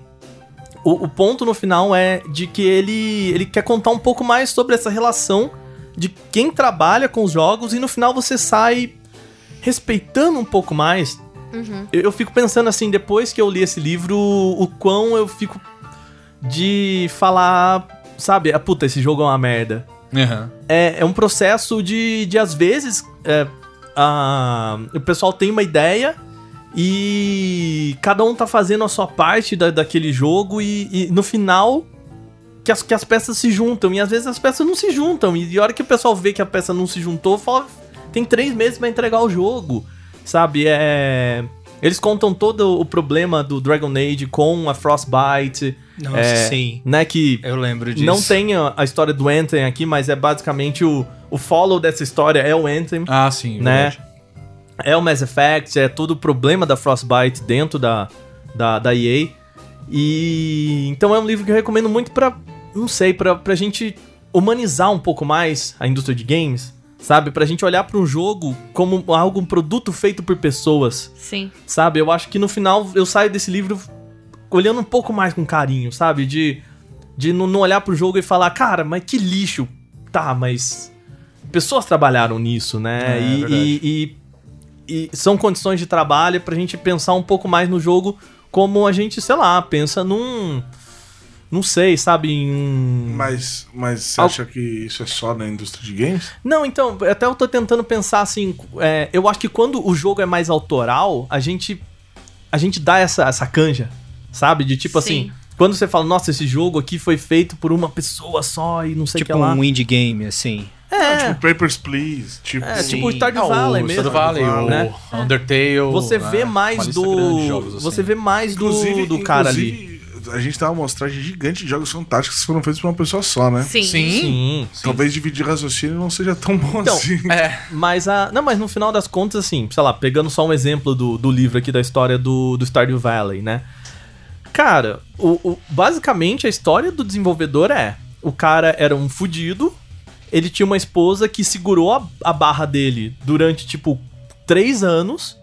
[SPEAKER 1] o, o ponto no final é de que ele, ele quer contar um pouco mais sobre essa relação de quem trabalha com os jogos e no final você sai respeitando um pouco mais.
[SPEAKER 4] Uhum.
[SPEAKER 1] Eu, eu fico pensando assim, depois que eu li esse livro, o quão eu fico de falar, sabe, ah, puta, esse jogo é uma merda
[SPEAKER 3] Aham.
[SPEAKER 1] é, é um processo de, de às vezes, é, a- o pessoal tem uma ideia e cada um tá fazendo a sua parte da, daquele jogo e, e no final que as, que as peças se juntam. E às vezes as peças não se juntam. E, a hora que o pessoal vê que a peça não se juntou, fala, tem três meses pra entregar o jogo, sabe? É... Eles contam todo o problema do Dragon Age com a Frostbite,
[SPEAKER 2] Nossa,
[SPEAKER 1] É.
[SPEAKER 2] sim.
[SPEAKER 1] né? Que
[SPEAKER 2] Eu lembro disso.
[SPEAKER 1] não tem a, a história do Anthem aqui, mas é basicamente o, o follow dessa história é o Anthem,
[SPEAKER 3] Ah, sim.
[SPEAKER 1] Né?
[SPEAKER 3] verdade.
[SPEAKER 1] é o Mass Effect, é todo o problema da Frostbite dentro da, da, da EA. E então é um livro que eu recomendo muito pra, não sei, pra, pra gente humanizar um pouco mais a indústria de games, sabe? Pra gente olhar pra um jogo como algo, um produto feito por pessoas
[SPEAKER 4] Sim.
[SPEAKER 1] sabe? Eu acho que no final eu saio desse livro olhando um pouco mais com carinho, sabe? De, de não não olhar pro jogo e falar, cara, mas que lixo. Tá, mas pessoas trabalharam nisso, né?
[SPEAKER 3] É,
[SPEAKER 1] e,
[SPEAKER 3] verdade.
[SPEAKER 1] e- e- e são condições de trabalho pra gente pensar um pouco mais no jogo como a gente, sei lá, pensa num. Não sei, sabe? Em um-
[SPEAKER 5] Mas, mas você
[SPEAKER 1] Al-
[SPEAKER 5] acha que isso é só na indústria de games?
[SPEAKER 1] não, então, até eu tô tentando pensar assim. é, eu acho que quando o jogo é mais autoral, a gente. A gente dá essa, essa canja, sabe? De tipo
[SPEAKER 4] Sim.
[SPEAKER 1] assim. Quando você fala, nossa, esse jogo aqui foi feito por uma pessoa só e não sei o
[SPEAKER 2] Tipo
[SPEAKER 1] que lá.
[SPEAKER 2] um indie game, assim.
[SPEAKER 1] É,
[SPEAKER 5] Tipo Papers, Please. Tipo,
[SPEAKER 1] é,
[SPEAKER 2] Sim.
[SPEAKER 1] tipo o Stardew
[SPEAKER 3] Ah,
[SPEAKER 1] Valley
[SPEAKER 3] o
[SPEAKER 1] mesmo.
[SPEAKER 3] Stardew Valley, o
[SPEAKER 1] Né?
[SPEAKER 3] É. Undertale.
[SPEAKER 1] Você vê
[SPEAKER 3] né? Uma
[SPEAKER 1] mais
[SPEAKER 3] lista grande de
[SPEAKER 1] do.
[SPEAKER 3] jogos, assim.
[SPEAKER 1] Você vê mais do,
[SPEAKER 5] inclusive,
[SPEAKER 1] do cara ali.
[SPEAKER 5] inclusive, A gente tem uma amostragem gigante de jogos fantásticos que foram feitos por uma pessoa só, né?
[SPEAKER 4] Sim.
[SPEAKER 3] Sim.
[SPEAKER 1] Sim.
[SPEAKER 5] Talvez dividir raciocínio não seja tão bom
[SPEAKER 1] Então,
[SPEAKER 5] assim.
[SPEAKER 3] É.
[SPEAKER 1] Mas a. Não, mas no final das contas, assim, sei lá, pegando só um exemplo do, do livro aqui da história do, do Stardew Valley, né? Cara, o, o- basicamente a história do desenvolvedor é: o cara era um fudido, ele tinha uma esposa que segurou a, a barra dele durante, tipo, três anos.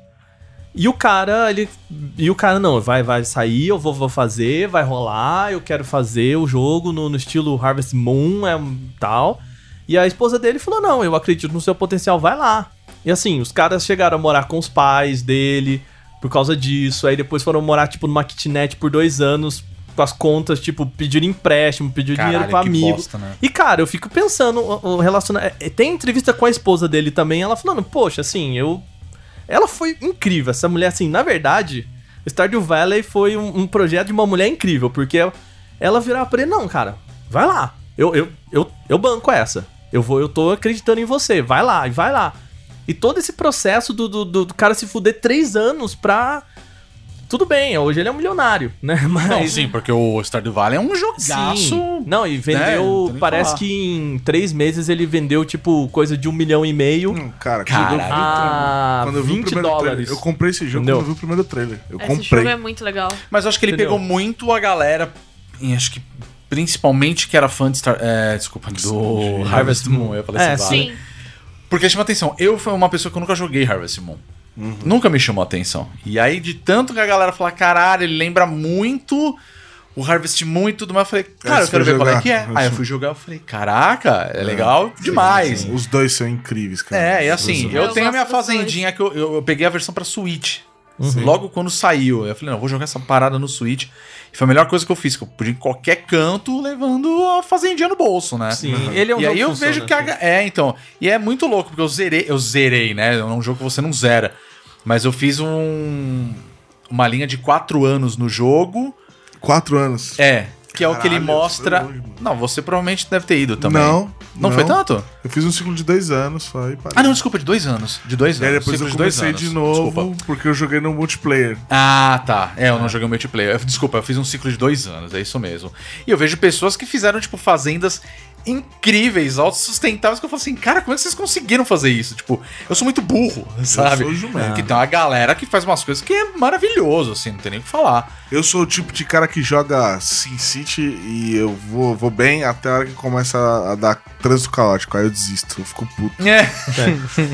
[SPEAKER 1] E o cara, ele. E o cara, não, vai, vai sair, eu vou, vou fazer, vai rolar, eu quero fazer o jogo no, no estilo Harvest Moon, é um- tal. E a esposa dele falou: Não, eu acredito no seu potencial, vai lá. E assim, os caras chegaram a morar com os pais dele por causa disso. Aí depois foram morar, tipo, numa kitnet por dois anos com as contas, tipo, pedir empréstimo, pedir dinheiro
[SPEAKER 3] Caralho,
[SPEAKER 1] pra
[SPEAKER 3] que
[SPEAKER 1] amigo.
[SPEAKER 3] bosta, né?
[SPEAKER 1] E, cara, eu fico pensando, o, o relaciona- é, Tem entrevista com a esposa dele também, ela falando, poxa, assim, eu. Ela foi incrível, essa mulher, assim, na verdade, Stardew Valley foi um, um projeto de uma mulher incrível, porque ela- ela virava pra ele, não, cara, vai lá. Eu, eu, eu, eu banco essa. Eu vou, eu tô acreditando em você, vai lá, e vai lá. E todo esse processo do, do, do- do cara se fuder três anos pra. Tudo bem, hoje ele é um milionário, né? Mas.
[SPEAKER 3] Não, sim, porque o Stardew Valley é um jogaço. né,
[SPEAKER 1] Sim. Não, e
[SPEAKER 3] não
[SPEAKER 1] vendeu.
[SPEAKER 3] tem nem
[SPEAKER 1] parece
[SPEAKER 3] falar.
[SPEAKER 1] que em três meses ele vendeu, tipo, coisa de um milhão e meio.
[SPEAKER 5] Hum, cara,
[SPEAKER 3] Caralho. Ah,
[SPEAKER 1] a
[SPEAKER 5] quando eu vi o
[SPEAKER 1] 20
[SPEAKER 5] primeiro
[SPEAKER 1] dólares.
[SPEAKER 5] trailer. Eu comprei esse jogo
[SPEAKER 1] Entendeu?
[SPEAKER 5] quando eu vi o primeiro trailer. Eu
[SPEAKER 4] Esse
[SPEAKER 5] comprei.
[SPEAKER 4] jogo é muito legal.
[SPEAKER 3] Mas eu acho que ele
[SPEAKER 1] Entendeu?
[SPEAKER 3] pegou muito a galera, e acho que principalmente que era fã de Star, é, desculpa, do Harvest Moon. Eu falei
[SPEAKER 1] É,
[SPEAKER 3] assim,
[SPEAKER 1] sim.
[SPEAKER 3] vale. Porque chama atenção. Eu fui uma pessoa que eu nunca joguei Harvest Moon. Nunca me chamou atenção. E aí, de tanto que a galera fala, caralho, ele lembra muito o Harvest Moon e tudo mais, eu falei, cara,
[SPEAKER 5] Esse
[SPEAKER 3] eu quero
[SPEAKER 5] foi
[SPEAKER 3] ver qual é
[SPEAKER 5] jogar.
[SPEAKER 3] que é. Aí eu fui jogar, eu falei, caraca, é legal demais.
[SPEAKER 5] Os dois são incríveis, cara.
[SPEAKER 3] É, e assim,
[SPEAKER 5] Os dois
[SPEAKER 3] eu,
[SPEAKER 4] Eu
[SPEAKER 3] tenho a minha
[SPEAKER 4] gosto dos dois.
[SPEAKER 3] fazendinha que eu, eu, eu peguei a versão pra Switch. Logo quando saiu, eu falei, não, eu vou jogar essa parada no Switch. E foi a melhor coisa que eu fiz, que eu podia ir em qualquer canto levando a fazendinha no bolso, né?
[SPEAKER 1] Sim, ele é um
[SPEAKER 3] e
[SPEAKER 1] jogo
[SPEAKER 3] aí eu
[SPEAKER 1] funciona,
[SPEAKER 3] vejo que a...
[SPEAKER 1] assim.
[SPEAKER 3] É, então. E é muito louco, porque eu zerei, eu zerei, né? É um jogo que você não zera. Mas eu fiz um. Uma linha de quatro anos no jogo.
[SPEAKER 5] são Quatro anos.
[SPEAKER 3] É. Que é o que ele
[SPEAKER 5] Caralho, isso foi
[SPEAKER 3] mostra.
[SPEAKER 5] longe, mano.
[SPEAKER 3] não, você provavelmente deve ter ido também.
[SPEAKER 5] Não,
[SPEAKER 3] Não, foi tanto?
[SPEAKER 5] Eu fiz um ciclo de dois anos só e parei.
[SPEAKER 3] Ah, não, desculpa, de dois anos. De dois
[SPEAKER 5] E aí
[SPEAKER 3] anos.
[SPEAKER 5] É, depois
[SPEAKER 3] ciclo
[SPEAKER 5] eu
[SPEAKER 3] de dois
[SPEAKER 5] comecei
[SPEAKER 3] anos.
[SPEAKER 5] de novo
[SPEAKER 3] Desculpa.
[SPEAKER 5] porque eu joguei no multiplayer.
[SPEAKER 3] Ah, tá. É, eu não joguei o multiplayer. Eu- Desculpa, eu fiz um ciclo de dois anos, é isso mesmo. E eu vejo pessoas que fizeram, tipo, fazendas incríveis, autossustentáveis, que eu falo assim, cara, como é que vocês conseguiram fazer isso? Tipo, eu sou muito burro, sabe? É, Ah.
[SPEAKER 5] sou jumento.
[SPEAKER 3] Que tem uma galera que faz umas coisas que é maravilhoso, assim, não tem nem o que falar.
[SPEAKER 5] Eu sou o tipo de cara que joga SimCity e eu vou, vou bem até a hora que começa a, a dar trânsito caótico. Aí eu desisto, eu fico puto.
[SPEAKER 3] É,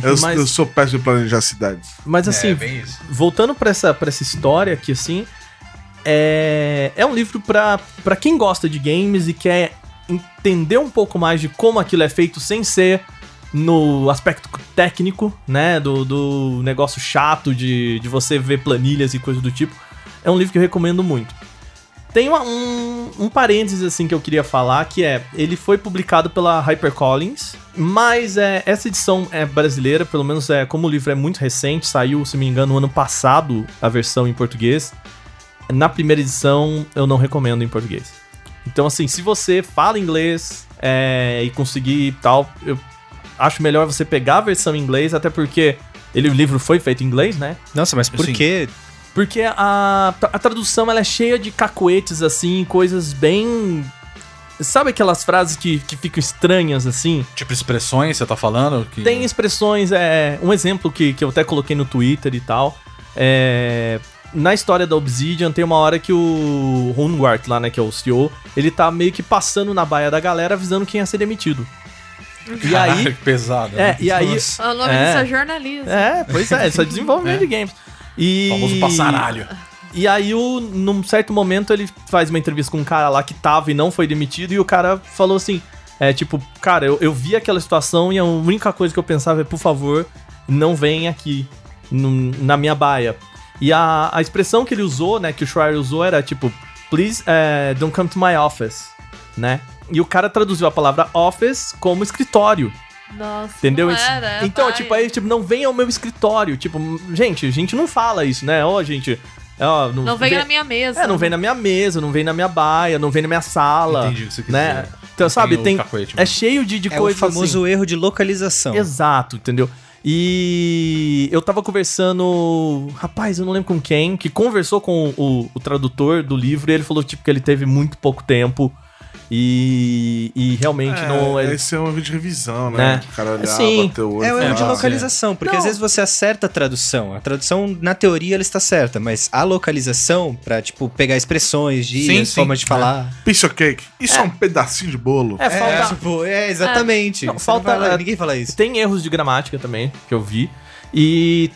[SPEAKER 5] Eu,
[SPEAKER 1] Mas-
[SPEAKER 5] eu sou péssimo em planejar cidades.
[SPEAKER 1] Mas assim,
[SPEAKER 3] é, bem isso.
[SPEAKER 1] voltando pra essa, pra essa história que assim. É, é um livro pra, pra quem gosta de games e quer entender um pouco mais de como aquilo é feito sem ser no aspecto técnico, né? Do, do negócio chato de, de você ver planilhas e coisa do tipo. É um livro que eu recomendo muito. Tem uma- um, um parênteses assim que eu queria falar, que é, ele foi publicado pela HarperCollins, mas é, essa edição é brasileira, pelo menos é, como o livro é muito recente, saiu, se me engano, no ano passado a versão em português. Na primeira edição eu não recomendo em português. Então assim, se você fala inglês é, e conseguir e tal, eu acho melhor você pegar a versão em inglês, até porque ele, o livro foi feito em inglês, né?
[SPEAKER 2] Nossa, mas por
[SPEAKER 3] Assim,
[SPEAKER 2] que
[SPEAKER 1] Porque a, a tradução ela é cheia de cacoetes, assim, coisas bem. Sabe aquelas frases que, que ficam estranhas, assim?
[SPEAKER 3] Tipo, expressões, você tá falando? Que...
[SPEAKER 1] Tem expressões, é. Um exemplo que, que eu até coloquei no Twitter e tal. É. Na história da Obsidian, tem uma hora que o Hungwart lá, né, que é o CEO, ele tá meio que passando na baia da galera avisando quem ia ser demitido. E
[SPEAKER 3] Caralho,
[SPEAKER 1] aí.
[SPEAKER 3] que pesado.
[SPEAKER 1] É,
[SPEAKER 3] né?
[SPEAKER 1] e aí.
[SPEAKER 4] O nome
[SPEAKER 1] É.
[SPEAKER 4] disso é jornalismo.
[SPEAKER 1] É, pois é, isso é desenvolvimento de games. E...
[SPEAKER 3] O famoso passaralho.
[SPEAKER 1] E aí, o, num certo momento, ele faz uma entrevista com um cara lá que tava e não foi demitido, e o cara falou assim: é tipo, cara, eu, eu vi aquela situação e a única coisa que eu pensava é, por favor, não vem aqui, num- na minha baia. E a, a expressão que ele usou, né, que o Schreier usou era tipo, please eh, don't come to my office, né? E o cara traduziu a palavra office como escritório.
[SPEAKER 4] Nossa.
[SPEAKER 1] Entendeu?
[SPEAKER 4] não
[SPEAKER 1] Isso-
[SPEAKER 4] era, é
[SPEAKER 1] então,
[SPEAKER 4] pai.
[SPEAKER 1] tipo, aí, tipo, não venha ao meu escritório. Tipo, gente, a gente não fala isso, né? Ó, gente. Ó,
[SPEAKER 4] Não veio
[SPEAKER 1] vem-
[SPEAKER 4] na minha mesa.
[SPEAKER 1] É, não vem na minha mesa, não vem na minha baia, não vem na minha sala.
[SPEAKER 3] Entendi o que você quis
[SPEAKER 1] né?
[SPEAKER 3] dizer.
[SPEAKER 1] Então, sabe,
[SPEAKER 3] o né?
[SPEAKER 1] tem.
[SPEAKER 3] cacoete,
[SPEAKER 1] É cheio de, de
[SPEAKER 2] é o
[SPEAKER 1] coisa
[SPEAKER 2] famoso erro de localização?
[SPEAKER 1] assim. Exato, entendeu? E eu tava conversando. Rapaz, eu não lembro com quem, que conversou com o, o tradutor do livro e ele falou, tipo, que ele teve muito pouco tempo. E, e realmente não. ele-
[SPEAKER 5] Esse é um vídeo de revisão, né?
[SPEAKER 1] Né?
[SPEAKER 5] Que O cara olhava,
[SPEAKER 1] Sim.
[SPEAKER 5] bateu o olho. tá
[SPEAKER 2] É o erro
[SPEAKER 5] e
[SPEAKER 2] de
[SPEAKER 5] falava,
[SPEAKER 2] localização, porque
[SPEAKER 1] Não.
[SPEAKER 2] às vezes você acerta a tradução. A tradução, na teoria, ela está certa, mas a localização, pra, tipo, pegar expressões,
[SPEAKER 3] Sim,
[SPEAKER 2] gírias,
[SPEAKER 3] sim.
[SPEAKER 2] formas de falar.
[SPEAKER 5] Piece of cake. Isso é, um pedacinho de bolo.
[SPEAKER 1] É, falta,
[SPEAKER 2] tipo, é, exatamente.
[SPEAKER 1] Não,
[SPEAKER 2] Você
[SPEAKER 1] falta-
[SPEAKER 2] não vai lá, ninguém fala isso.
[SPEAKER 1] Tem erros de gramática também, que eu vi. E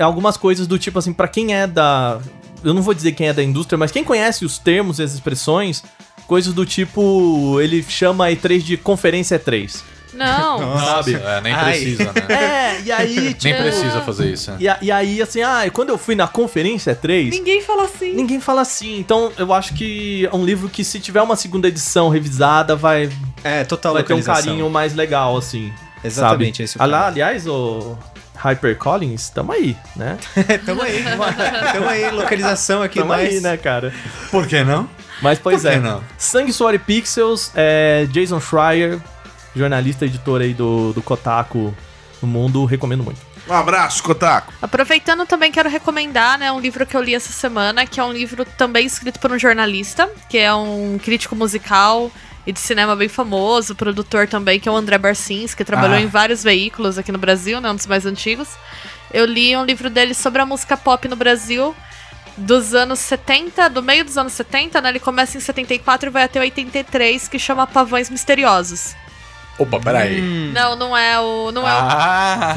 [SPEAKER 1] algumas coisas do tipo assim, pra quem é da. Eu não vou dizer quem é da indústria, mas quem conhece os termos e as expressões, coisas do tipo. Ele chama a E3 de conferência E3.
[SPEAKER 4] Não.
[SPEAKER 3] Sabe? É, nem
[SPEAKER 2] Ai.
[SPEAKER 3] precisa, né?
[SPEAKER 1] É, e aí, tipo.
[SPEAKER 3] Nem precisa fazer isso. né?
[SPEAKER 1] E, a- e aí, assim, ah, quando eu fui na conferência 3,
[SPEAKER 4] Ninguém fala assim.
[SPEAKER 1] ninguém fala assim. Então, eu acho que é um livro que, se tiver uma segunda edição revisada, vai,
[SPEAKER 2] É, total
[SPEAKER 1] vai ter um
[SPEAKER 2] localização.
[SPEAKER 1] carinho mais legal, assim.
[SPEAKER 2] Exatamente,
[SPEAKER 1] sabe?
[SPEAKER 2] é isso que eu
[SPEAKER 1] Ah lá,
[SPEAKER 2] falo.
[SPEAKER 1] Aliás, o Hyper Collins, tamo aí, né?
[SPEAKER 2] É, Tamo aí, tamo aí, localização aqui
[SPEAKER 1] tamo
[SPEAKER 2] mais.
[SPEAKER 1] aí, né, cara?
[SPEAKER 3] Por que não?
[SPEAKER 1] Mas, pois
[SPEAKER 3] Por que
[SPEAKER 1] é.
[SPEAKER 3] não?
[SPEAKER 1] Sangue, Suor e Pixels, é, Jason Schreier, jornalista e editor aí do, do Kotaku no mundo, recomendo muito.
[SPEAKER 5] Um abraço, Kotaku.
[SPEAKER 4] Aproveitando também quero recomendar, né, um livro que eu li essa semana, que é um livro também escrito por um jornalista, que é um crítico musical e de cinema bem famoso, produtor também, que é o André Barcins, que trabalhou
[SPEAKER 2] Ah.
[SPEAKER 4] em vários veículos aqui no Brasil, né, um dos mais antigos. Eu li um livro dele sobre a música pop no Brasil dos anos 70, do meio dos anos 70, né? Ele começa em 74 e vai até 83, que chama Pavões Misteriosos.
[SPEAKER 3] Opa, peraí.
[SPEAKER 4] Não, não é o, não é o
[SPEAKER 3] Ah,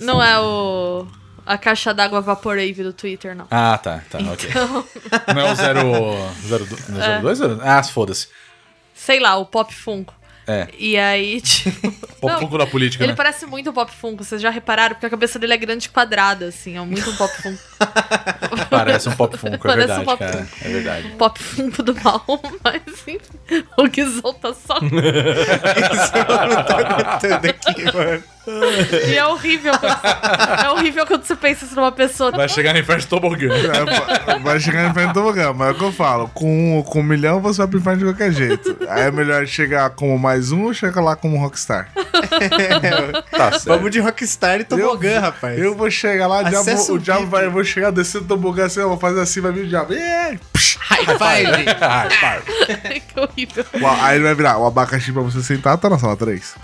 [SPEAKER 4] Não. não é o. A caixa d'água Vaporave do Twitter, não.
[SPEAKER 3] ah, tá, tá, ok.
[SPEAKER 4] Então,
[SPEAKER 3] Não é o 02? Não é o 02? Ah, foda-se.
[SPEAKER 4] sei lá, o Pop Funko.
[SPEAKER 3] É.
[SPEAKER 4] E aí, tipo.
[SPEAKER 3] Pô,
[SPEAKER 4] não,
[SPEAKER 3] pouco da política,
[SPEAKER 4] ele
[SPEAKER 3] né?
[SPEAKER 4] parece muito o Pop Funko, vocês já repararam? Porque a cabeça dele é grande e quadrada, assim, é muito um Pop Funko.
[SPEAKER 3] Parece um pop funko, é
[SPEAKER 4] Parece
[SPEAKER 3] verdade,
[SPEAKER 4] um pop
[SPEAKER 3] cara. É verdade.
[SPEAKER 4] Pop Funko do mal, mas enfim, o Guizão tá só. E é horrível quando você, é horrível quando você pensa isso numa pessoa.
[SPEAKER 3] Vai chegar no inferno de tobogã.
[SPEAKER 5] É, va- vai chegar em frente do tobogã, mas é o que eu falo. Com, um- com um milhão você vai pro inferno de qualquer jeito. Aí é melhor chegar como mais um ou chegar lá como um rockstar?
[SPEAKER 3] Tá certo.
[SPEAKER 2] Vamos de Rockstar e tobogã, rapaz.
[SPEAKER 5] Eu vou chegar lá, o
[SPEAKER 2] Acessa
[SPEAKER 5] diabo,
[SPEAKER 2] o
[SPEAKER 5] o diabo
[SPEAKER 2] vídeo.
[SPEAKER 5] vai, eu vou chegar descendo do tobogã assim, eu vou fazer assim, vai vir o diabo. "Ê!"
[SPEAKER 2] High five!
[SPEAKER 3] Ah, para.
[SPEAKER 4] que É horrível.
[SPEAKER 5] Uau, Aí ele vai virar, o abacaxi pra você sentar tá na sala 3.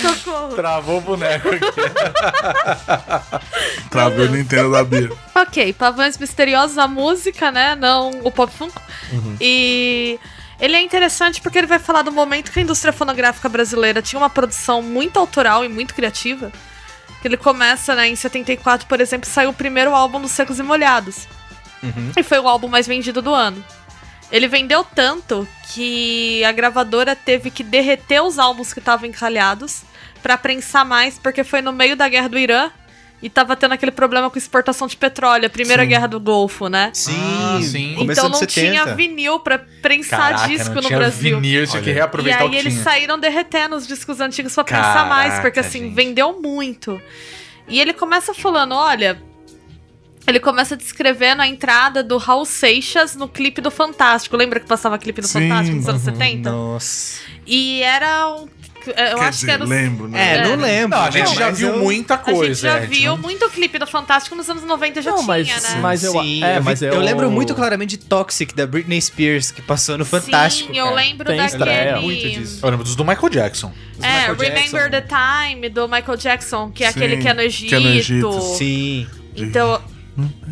[SPEAKER 4] Socorro.
[SPEAKER 3] Travou o boneco aqui.
[SPEAKER 5] Travei o Nintendo da Bia.
[SPEAKER 4] Ok, Pavões Misteriosos, a música, né? Não o pop funk. E ele é interessante porque ele vai falar do momento que a indústria fonográfica brasileira tinha uma produção muito autoral e muito criativa. Ele começa, né, em 74, por exemplo, saiu o primeiro álbum dos Secos e Molhados. E foi o álbum mais vendido do ano. Ele vendeu tanto que a gravadora teve que derreter os álbuns que estavam encalhados pra prensar mais, porque foi no meio da guerra do Irã e tava tendo aquele problema com exportação de petróleo, a primeira
[SPEAKER 2] Sim.
[SPEAKER 4] guerra do Golfo, né?
[SPEAKER 2] Sim,
[SPEAKER 3] sim.
[SPEAKER 2] começo
[SPEAKER 4] então
[SPEAKER 2] anos 70.
[SPEAKER 4] não tinha vinil pra prensar
[SPEAKER 3] Caraca,
[SPEAKER 4] disco
[SPEAKER 3] não
[SPEAKER 4] no
[SPEAKER 3] tinha
[SPEAKER 4] Brasil.
[SPEAKER 3] vinil, tinha que
[SPEAKER 2] Olha.
[SPEAKER 4] E
[SPEAKER 3] reaproveitar o
[SPEAKER 4] aí
[SPEAKER 3] que
[SPEAKER 4] eles
[SPEAKER 3] tinha.
[SPEAKER 4] saíram derretendo os discos antigos pra pensar
[SPEAKER 3] Caraca,
[SPEAKER 4] mais, porque assim,
[SPEAKER 3] gente.
[SPEAKER 4] vendeu muito. E ele começa falando, olha, ele começa descrevendo a entrada do Raul Seixas no clipe do Fantástico. Lembra que passava clipe do
[SPEAKER 5] Sim,
[SPEAKER 4] Fantástico nos anos 70?
[SPEAKER 2] Nossa.
[SPEAKER 4] E era um eu
[SPEAKER 5] Quer
[SPEAKER 4] acho que
[SPEAKER 5] dizer,
[SPEAKER 4] era o
[SPEAKER 5] lembro, né?
[SPEAKER 2] É,
[SPEAKER 4] É.
[SPEAKER 2] não lembro.
[SPEAKER 3] Não, a gente
[SPEAKER 2] né,
[SPEAKER 3] já
[SPEAKER 2] mas
[SPEAKER 3] viu
[SPEAKER 2] eu-
[SPEAKER 3] muita
[SPEAKER 4] A
[SPEAKER 3] coisa.
[SPEAKER 4] gente já
[SPEAKER 3] né?
[SPEAKER 4] viu muito clipe do Fantástico nos anos 90 já
[SPEAKER 1] Não,
[SPEAKER 4] tinha,
[SPEAKER 1] mas-
[SPEAKER 4] né?
[SPEAKER 1] Mas eu-
[SPEAKER 2] Sim,
[SPEAKER 1] é,
[SPEAKER 2] eu, vi-
[SPEAKER 1] mas eu-
[SPEAKER 2] eu lembro muito claramente de Toxic, da Britney Spears, que passou no Fantástico.
[SPEAKER 4] Sim, eu
[SPEAKER 2] cara.
[SPEAKER 4] lembro
[SPEAKER 1] Tem
[SPEAKER 4] daquele.
[SPEAKER 1] estreia.
[SPEAKER 2] é né? Muito disso.
[SPEAKER 3] Eu lembro dos do Michael Jackson.
[SPEAKER 4] É,
[SPEAKER 2] Michael Jackson.
[SPEAKER 4] Remember the Time do Michael Jackson, que é
[SPEAKER 5] Sim,
[SPEAKER 4] aquele que é no Egito.
[SPEAKER 5] que é no Egito,
[SPEAKER 2] Sim.
[SPEAKER 4] Então,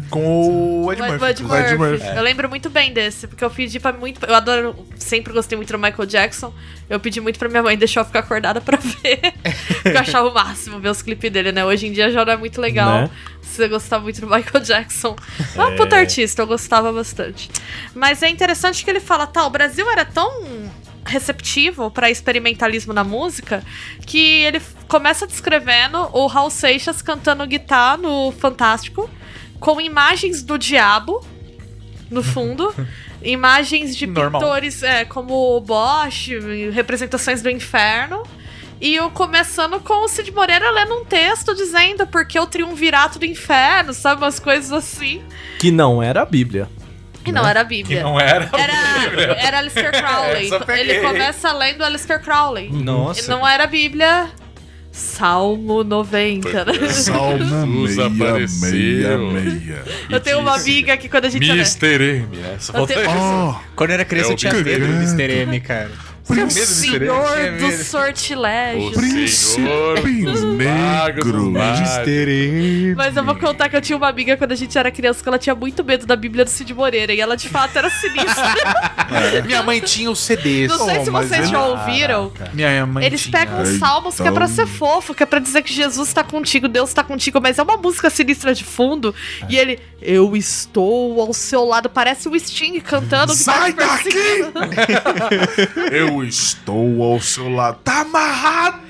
[SPEAKER 3] Com o Ed
[SPEAKER 4] o Ed
[SPEAKER 3] Murphy.
[SPEAKER 4] Murphy.
[SPEAKER 5] O Ed Murphy.
[SPEAKER 4] Eu lembro muito bem desse, porque eu pedi pra muito. Eu adoro, sempre gostei muito do Michael Jackson. Eu pedi muito pra minha mãe deixar eu ficar acordada pra ver. porque eu achava o máximo ver os clipes dele, né? Hoje em dia já não é muito legal
[SPEAKER 1] Né?
[SPEAKER 4] se você gostar muito do Michael Jackson. É um puta artista, eu gostava bastante. Mas é interessante que ele fala, tá, o Brasil era tão receptivo pra experimentalismo na música que ele f- começa descrevendo o Raul Seixas cantando guitarra no Fantástico com imagens do diabo no fundo. Imagens de
[SPEAKER 3] Normal.
[SPEAKER 4] pintores é, como o Bosch, representações do inferno. E eu começando com o Cid Moreira lendo um texto dizendo porque o triunvirato do inferno, sabe? Umas coisas assim.
[SPEAKER 1] Que não era a Bíblia.
[SPEAKER 4] E não era a
[SPEAKER 3] Que
[SPEAKER 4] Bíblia.
[SPEAKER 3] Né? não era.
[SPEAKER 4] Era, era Alistair Crowley.
[SPEAKER 3] Essa eu peguei.
[SPEAKER 4] Ele começa lendo Alistair Crowley. E
[SPEAKER 2] Nossa.
[SPEAKER 4] não era a Bíblia. Salmo 90. né?
[SPEAKER 5] Salmo
[SPEAKER 3] Jesus apareceu.
[SPEAKER 5] meia.
[SPEAKER 3] é.
[SPEAKER 4] Eu tenho uma amiga que quando a gente.
[SPEAKER 3] Mr. M, né? Só
[SPEAKER 4] Eu
[SPEAKER 3] falta
[SPEAKER 4] tenho-
[SPEAKER 3] isso.
[SPEAKER 5] Oh,
[SPEAKER 2] Quando eu era criança,
[SPEAKER 5] É
[SPEAKER 2] eu
[SPEAKER 5] o
[SPEAKER 2] tinha medo do
[SPEAKER 5] Big
[SPEAKER 2] Mr. M, cara.
[SPEAKER 4] Seu
[SPEAKER 7] é
[SPEAKER 5] príncipe,
[SPEAKER 4] senhor
[SPEAKER 3] diferente.
[SPEAKER 4] dos sortilégios.
[SPEAKER 5] príncipe
[SPEAKER 7] Senhor dos magos,
[SPEAKER 5] negro.
[SPEAKER 7] dos magos.
[SPEAKER 5] Misterioso.
[SPEAKER 4] Mas eu vou contar que eu tinha uma amiga quando a gente era criança que ela tinha muito medo da Bíblia do Cid Moreira. E ela de fato era sinistra.
[SPEAKER 2] É.
[SPEAKER 3] Minha mãe tinha os CDs.
[SPEAKER 4] Não sei
[SPEAKER 5] Oh,
[SPEAKER 4] se
[SPEAKER 5] mas
[SPEAKER 4] vocês
[SPEAKER 5] ele-
[SPEAKER 4] já ouviram.
[SPEAKER 3] Minha mãe
[SPEAKER 4] Eles
[SPEAKER 3] tinha.
[SPEAKER 4] pegam os salmos que é pra
[SPEAKER 5] então.
[SPEAKER 4] ser fofo, que é pra dizer que Jesus tá contigo, Deus tá contigo, mas é uma música sinistra de fundo. E ele, eu estou ao seu lado, parece o Sting cantando. que vai
[SPEAKER 5] Sai
[SPEAKER 4] te perseguindo.
[SPEAKER 5] daqui! Eu estou ao seu lado. Tá amarrado!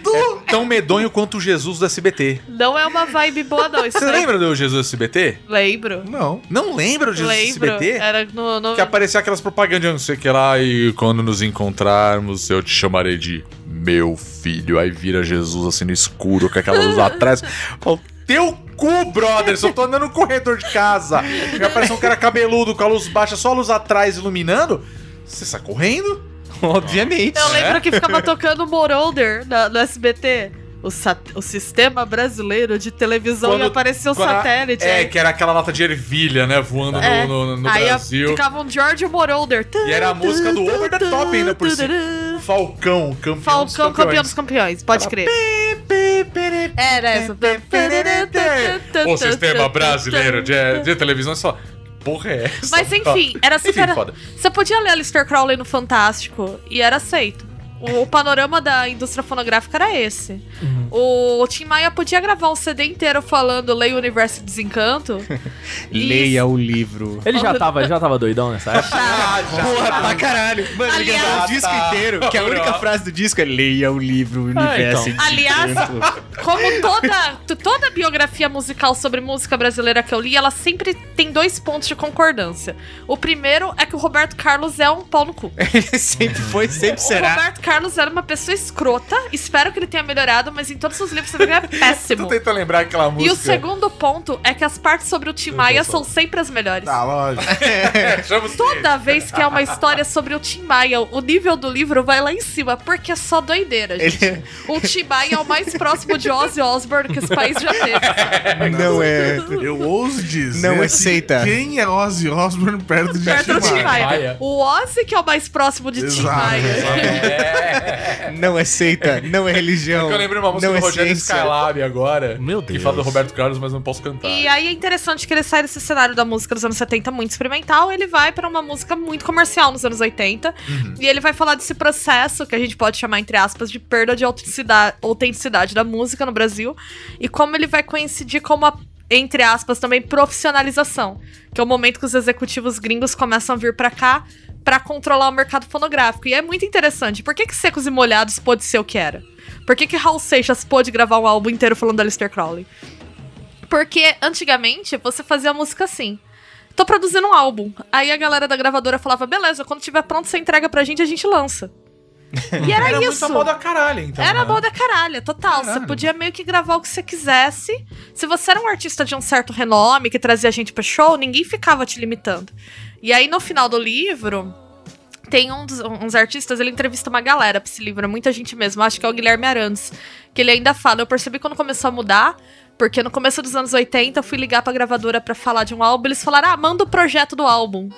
[SPEAKER 3] É Tão medonho quanto o Jesus do SBT.
[SPEAKER 4] Não é uma vibe boa, não. Isso
[SPEAKER 3] Você
[SPEAKER 4] daí-
[SPEAKER 3] lembra do Jesus do SBT?
[SPEAKER 4] Lembro.
[SPEAKER 5] Não.
[SPEAKER 3] Não lembra o Jesus do
[SPEAKER 4] Lembro. É.
[SPEAKER 3] SBT?
[SPEAKER 4] Era no. no-
[SPEAKER 3] Que aparecia aquelas propagandas, eu não sei o que lá, e quando nos encontrarmos, eu te chamarei de meu filho. Aí vira Jesus assim no escuro, com aquela luz lá atrás. Fala, Teu cu, brother! Só tô andando no corredor de casa. E aparece um cara cabeludo com a luz baixa, só a luz atrás iluminando. Você sai correndo?
[SPEAKER 2] Obviamente.
[SPEAKER 4] Eu
[SPEAKER 3] Né?
[SPEAKER 4] lembro que ficava tocando Morolder na- no SBT. O, sat- o sistema brasileiro de televisão
[SPEAKER 3] Quando-
[SPEAKER 4] e apareceu o
[SPEAKER 3] quando a-
[SPEAKER 4] satélite.
[SPEAKER 3] É,
[SPEAKER 4] aí.
[SPEAKER 3] que era aquela lata de ervilha, né? Voando no-
[SPEAKER 4] É.
[SPEAKER 3] no, no, no
[SPEAKER 4] Aí ó,
[SPEAKER 3] Brasil.
[SPEAKER 4] ficava um George Morolder.
[SPEAKER 3] E era a música do Over the Top ainda por cima. Falcão, campeão dos
[SPEAKER 4] Falcão, campeão
[SPEAKER 3] campeões.
[SPEAKER 4] dos campeões, pode crer. Era essa.
[SPEAKER 3] O sistema brasileiro de, de televisão é só. Porra, é essa?
[SPEAKER 4] Mas enfim, era
[SPEAKER 3] Enfim,
[SPEAKER 4] super.
[SPEAKER 3] foda.
[SPEAKER 4] Você podia ler Alistair Crowley no Fantástico e era aceito. O, o panorama da indústria fonográfica era esse.
[SPEAKER 2] Uhum.
[SPEAKER 4] O, Tim Maia podia gravar um CD inteiro falando Leia o Universo e Desencanto. E-
[SPEAKER 2] Leia o livro.
[SPEAKER 1] Ele já tava, ele já tava doidão nessa época.
[SPEAKER 3] Ah, já.
[SPEAKER 2] Porra, pra caralho. Mano, ele
[SPEAKER 4] Aliás-
[SPEAKER 2] gravou o
[SPEAKER 3] Ah,
[SPEAKER 2] disco
[SPEAKER 3] tá.
[SPEAKER 2] inteiro, que a única frase do disco é leia o livro, o universo.
[SPEAKER 1] então.
[SPEAKER 2] de
[SPEAKER 4] Ah, Aliás-
[SPEAKER 2] tanto."
[SPEAKER 4] Como toda, t- toda biografia musical sobre música brasileira que eu li, ela sempre tem dois pontos de concordância. O primeiro é que o Roberto Carlos é um pau no cu.
[SPEAKER 2] ele sempre foi, sempre
[SPEAKER 4] O
[SPEAKER 2] será.
[SPEAKER 4] Roberto Carlos era uma pessoa escrota, espero que ele tenha melhorado, mas em todos os livros você vê que ele é péssimo.
[SPEAKER 3] Tô tentando lembrar aquela música.
[SPEAKER 4] E o segundo ponto é que as partes sobre o Tim Maia são sempre as melhores.
[SPEAKER 5] Tá, lógico.
[SPEAKER 3] É, chama o
[SPEAKER 4] Toda vez que é uma história sobre o Tim Maia, o nível do livro vai lá em cima, porque é só doideira, gente.
[SPEAKER 2] Ele
[SPEAKER 4] O Tim Maia é o mais próximo de Ozzy Osbourne que esse país já teve.
[SPEAKER 2] não é.
[SPEAKER 5] Eu ouso dizer.
[SPEAKER 2] Não
[SPEAKER 5] que
[SPEAKER 2] aceita.
[SPEAKER 5] Quem é Ozzy Osbourne perto de
[SPEAKER 4] Perto do Tim
[SPEAKER 5] Tim Maia?
[SPEAKER 4] Maia.
[SPEAKER 3] Maia.
[SPEAKER 4] O Ozzy que é o mais próximo de Tim
[SPEAKER 5] Exato,
[SPEAKER 4] Maia.
[SPEAKER 5] exato.
[SPEAKER 2] Não é seita, não é religião.
[SPEAKER 3] Eu lembrei uma música
[SPEAKER 2] não
[SPEAKER 3] do
[SPEAKER 2] é
[SPEAKER 3] Rogério
[SPEAKER 2] ciência.
[SPEAKER 3] Skylab agora.
[SPEAKER 1] Meu
[SPEAKER 3] Que
[SPEAKER 1] Deus.
[SPEAKER 3] fala do Roberto Carlos, mas não posso cantar.
[SPEAKER 4] E aí é interessante que ele sai desse cenário da música dos anos 70 muito experimental, ele vai pra uma música muito comercial nos anos 80, e ele vai falar desse processo que a gente pode chamar entre aspas de perda de autenticidade, autenticidade da música no Brasil e como ele vai coincidir com uma entre aspas também profissionalização, que é o momento que os executivos gringos começam a vir pra cá pra controlar o mercado fonográfico. E é muito interessante. Por que que Secos e Molhados pôde ser o que era? Por que que Raul Seixas pôde gravar um álbum inteiro falando da Lister Crowley? Porque antigamente você fazia música assim. Tô produzindo um álbum. Aí a galera da gravadora falava: beleza, quando tiver pronto, você entrega pra gente, a gente lança. E era,
[SPEAKER 3] Era
[SPEAKER 4] é isso.
[SPEAKER 3] muito moda caralho, então.
[SPEAKER 4] Era
[SPEAKER 3] né?
[SPEAKER 4] moda caralho, total. Você podia meio que gravar o que você quisesse. Se você era um artista de um certo renome que trazia gente pro show, ninguém ficava te limitando. E aí no final do livro. Tem um dos, uns artistas, ele entrevista uma galera pra esse livro, é muita gente mesmo. Acho que é o Guilherme Arantes, que ele ainda fala. Eu percebi quando começou a mudar, porque no começo dos anos 80 eu fui ligar pra gravadora pra falar de um álbum, eles falaram: ah, manda o projeto do álbum.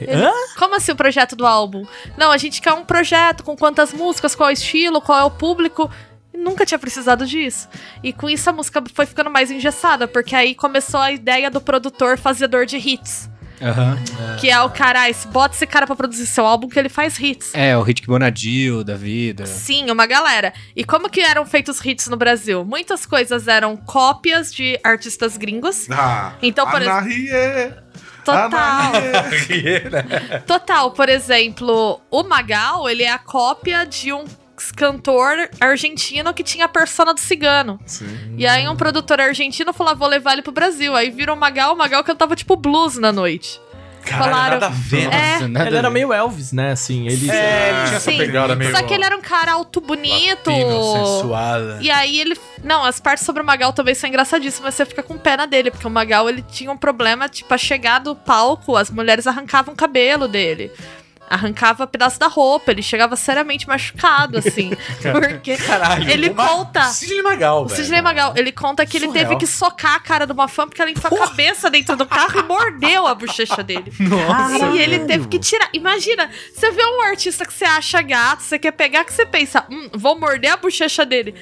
[SPEAKER 1] Hã?
[SPEAKER 4] Como assim o projeto do álbum? Não, a gente quer um projeto com quantas músicas, qual é o estilo, qual é o público. Nunca tinha precisado disso. E com isso a música foi ficando mais engessada, porque aí começou a ideia do produtor fazedor de hits.
[SPEAKER 2] Aham.
[SPEAKER 4] Que é o cara, "Ah, esse- bota esse cara pra produzir seu álbum que ele faz hits.
[SPEAKER 2] É, o Rick Bonadil da vida.
[SPEAKER 4] Sim, uma galera. E como que eram feitos hits no Brasil? Muitas coisas eram cópias de artistas gringos.
[SPEAKER 5] Ah,
[SPEAKER 4] Então, por exemplo.
[SPEAKER 5] Anahie, Ah,
[SPEAKER 4] Total.
[SPEAKER 5] Anahie.
[SPEAKER 4] Total, por exemplo, o Magal, ele é a cópia de um cantor argentino que tinha a persona do cigano.
[SPEAKER 5] Sim.
[SPEAKER 4] E aí um produtor argentino falou, "Ah, vou levar ele pro Brasil. Aí virou o Magal, o Magal cantava tipo blues na noite.
[SPEAKER 3] Caralho,
[SPEAKER 4] Falaram-
[SPEAKER 3] nada a ver, né?
[SPEAKER 4] É,
[SPEAKER 2] nada
[SPEAKER 1] Ele
[SPEAKER 2] a
[SPEAKER 1] era
[SPEAKER 2] ver.
[SPEAKER 1] meio Elvis, né? Assim, ele.
[SPEAKER 3] É, ele tinha essa
[SPEAKER 4] Sim.
[SPEAKER 3] pegada meio.
[SPEAKER 4] Só que ele era um cara alto bonito.
[SPEAKER 3] latino, né? sensuada.
[SPEAKER 4] E aí ele. Não, as partes sobre o Magal também são engraçadíssimas, você fica com pena dele, porque o Magal ele tinha um problema, tipo, a chegar do palco, as mulheres arrancavam o cabelo dele. Arrancava pedaço da roupa, ele chegava seriamente machucado, assim. porque ele
[SPEAKER 3] uma-
[SPEAKER 4] conta.
[SPEAKER 3] Sidney Magal,
[SPEAKER 4] O
[SPEAKER 3] velho.
[SPEAKER 4] Sidney Magal, ele conta que ele
[SPEAKER 3] Surreal.
[SPEAKER 4] teve que socar a cara de uma fã porque ela enfiou a cabeça dentro do carro e mordeu a bochecha dele. Nossa. E ele teve que tirar. Imagina, você vê um artista que você acha gato, você quer pegar, que você pensa, hum, vou morder a bochecha dele.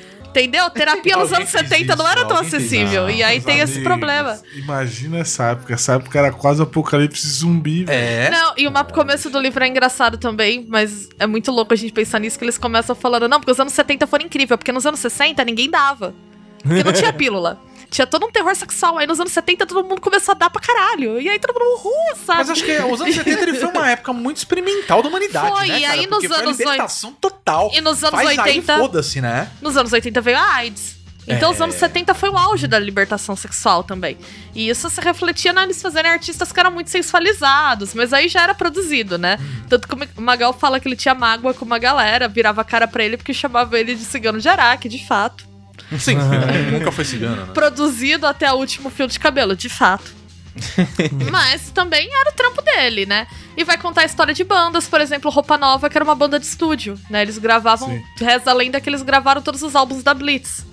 [SPEAKER 4] Entendeu? Terapia nos
[SPEAKER 3] Alguém
[SPEAKER 4] anos
[SPEAKER 3] fez
[SPEAKER 4] 70 não
[SPEAKER 3] isso,
[SPEAKER 4] era tão
[SPEAKER 3] alguém fez
[SPEAKER 4] acessível. E aí
[SPEAKER 5] é, Meus
[SPEAKER 4] tem esse
[SPEAKER 5] amigos,
[SPEAKER 4] problema.
[SPEAKER 5] Imagina essa época. Essa época era quase apocalipse zumbi. velho.
[SPEAKER 3] É.
[SPEAKER 4] Não, e o mapa começo do livro é engraçado também, mas é muito louco a gente pensar nisso, que eles começam falando, não, porque os anos 70 foram incrível, porque nos anos 60 ninguém dava. Porque não tinha pílula. Tinha todo um terror sexual. Aí nos anos 70 todo mundo começou a dar pra caralho. E aí todo mundo, uhul, sabe?
[SPEAKER 3] Mas acho que os anos 70 ele foi uma época muito experimental da humanidade,
[SPEAKER 4] Foi,
[SPEAKER 3] né,
[SPEAKER 4] e
[SPEAKER 3] cara?
[SPEAKER 4] aí
[SPEAKER 3] Porque
[SPEAKER 4] nos
[SPEAKER 3] foi a
[SPEAKER 4] anos
[SPEAKER 3] libertação total.
[SPEAKER 4] E nos anos
[SPEAKER 3] Faz aí,
[SPEAKER 4] 80.
[SPEAKER 3] foda-se, né?
[SPEAKER 4] Nos anos 80 veio a AIDS. Então, os anos 70 foi o auge da libertação sexual também. E isso se refletia na eles fazerem artistas que eram muito sensualizados, mas aí já era produzido, né? Tanto que o Magal fala que ele tinha mágoa com uma galera, virava a cara pra ele porque chamava ele de cigano de Araque, de fato.
[SPEAKER 3] Sim, nunca foi cigano, né?
[SPEAKER 4] Produzido até o último fio de cabelo, de fato. mas também era o trampo dele, né? E vai contar a história de bandas, por exemplo, Roupa Nova, que era uma banda de estúdio, né? Eles gravavam, reza a lenda que eles gravaram todos os álbuns da Blitz.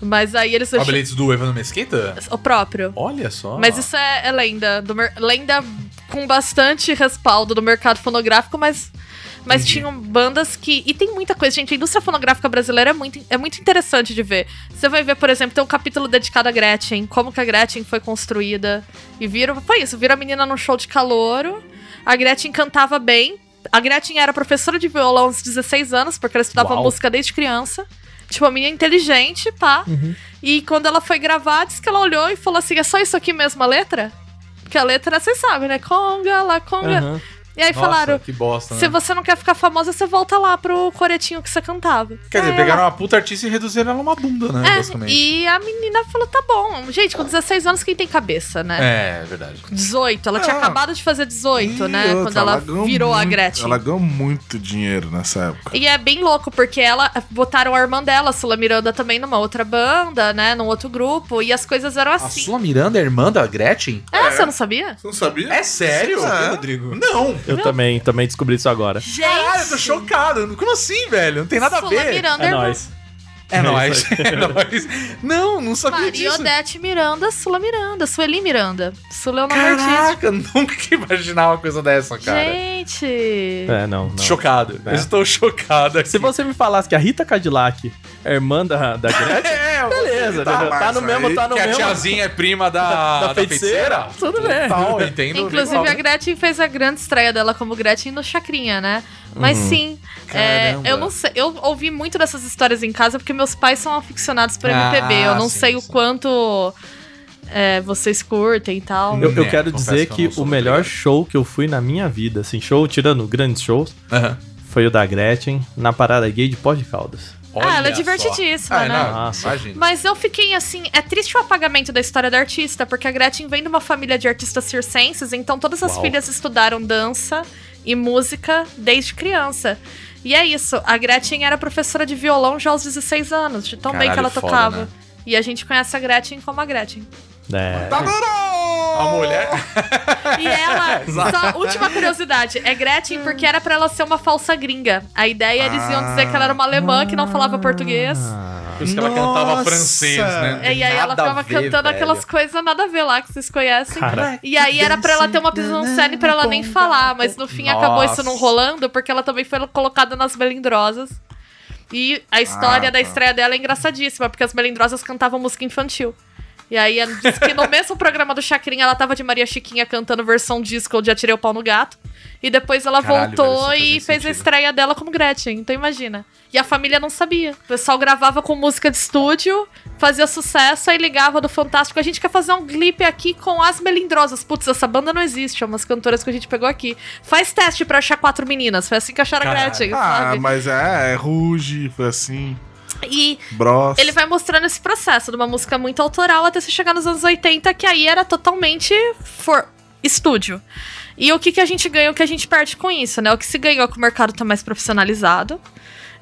[SPEAKER 4] Mas aí eles...
[SPEAKER 3] A bilhetes do Evandro Mesquita?
[SPEAKER 4] O próprio.
[SPEAKER 3] Olha só.
[SPEAKER 4] Mas isso é, é lenda. do mer- lenda com bastante respaldo do mercado fonográfico, mas. Mas tinham bandas que. E tem muita coisa, gente. A indústria fonográfica brasileira é muito, é muito interessante de ver. Você vai ver, por exemplo, tem um capítulo dedicado a Gretchen, como que a Gretchen foi construída. E viram. Foi isso, viram a menina num show de calouro. A Gretchen cantava bem. A Gretchen era professora de violão aos 16 anos, porque ela estudava
[SPEAKER 3] Uau.
[SPEAKER 4] música desde criança. Tipo, uma menina inteligente, pá.
[SPEAKER 3] Uhum.
[SPEAKER 4] E quando ela foi gravar, disse que ela olhou e falou assim: é só isso aqui mesmo a letra? Porque a letra, vocês sabem, né? Conga, lá, conga.
[SPEAKER 1] Aham.
[SPEAKER 4] E aí
[SPEAKER 3] Nossa,
[SPEAKER 4] falaram:
[SPEAKER 3] Que bosta, né?
[SPEAKER 4] se você não quer ficar famosa, você volta lá pro coretinho que você cantava.
[SPEAKER 3] Quer dizer,
[SPEAKER 4] Aí
[SPEAKER 3] pegaram uma puta artista e reduziram ela a uma bunda, né?
[SPEAKER 4] ela- É,
[SPEAKER 3] basicamente.
[SPEAKER 4] e a menina falou: tá bom. Gente, com 16 anos, quem tem cabeça, né?
[SPEAKER 3] É, é verdade.
[SPEAKER 4] 18, ela tinha
[SPEAKER 5] Ah.
[SPEAKER 4] acabado de fazer 18,
[SPEAKER 5] E
[SPEAKER 4] né?
[SPEAKER 5] outra,
[SPEAKER 4] Quando ela
[SPEAKER 5] ganhou
[SPEAKER 4] virou a
[SPEAKER 5] muito-
[SPEAKER 4] Gretchen.
[SPEAKER 5] Ela ganhou muito dinheiro nessa época.
[SPEAKER 4] E é bem louco, porque ela botaram a irmã dela, a Sula Miranda, também numa outra banda, né? Num outro grupo. E as coisas eram
[SPEAKER 3] A
[SPEAKER 4] assim.
[SPEAKER 3] sua Miranda é irmã da Gretchen?
[SPEAKER 4] É, você não sabia?
[SPEAKER 5] Você não sabia?
[SPEAKER 3] É sério?
[SPEAKER 2] Rodrigo?
[SPEAKER 3] Não!
[SPEAKER 1] Eu também, também descobri isso agora.
[SPEAKER 4] Gente!
[SPEAKER 3] Caralho, eu tô chocado. Como assim, velho? Não tem nada
[SPEAKER 4] Sula
[SPEAKER 3] a ver.
[SPEAKER 4] Miranda,
[SPEAKER 1] É
[SPEAKER 4] irmã.
[SPEAKER 1] nóis.
[SPEAKER 3] É nóis. É nóis. Não, não sabia
[SPEAKER 4] Maria
[SPEAKER 3] disso.
[SPEAKER 4] Odete Miranda, Sula Miranda, Sueli Miranda. Sula é o nome artístico.
[SPEAKER 3] Caraca, nunca que imaginar uma coisa dessa, cara.
[SPEAKER 4] Gente!
[SPEAKER 1] É, não. não.
[SPEAKER 3] Chocado. Eu estou chocado aqui.
[SPEAKER 1] Se você me falasse que a Rita Cadillac é irmã da, da Gretchen,
[SPEAKER 3] É, eu-
[SPEAKER 1] beleza. Tá, tá no mesmo, tá no
[SPEAKER 3] que a
[SPEAKER 1] mesmo.
[SPEAKER 3] tiazinha é prima da,
[SPEAKER 1] da
[SPEAKER 3] da feiticeira?
[SPEAKER 1] feiticeira? Tudo bem.
[SPEAKER 3] Total, entendo.
[SPEAKER 4] Inclusive, a Gretchen fez a grande estreia dela como Gretchen no Chacrinha, né? Mas sim,
[SPEAKER 3] Uhum.
[SPEAKER 4] é,
[SPEAKER 3] Caramba.
[SPEAKER 4] eu não sei. Eu ouvi muito dessas histórias em casa porque meus pais são aficionados por
[SPEAKER 3] Ah,
[SPEAKER 4] MPB. Eu não
[SPEAKER 3] sim,
[SPEAKER 4] sei o
[SPEAKER 3] sim.
[SPEAKER 4] quanto é, vocês curtem e tal.
[SPEAKER 1] Eu, eu
[SPEAKER 3] Né,
[SPEAKER 1] quero
[SPEAKER 3] confesso
[SPEAKER 1] dizer
[SPEAKER 3] que eu
[SPEAKER 1] que,
[SPEAKER 3] não sou
[SPEAKER 1] o
[SPEAKER 3] muito
[SPEAKER 1] melhor
[SPEAKER 3] ligado.
[SPEAKER 1] show que eu fui na minha vida, assim, show tirando grandes shows,
[SPEAKER 3] Aham.
[SPEAKER 1] foi o da Gretchen na parada gay de Pó de Caldas.
[SPEAKER 4] Ah, ela é
[SPEAKER 3] Olha
[SPEAKER 4] divertidíssima,
[SPEAKER 3] só. Ah,
[SPEAKER 4] né?
[SPEAKER 3] não,
[SPEAKER 1] Nossa.
[SPEAKER 3] Imagina.
[SPEAKER 4] Mas eu fiquei assim, é triste o apagamento da história da artista, porque a Gretchen vem de uma família de artistas circenses, então todas as
[SPEAKER 1] Uau.
[SPEAKER 4] filhas estudaram dança e música desde criança. E é isso, a Gretchen era professora de violão já aos 16 anos, de tão bem que
[SPEAKER 3] Caralho,
[SPEAKER 4] ela
[SPEAKER 3] foda,
[SPEAKER 4] tocava.
[SPEAKER 3] né?
[SPEAKER 4] E a gente conhece a Gretchen como a Gretchen.
[SPEAKER 1] É.
[SPEAKER 3] A mulher.
[SPEAKER 4] E ela, só última curiosidade, é Gretchen porque era pra ela ser uma falsa gringa. A ideia eles iam dizer que ela era uma alemã que não falava português.
[SPEAKER 3] Por isso que ela cantava
[SPEAKER 2] Nossa.
[SPEAKER 3] francês, né?
[SPEAKER 4] É, E aí ela
[SPEAKER 3] Ah, Nada a
[SPEAKER 4] ficava
[SPEAKER 3] ver,
[SPEAKER 4] cantando
[SPEAKER 3] velho.
[SPEAKER 4] aquelas coisas nada a ver lá que vocês conhecem.
[SPEAKER 1] Cara.
[SPEAKER 4] E aí era pra ela ter uma pisoncelli pra ela nem falar, mas no fim acabou isso não
[SPEAKER 3] Nossa.
[SPEAKER 4] rolando, porque ela também foi colocada nas melindrosas. E a história
[SPEAKER 5] Ah,
[SPEAKER 4] da
[SPEAKER 5] tá.
[SPEAKER 4] estreia dela é engraçadíssima, porque as melindrosas cantavam música infantil. E aí ela disse que no mesmo programa do Chacrinha ela tava de Maria Chiquinha cantando versão disco de Atirei o Pau no Gato. E depois ela
[SPEAKER 3] Caralho,
[SPEAKER 4] voltou
[SPEAKER 3] velho, isso
[SPEAKER 4] e
[SPEAKER 3] faz
[SPEAKER 4] fez a
[SPEAKER 3] sentido.
[SPEAKER 4] estreia dela como Gretchen, então imagina. E a família não sabia. O pessoal gravava com música de estúdio, fazia sucesso, aí ligava do Fantástico. A gente quer fazer um clipe aqui com as melindrosas. Putz, essa banda não existe, é umas cantoras que a gente pegou aqui. Faz teste pra achar quatro meninas. Foi assim que acharam a
[SPEAKER 3] Caralho.
[SPEAKER 4] Gretchen,
[SPEAKER 5] Ah,
[SPEAKER 4] sabe?
[SPEAKER 5] mas é, é Ruge, foi assim,
[SPEAKER 4] E
[SPEAKER 5] Bros.
[SPEAKER 4] ele vai mostrando esse processo de uma música muito autoral até você chegar nos anos 80, que aí era totalmente for estúdio. E o que, que a gente ganha, o que a gente perde com isso, né? O que se ganhou é que o mercado tá mais profissionalizado.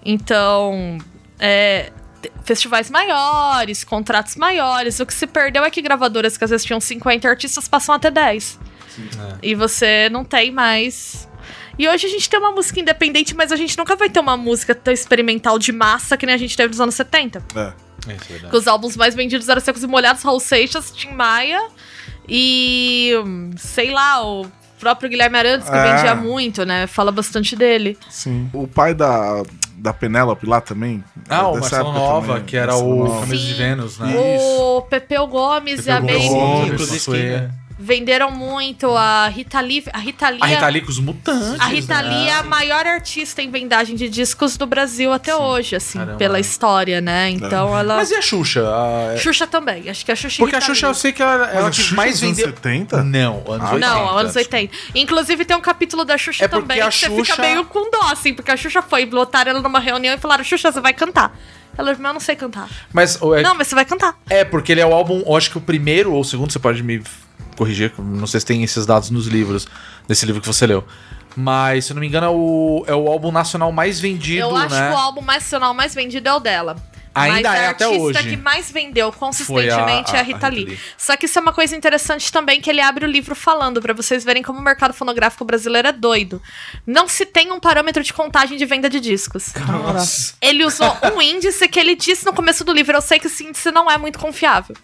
[SPEAKER 4] Então, é, te- festivais maiores, contratos maiores. O que se perdeu é que gravadoras que às vezes tinham 50 artistas passam até 10. E você não tem mais. E hoje a gente tem uma música independente, mas a gente nunca vai ter uma música tão experimental de massa que nem a gente teve nos anos 70.
[SPEAKER 5] né?
[SPEAKER 3] Isso, é verdade.
[SPEAKER 4] Porque os álbuns mais vendidos eram Secos e Molhados, Raul Seixas, Tim Maia e. hum, sei lá, o próprio Guilherme Arantes, que
[SPEAKER 5] É.
[SPEAKER 4] vendia muito, né? Fala bastante dele.
[SPEAKER 5] Sim. O pai da, da Penélope lá também.
[SPEAKER 3] Ah, o
[SPEAKER 5] dessa
[SPEAKER 3] Marcelo
[SPEAKER 5] época
[SPEAKER 3] Nova,
[SPEAKER 5] também,
[SPEAKER 3] que era
[SPEAKER 5] Marcelo
[SPEAKER 3] o
[SPEAKER 5] Nova.
[SPEAKER 3] Caminhos de Vênus, né?
[SPEAKER 5] Isso.
[SPEAKER 4] O Pepeu Gomes e a
[SPEAKER 3] Pegou
[SPEAKER 4] Baby
[SPEAKER 3] o Gomes,
[SPEAKER 2] Inclusive,
[SPEAKER 3] Massuê.
[SPEAKER 4] venderam muito. A Rita Lee. A Rita Lee.
[SPEAKER 3] A Rita Lee com os mutantes.
[SPEAKER 4] A Rita Lee é a maior artista em vendagem de discos do Brasil até hoje, assim,
[SPEAKER 3] Caramba.
[SPEAKER 4] pela história, né? Então ela.
[SPEAKER 3] É. Mas e a Xuxa? A-
[SPEAKER 4] Xuxa também. Acho que a tá Xuxa e
[SPEAKER 3] Porque a
[SPEAKER 4] Rita
[SPEAKER 3] Xuxa é eu
[SPEAKER 4] Lee.
[SPEAKER 3] sei que ela,
[SPEAKER 5] Mas
[SPEAKER 3] ela
[SPEAKER 5] a
[SPEAKER 3] que
[SPEAKER 5] Xuxa
[SPEAKER 3] mais
[SPEAKER 5] dos anos
[SPEAKER 3] vendeu.
[SPEAKER 5] 70?
[SPEAKER 3] Não, anos
[SPEAKER 5] Ah,
[SPEAKER 3] 80.
[SPEAKER 4] Não, anos 80. Inclusive tem um capítulo da Xuxa
[SPEAKER 3] É porque
[SPEAKER 4] também
[SPEAKER 3] a
[SPEAKER 4] que você
[SPEAKER 3] Xuxa-
[SPEAKER 4] fica meio com dó, assim, porque a Xuxa foi, botaram ela numa reunião e falaram: Xuxa, você vai cantar. Ela falou, mas eu não sei cantar.
[SPEAKER 3] Mas o- é,
[SPEAKER 4] Não, mas você vai cantar.
[SPEAKER 3] é, porque ele é o álbum, eu acho que o primeiro ou o segundo, você pode me corrigir, que eu não sei se tem esses dados nos livros, desse livro que você leu. Mas, se eu não me engano, é o, é o álbum nacional mais vendido,
[SPEAKER 4] eu acho
[SPEAKER 3] né?
[SPEAKER 4] que o álbum mais nacional mais vendido é o dela.
[SPEAKER 3] Ainda
[SPEAKER 4] Mas
[SPEAKER 3] é
[SPEAKER 4] a
[SPEAKER 3] até
[SPEAKER 4] artista
[SPEAKER 3] hoje.
[SPEAKER 4] que mais vendeu consistentemente
[SPEAKER 3] Foi a-
[SPEAKER 4] é
[SPEAKER 3] a-
[SPEAKER 4] a
[SPEAKER 3] a Rita
[SPEAKER 4] Rita Lee.
[SPEAKER 3] Lee.
[SPEAKER 4] Só que isso é uma coisa interessante também, que ele abre o livro falando, pra vocês verem como o mercado fonográfico brasileiro é doido. Não se tem um parâmetro de contagem de venda de discos.
[SPEAKER 3] Nossa.
[SPEAKER 4] Ele usou um índice que ele disse no começo do livro. Eu sei que esse índice não é muito confiável.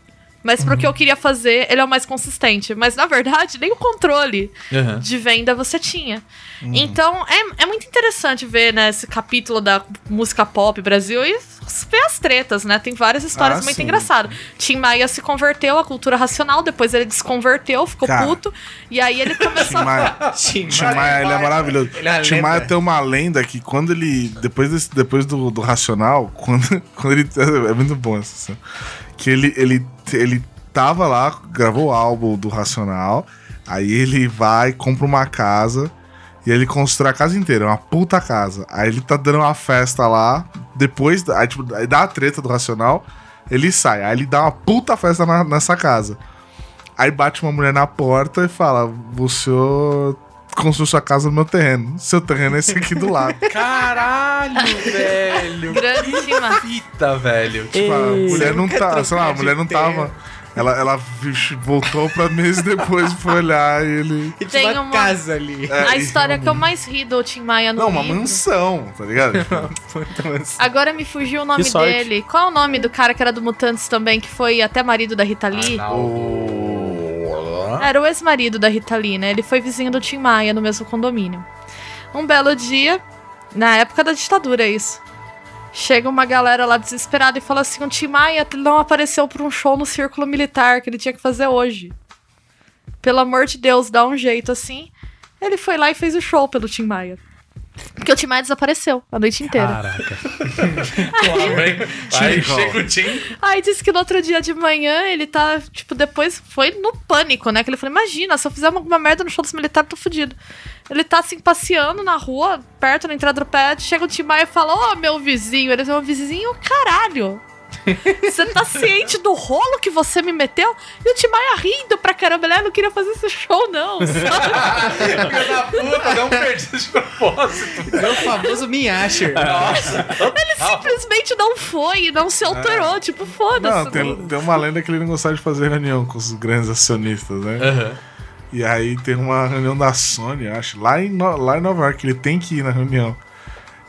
[SPEAKER 4] Mas pro que
[SPEAKER 5] Uhum.
[SPEAKER 4] eu queria fazer, ele é o mais consistente. Mas, na verdade, nem o controle
[SPEAKER 5] É.
[SPEAKER 3] Aham.
[SPEAKER 4] de venda você tinha.
[SPEAKER 5] Uhum.
[SPEAKER 4] Então, é, é muito interessante ver, né, esse capítulo da música pop Brasil e ver as tretas, né? Tem várias histórias
[SPEAKER 5] Ah,
[SPEAKER 4] muito
[SPEAKER 5] sim.
[SPEAKER 4] engraçadas. Tim Maia se converteu à cultura racional, depois ele desconverteu, ficou
[SPEAKER 5] Cara.
[SPEAKER 4] puto. E aí ele começou
[SPEAKER 5] Tim
[SPEAKER 4] a...
[SPEAKER 5] Maia. Tim Maia, ele é maravilhoso.
[SPEAKER 2] Ele é uma
[SPEAKER 5] Tim Maia
[SPEAKER 2] lenda.
[SPEAKER 5] tem uma lenda que quando ele. Depois, desse- depois do, do Racional, quando, quando ele. É muito bom essa cena. Que ele, ele, ele tava lá, gravou o álbum do Racional, aí ele vai, compra uma casa. E ele constrói a casa inteira, é uma puta casa. Aí ele tá dando uma festa lá, depois, da- aí, tipo, aí dá a treta do Racional, ele sai. Aí ele dá uma puta festa na- nessa casa. Aí bate uma mulher na porta e fala: Você construiu sua casa no meu terreno. Seu terreno é esse aqui do lado.
[SPEAKER 3] Uhum. Caralho, velho.
[SPEAKER 4] Grande Tim Maia.
[SPEAKER 3] Fita, velho.
[SPEAKER 5] tipo, a mulher não
[SPEAKER 2] nunca
[SPEAKER 5] tá. Sei lá, a
[SPEAKER 2] trocar de
[SPEAKER 5] mulher não
[SPEAKER 2] terreno.
[SPEAKER 5] tava. Ela, ela vixe, voltou pra mês depois foi olhar e ele.
[SPEAKER 2] E tinha
[SPEAKER 4] Tem
[SPEAKER 2] uma
[SPEAKER 4] uma-
[SPEAKER 2] casa ali.
[SPEAKER 5] É,
[SPEAKER 4] A
[SPEAKER 5] e
[SPEAKER 4] história que eu mais ri do Tim Maia no
[SPEAKER 5] Não, uma
[SPEAKER 4] livro.
[SPEAKER 5] mansão, tá ligado?
[SPEAKER 2] Então, assim,
[SPEAKER 4] Agora me fugiu o nome
[SPEAKER 1] Que sorte.
[SPEAKER 4] dele. Qual é o nome do cara que era do Mutantes também, que foi até marido da Rita Lee?
[SPEAKER 3] Ah,
[SPEAKER 4] Era o ex-marido da Rita Lee, né? Ele foi vizinho do Tim Maia no mesmo condomínio. Um belo dia, na época da ditadura, isso. Chega uma galera lá desesperada e fala assim: o Tim Maia não apareceu pra um show no círculo militar que ele tinha que fazer hoje. Pelo amor de Deus, dá um jeito assim. Ele foi lá e fez o show pelo Tim Maia. Porque o Tim Maia desapareceu a noite inteira.
[SPEAKER 3] Caraca. Aí chega o Tim.
[SPEAKER 4] Aí disse que no outro dia de manhã ele tá, tipo, depois foi no pânico, né? Que ele falou: Imagina, se eu fizer alguma merda no show dos militares, tô fudido. Ele tá assim, passeando na rua, perto na entrada do pet, chega o Tim Maia e fala: Ô, meu vizinho. Ele falou: Vizinho, caralho. Você tá ciente do rolo que você me meteu? E o Tim Maia rindo pra caramba, ele "Ah, não queria fazer esse show, não. sabe?
[SPEAKER 3] Filho da puta, não perdi de propósito.
[SPEAKER 2] é o famoso Miasher.
[SPEAKER 3] É.
[SPEAKER 4] Simplesmente não foi, e não se alterou. Tipo, foda-se.
[SPEAKER 5] Não, tem, tem uma lenda que ele não gostava de fazer reunião com os grandes acionistas, né? E aí tem uma reunião da Sony, eu acho, lá em, No- lá em Nova York, ele tem que ir na reunião.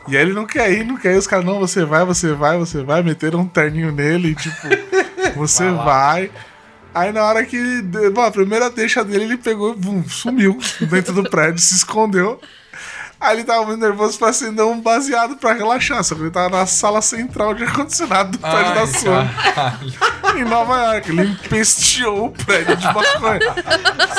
[SPEAKER 5] E aí ele não quer ir, não quer ir, os caras, não, você vai, você vai, você vai, meteram um terninho nele, e, tipo, você vai. Aí na hora que. de- Bom, a primeira deixa dele, ele pegou, bum, sumiu dentro do prédio, se escondeu. Aí ele tava muito nervoso pra acender um baseado pra relaxar, só que ele tava na sala central de ar-condicionado do prédio da Sony em Nova York. Ele empesteou o prédio de maconha.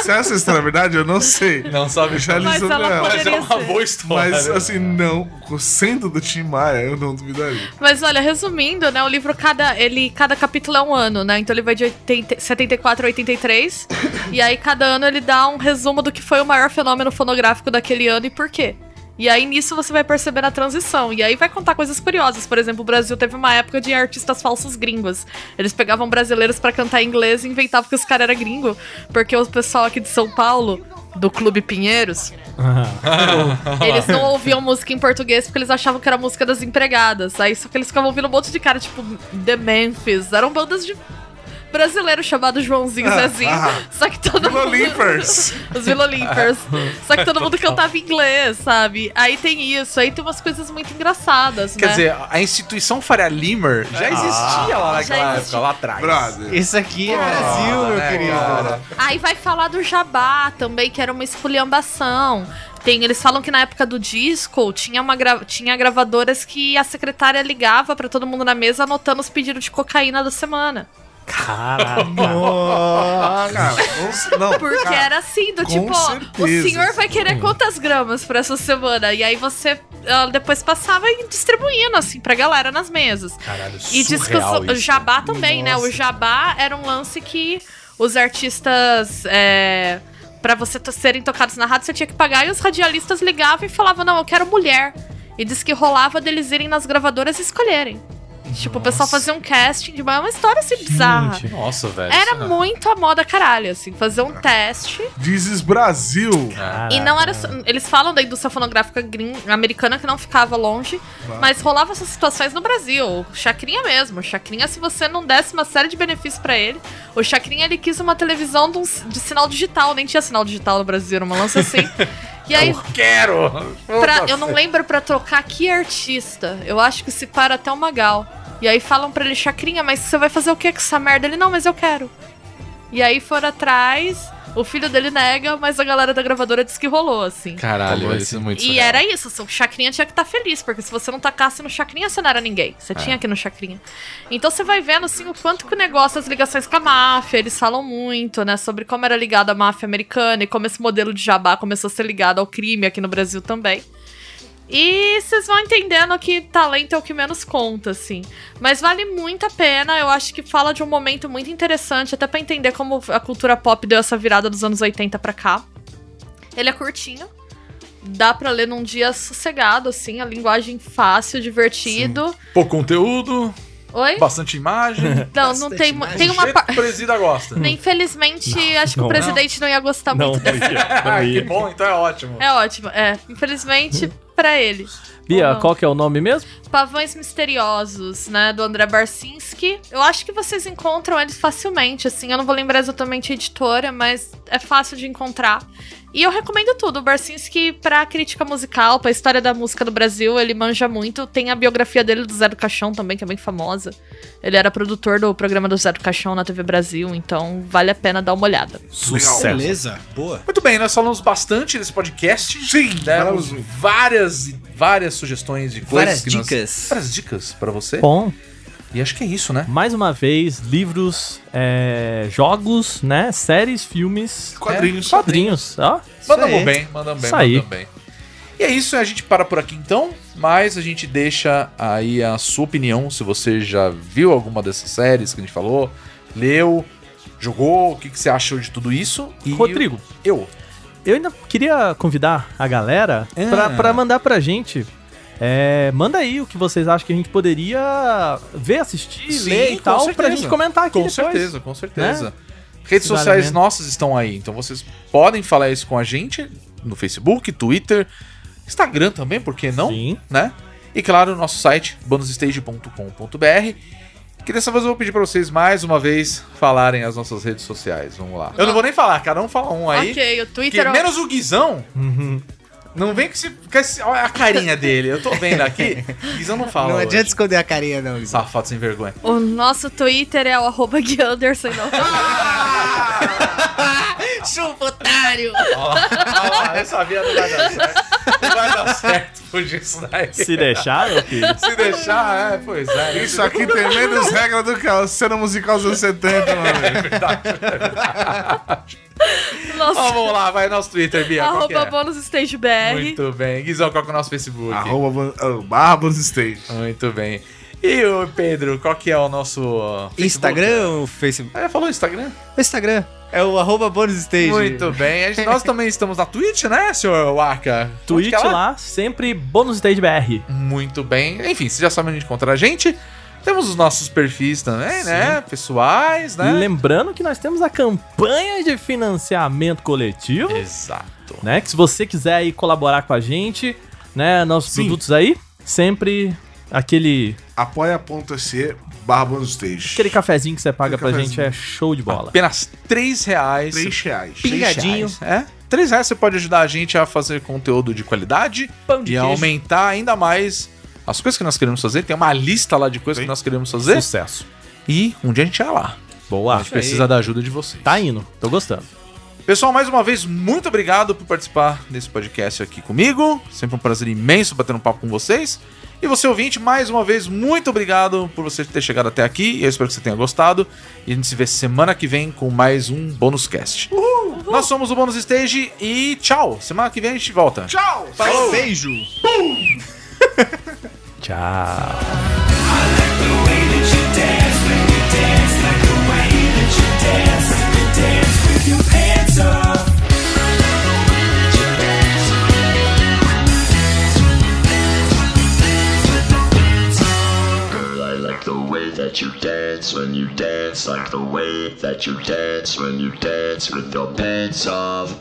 [SPEAKER 5] Se essa história é verdade, eu não sei.
[SPEAKER 3] Não sabe,
[SPEAKER 5] Já
[SPEAKER 3] Charles.
[SPEAKER 4] Mas
[SPEAKER 5] lisou
[SPEAKER 4] ela
[SPEAKER 5] pra
[SPEAKER 3] Mas é uma
[SPEAKER 4] Poderia ser.
[SPEAKER 3] boa história.
[SPEAKER 5] Mas
[SPEAKER 3] né?
[SPEAKER 5] assim, não, sendo do Tim Maia, eu não duvidaria.
[SPEAKER 4] Mas olha, resumindo, né, o livro cada ele cada capítulo é um ano, né? Então ele vai de 80, 74 a 83, e aí cada ano ele dá um resumo do que foi o maior fenômeno fonográfico daquele ano e por quê. E aí nisso você vai perceber a transição. E aí vai contar coisas curiosas. Por exemplo, o Brasil teve uma época de artistas falsos gringos. Eles pegavam brasileiros pra cantar em inglês e inventavam que os caras eram gringo, porque o pessoal aqui de São Paulo do Clube Pinheiros eles não ouviam música em português porque eles achavam que era música das empregadas. Aí só que eles ficavam ouvindo um monte de cara, tipo, The Memphis. Eram bandas de brasileiro chamado Joãozinho
[SPEAKER 3] Ah,
[SPEAKER 4] Zezinho. só que todo
[SPEAKER 5] Vila
[SPEAKER 4] mundo.
[SPEAKER 5] Limpers.
[SPEAKER 4] Os Vila Limpers. só que todo mundo cantava em inglês, sabe? Aí tem isso, aí tem umas coisas muito engraçadas,
[SPEAKER 3] Quer
[SPEAKER 4] né?
[SPEAKER 3] dizer, a instituição Faria Limer já existia lá
[SPEAKER 4] Já
[SPEAKER 3] naquela época,
[SPEAKER 4] existia.
[SPEAKER 3] lá atrás.
[SPEAKER 5] Brother.
[SPEAKER 2] Isso aqui é Brasil, meu
[SPEAKER 4] né,
[SPEAKER 2] querido.
[SPEAKER 4] Aí vai falar do jabá também, que era uma esculhambação. Tem, eles falam que na época do disco tinha, uma gra- tinha gravadoras que a secretária ligava pra todo mundo na mesa anotando os pedidos de cocaína da semana.
[SPEAKER 1] Caraca.
[SPEAKER 5] Cara, não- não.
[SPEAKER 4] Porque
[SPEAKER 5] cara,
[SPEAKER 4] era assim, do
[SPEAKER 5] com
[SPEAKER 4] tipo, ó, o
[SPEAKER 5] certeza.
[SPEAKER 4] senhor vai querer quantas gramas pra essa semana? E aí você ah, depois passava e distribuindo, assim, pra galera nas mesas.
[SPEAKER 3] Caralho,
[SPEAKER 4] E diz que
[SPEAKER 3] surreal
[SPEAKER 4] o
[SPEAKER 3] isso.
[SPEAKER 4] jabá também, né? O jabá era um lance que os artistas. É, para você to- serem tocados na rádio, você tinha que pagar. E os radialistas ligavam e falavam: Não, eu quero mulher. E diz que rolava deles irem nas gravadoras e escolherem. Tipo, o pessoal fazia um casting de uma, é uma história assim bizarra.
[SPEAKER 3] Nossa, velho.
[SPEAKER 4] Era
[SPEAKER 3] isso é-
[SPEAKER 4] muito a moda caralho, assim, fazer um teste.
[SPEAKER 5] Dizes Brasil.
[SPEAKER 4] E não era. só- Eles falam da indústria fonográfica green, americana que não ficava longe, mas rolava essas situações no Brasil. Chacrinha mesmo. Chacrinha, se você não desse uma série de benefícios pra ele, o Chacrinha ele quis uma televisão de, um s- de sinal digital. Nem tinha sinal digital no Brasil, era uma lança assim. E aí,
[SPEAKER 3] Quero!
[SPEAKER 4] pra- eu não lembro pra trocar que artista. Eu acho que se para até o Magal. E aí falam pra ele, Chacrinha, mas você vai fazer o que com essa merda? Ele, não, mas eu quero. E aí foram atrás, o filho dele nega, mas a galera da gravadora diz que rolou, assim.
[SPEAKER 3] Caralho,
[SPEAKER 5] Falou
[SPEAKER 3] velho, isso é muito
[SPEAKER 4] E
[SPEAKER 3] surreal.
[SPEAKER 4] era isso, assim, o Chacrinha tinha que estar feliz, porque se você não tacasse no Chacrinha, você não era ninguém.
[SPEAKER 3] É.
[SPEAKER 4] Você tinha que ir no Chacrinha. Então você vai vendo, assim, o quanto que o negócio, as ligações com a máfia, eles falam muito, né, sobre como era ligada a máfia americana e como esse modelo de jabá começou a ser ligado ao crime aqui no Brasil também. E vocês vão entendendo que talento é o que menos conta, assim. Mas vale muito a pena, eu acho que fala de um momento muito interessante, até pra entender como a cultura pop deu essa virada dos anos 80 pra cá. Ele é curtinho, dá pra ler num dia sossegado, assim, a linguagem fácil, divertido.
[SPEAKER 3] Pouco conteúdo,
[SPEAKER 4] Oi?
[SPEAKER 3] bastante imagem.
[SPEAKER 4] Não, não tem. mu- É. Tem uma
[SPEAKER 3] parte.
[SPEAKER 4] parte.
[SPEAKER 3] presida gosta.
[SPEAKER 4] Infelizmente, acho que
[SPEAKER 1] Hum. não,
[SPEAKER 4] o presidente não, ia gostar
[SPEAKER 1] Não,
[SPEAKER 4] tá
[SPEAKER 1] não
[SPEAKER 4] muito dessa.
[SPEAKER 1] ia,
[SPEAKER 3] Ah,
[SPEAKER 1] não
[SPEAKER 3] que
[SPEAKER 1] ia.
[SPEAKER 3] bom, então é ótimo.
[SPEAKER 4] É ótimo, é. Infelizmente, pra ele. Ou
[SPEAKER 1] Hum. Bia,
[SPEAKER 4] não.
[SPEAKER 1] qual que é o nome mesmo?
[SPEAKER 4] Pavões Misteriosos, né, do André Barcinski. Eu acho que vocês encontram eles facilmente, assim. Eu não vou lembrar exatamente a editora, mas é fácil de encontrar. E eu recomendo tudo. O Barcinski, pra crítica musical, pra história da música do Brasil, ele manja muito. Tem a biografia dele do Zé do Caixão também, que é bem famosa. Ele era produtor do programa do Zé do Caixão na TV Brasil, então vale a pena dar uma olhada.
[SPEAKER 2] Beleza, boa.
[SPEAKER 3] Muito bem, nós falamos bastante nesse podcast. Sim, demos
[SPEAKER 5] falamos muito.
[SPEAKER 3] várias e várias sugestões de coisas
[SPEAKER 2] Várias
[SPEAKER 3] que nós-
[SPEAKER 2] dicas.
[SPEAKER 3] várias dicas pra você.
[SPEAKER 1] Bom,
[SPEAKER 3] E acho que é isso, né?
[SPEAKER 1] mais uma vez, livros, é, jogos, né? Séries, filmes, É,
[SPEAKER 5] Quadrinhos.
[SPEAKER 1] quadrinhos, ó.
[SPEAKER 3] Mandamos
[SPEAKER 2] aí.
[SPEAKER 3] bem, mandamos bem,
[SPEAKER 1] Isso aí.
[SPEAKER 3] mandamos bem. E é isso, a gente para por aqui então, mas a gente deixa aí a sua opinião, se você já viu alguma dessas séries que a gente falou, leu, jogou, o que, que você achou de tudo isso. E
[SPEAKER 1] Rodrigo,
[SPEAKER 3] Eu.
[SPEAKER 1] eu ainda queria convidar a galera
[SPEAKER 3] Ah.
[SPEAKER 1] pra, pra mandar pra gente. É, manda aí o que vocês acham que a gente poderia ver, assistir,
[SPEAKER 3] Sim,
[SPEAKER 1] ler e
[SPEAKER 3] com
[SPEAKER 1] tal, pra
[SPEAKER 3] certeza.
[SPEAKER 1] gente comentar aqui
[SPEAKER 3] Com
[SPEAKER 1] depois. Né?
[SPEAKER 3] certeza, com certeza. Redes
[SPEAKER 1] Vale
[SPEAKER 3] sociais
[SPEAKER 1] mesmo.
[SPEAKER 3] nossas estão aí, então vocês podem falar isso com a gente no Facebook, Twitter, Instagram também, por que não?
[SPEAKER 1] Sim.
[SPEAKER 3] né? E claro, o nosso site, bonusstage.com.br. Que dessa vez eu vou pedir pra vocês mais uma vez falarem as nossas redes sociais. Vamos lá. Eu não vou nem falar, cada um fala um aí.
[SPEAKER 4] ok, o
[SPEAKER 3] Que
[SPEAKER 4] Twitter. é o-
[SPEAKER 3] menos o Guizão,
[SPEAKER 1] Uhum.
[SPEAKER 3] não vem com esse. Com esse olha a carinha dele. Eu tô vendo aqui. Guizão não fala.
[SPEAKER 2] não
[SPEAKER 3] hoje.
[SPEAKER 2] adianta esconder a carinha, não. Guizão.
[SPEAKER 3] Safado sem vergonha.
[SPEAKER 4] O nosso Twitter é o arroba Gui Anderson.
[SPEAKER 3] Ah,
[SPEAKER 4] Chupa, otário!
[SPEAKER 3] Ó, ó, Ah, eu sabia não vai dar certo. Não vai dar certo fugir isso daí.
[SPEAKER 1] Se deixar, meu filho.
[SPEAKER 3] Se deixar, é, pois é.
[SPEAKER 5] Isso aqui tem menos regra do que a cena musical dos anos 70, mano.
[SPEAKER 3] Ó,
[SPEAKER 4] Nosso
[SPEAKER 3] vamos lá, vai nosso Twitter, Bia. qual que
[SPEAKER 4] arroba
[SPEAKER 3] é?
[SPEAKER 4] bônus stage BR.
[SPEAKER 3] Muito bem. Guizão, qual que é o nosso Facebook?
[SPEAKER 5] Arroba ban- ah, barra Bonus Stage.
[SPEAKER 3] Muito bem. E o Pedro, qual que é o nosso ó, Facebook?
[SPEAKER 2] Instagram ou Facebook?
[SPEAKER 3] Ah, já falou Instagram?
[SPEAKER 2] Instagram. É o arroba bonus stage.
[SPEAKER 3] Muito bem. A gente- nós também estamos na Twitch, né, senhor Waka? Onde
[SPEAKER 1] Twitch
[SPEAKER 3] que é
[SPEAKER 1] lá, sempre bônus stage BR.
[SPEAKER 3] Muito bem. Enfim, vocês já sabem onde encontrar a gente. Temos os nossos perfis também, né? Pessoais, né?
[SPEAKER 1] Lembrando que nós temos a campanha de financiamento coletivo,
[SPEAKER 3] Exato.
[SPEAKER 1] né? Que se você quiser aí colaborar com a gente, né? Nossos produtos aí, sempre Aquele,
[SPEAKER 5] Apoia.se barra bonus stage.
[SPEAKER 1] aquele cafezinho que você paga
[SPEAKER 5] Aquele
[SPEAKER 1] pra gente
[SPEAKER 5] cafezinho.
[SPEAKER 1] é show de bola.
[SPEAKER 3] Apenas 3 reais.
[SPEAKER 5] 3 reais.
[SPEAKER 3] pingadinho. É. 3 reais você pode ajudar a gente a fazer conteúdo de qualidade
[SPEAKER 1] Pão
[SPEAKER 3] e a aumentar ainda mais as coisas que nós queremos fazer. Tem uma lista lá de coisas
[SPEAKER 5] Tem.
[SPEAKER 3] que nós queremos fazer.
[SPEAKER 1] Sucesso.
[SPEAKER 3] E um dia a gente vai lá. A
[SPEAKER 1] Boa.
[SPEAKER 3] gente precisa da ajuda de vocês.
[SPEAKER 1] Tá indo. Tô gostando.
[SPEAKER 3] Pessoal, mais uma vez, muito obrigado por participar desse podcast aqui comigo. Sempre um prazer imenso bater um papo com vocês. E você, ouvinte, mais uma vez, muito obrigado por você ter chegado até aqui. Eu espero que você tenha gostado. E a gente se vê semana que vem com mais um Bônus Cast. Nós somos o Bônus Stage e tchau. Semana que vem a gente volta.
[SPEAKER 5] Tchau!
[SPEAKER 2] Beijo!
[SPEAKER 1] Tchau.
[SPEAKER 9] Girl, I like the way that you dance when you dance, like the way that you dance when you dance with your pants off.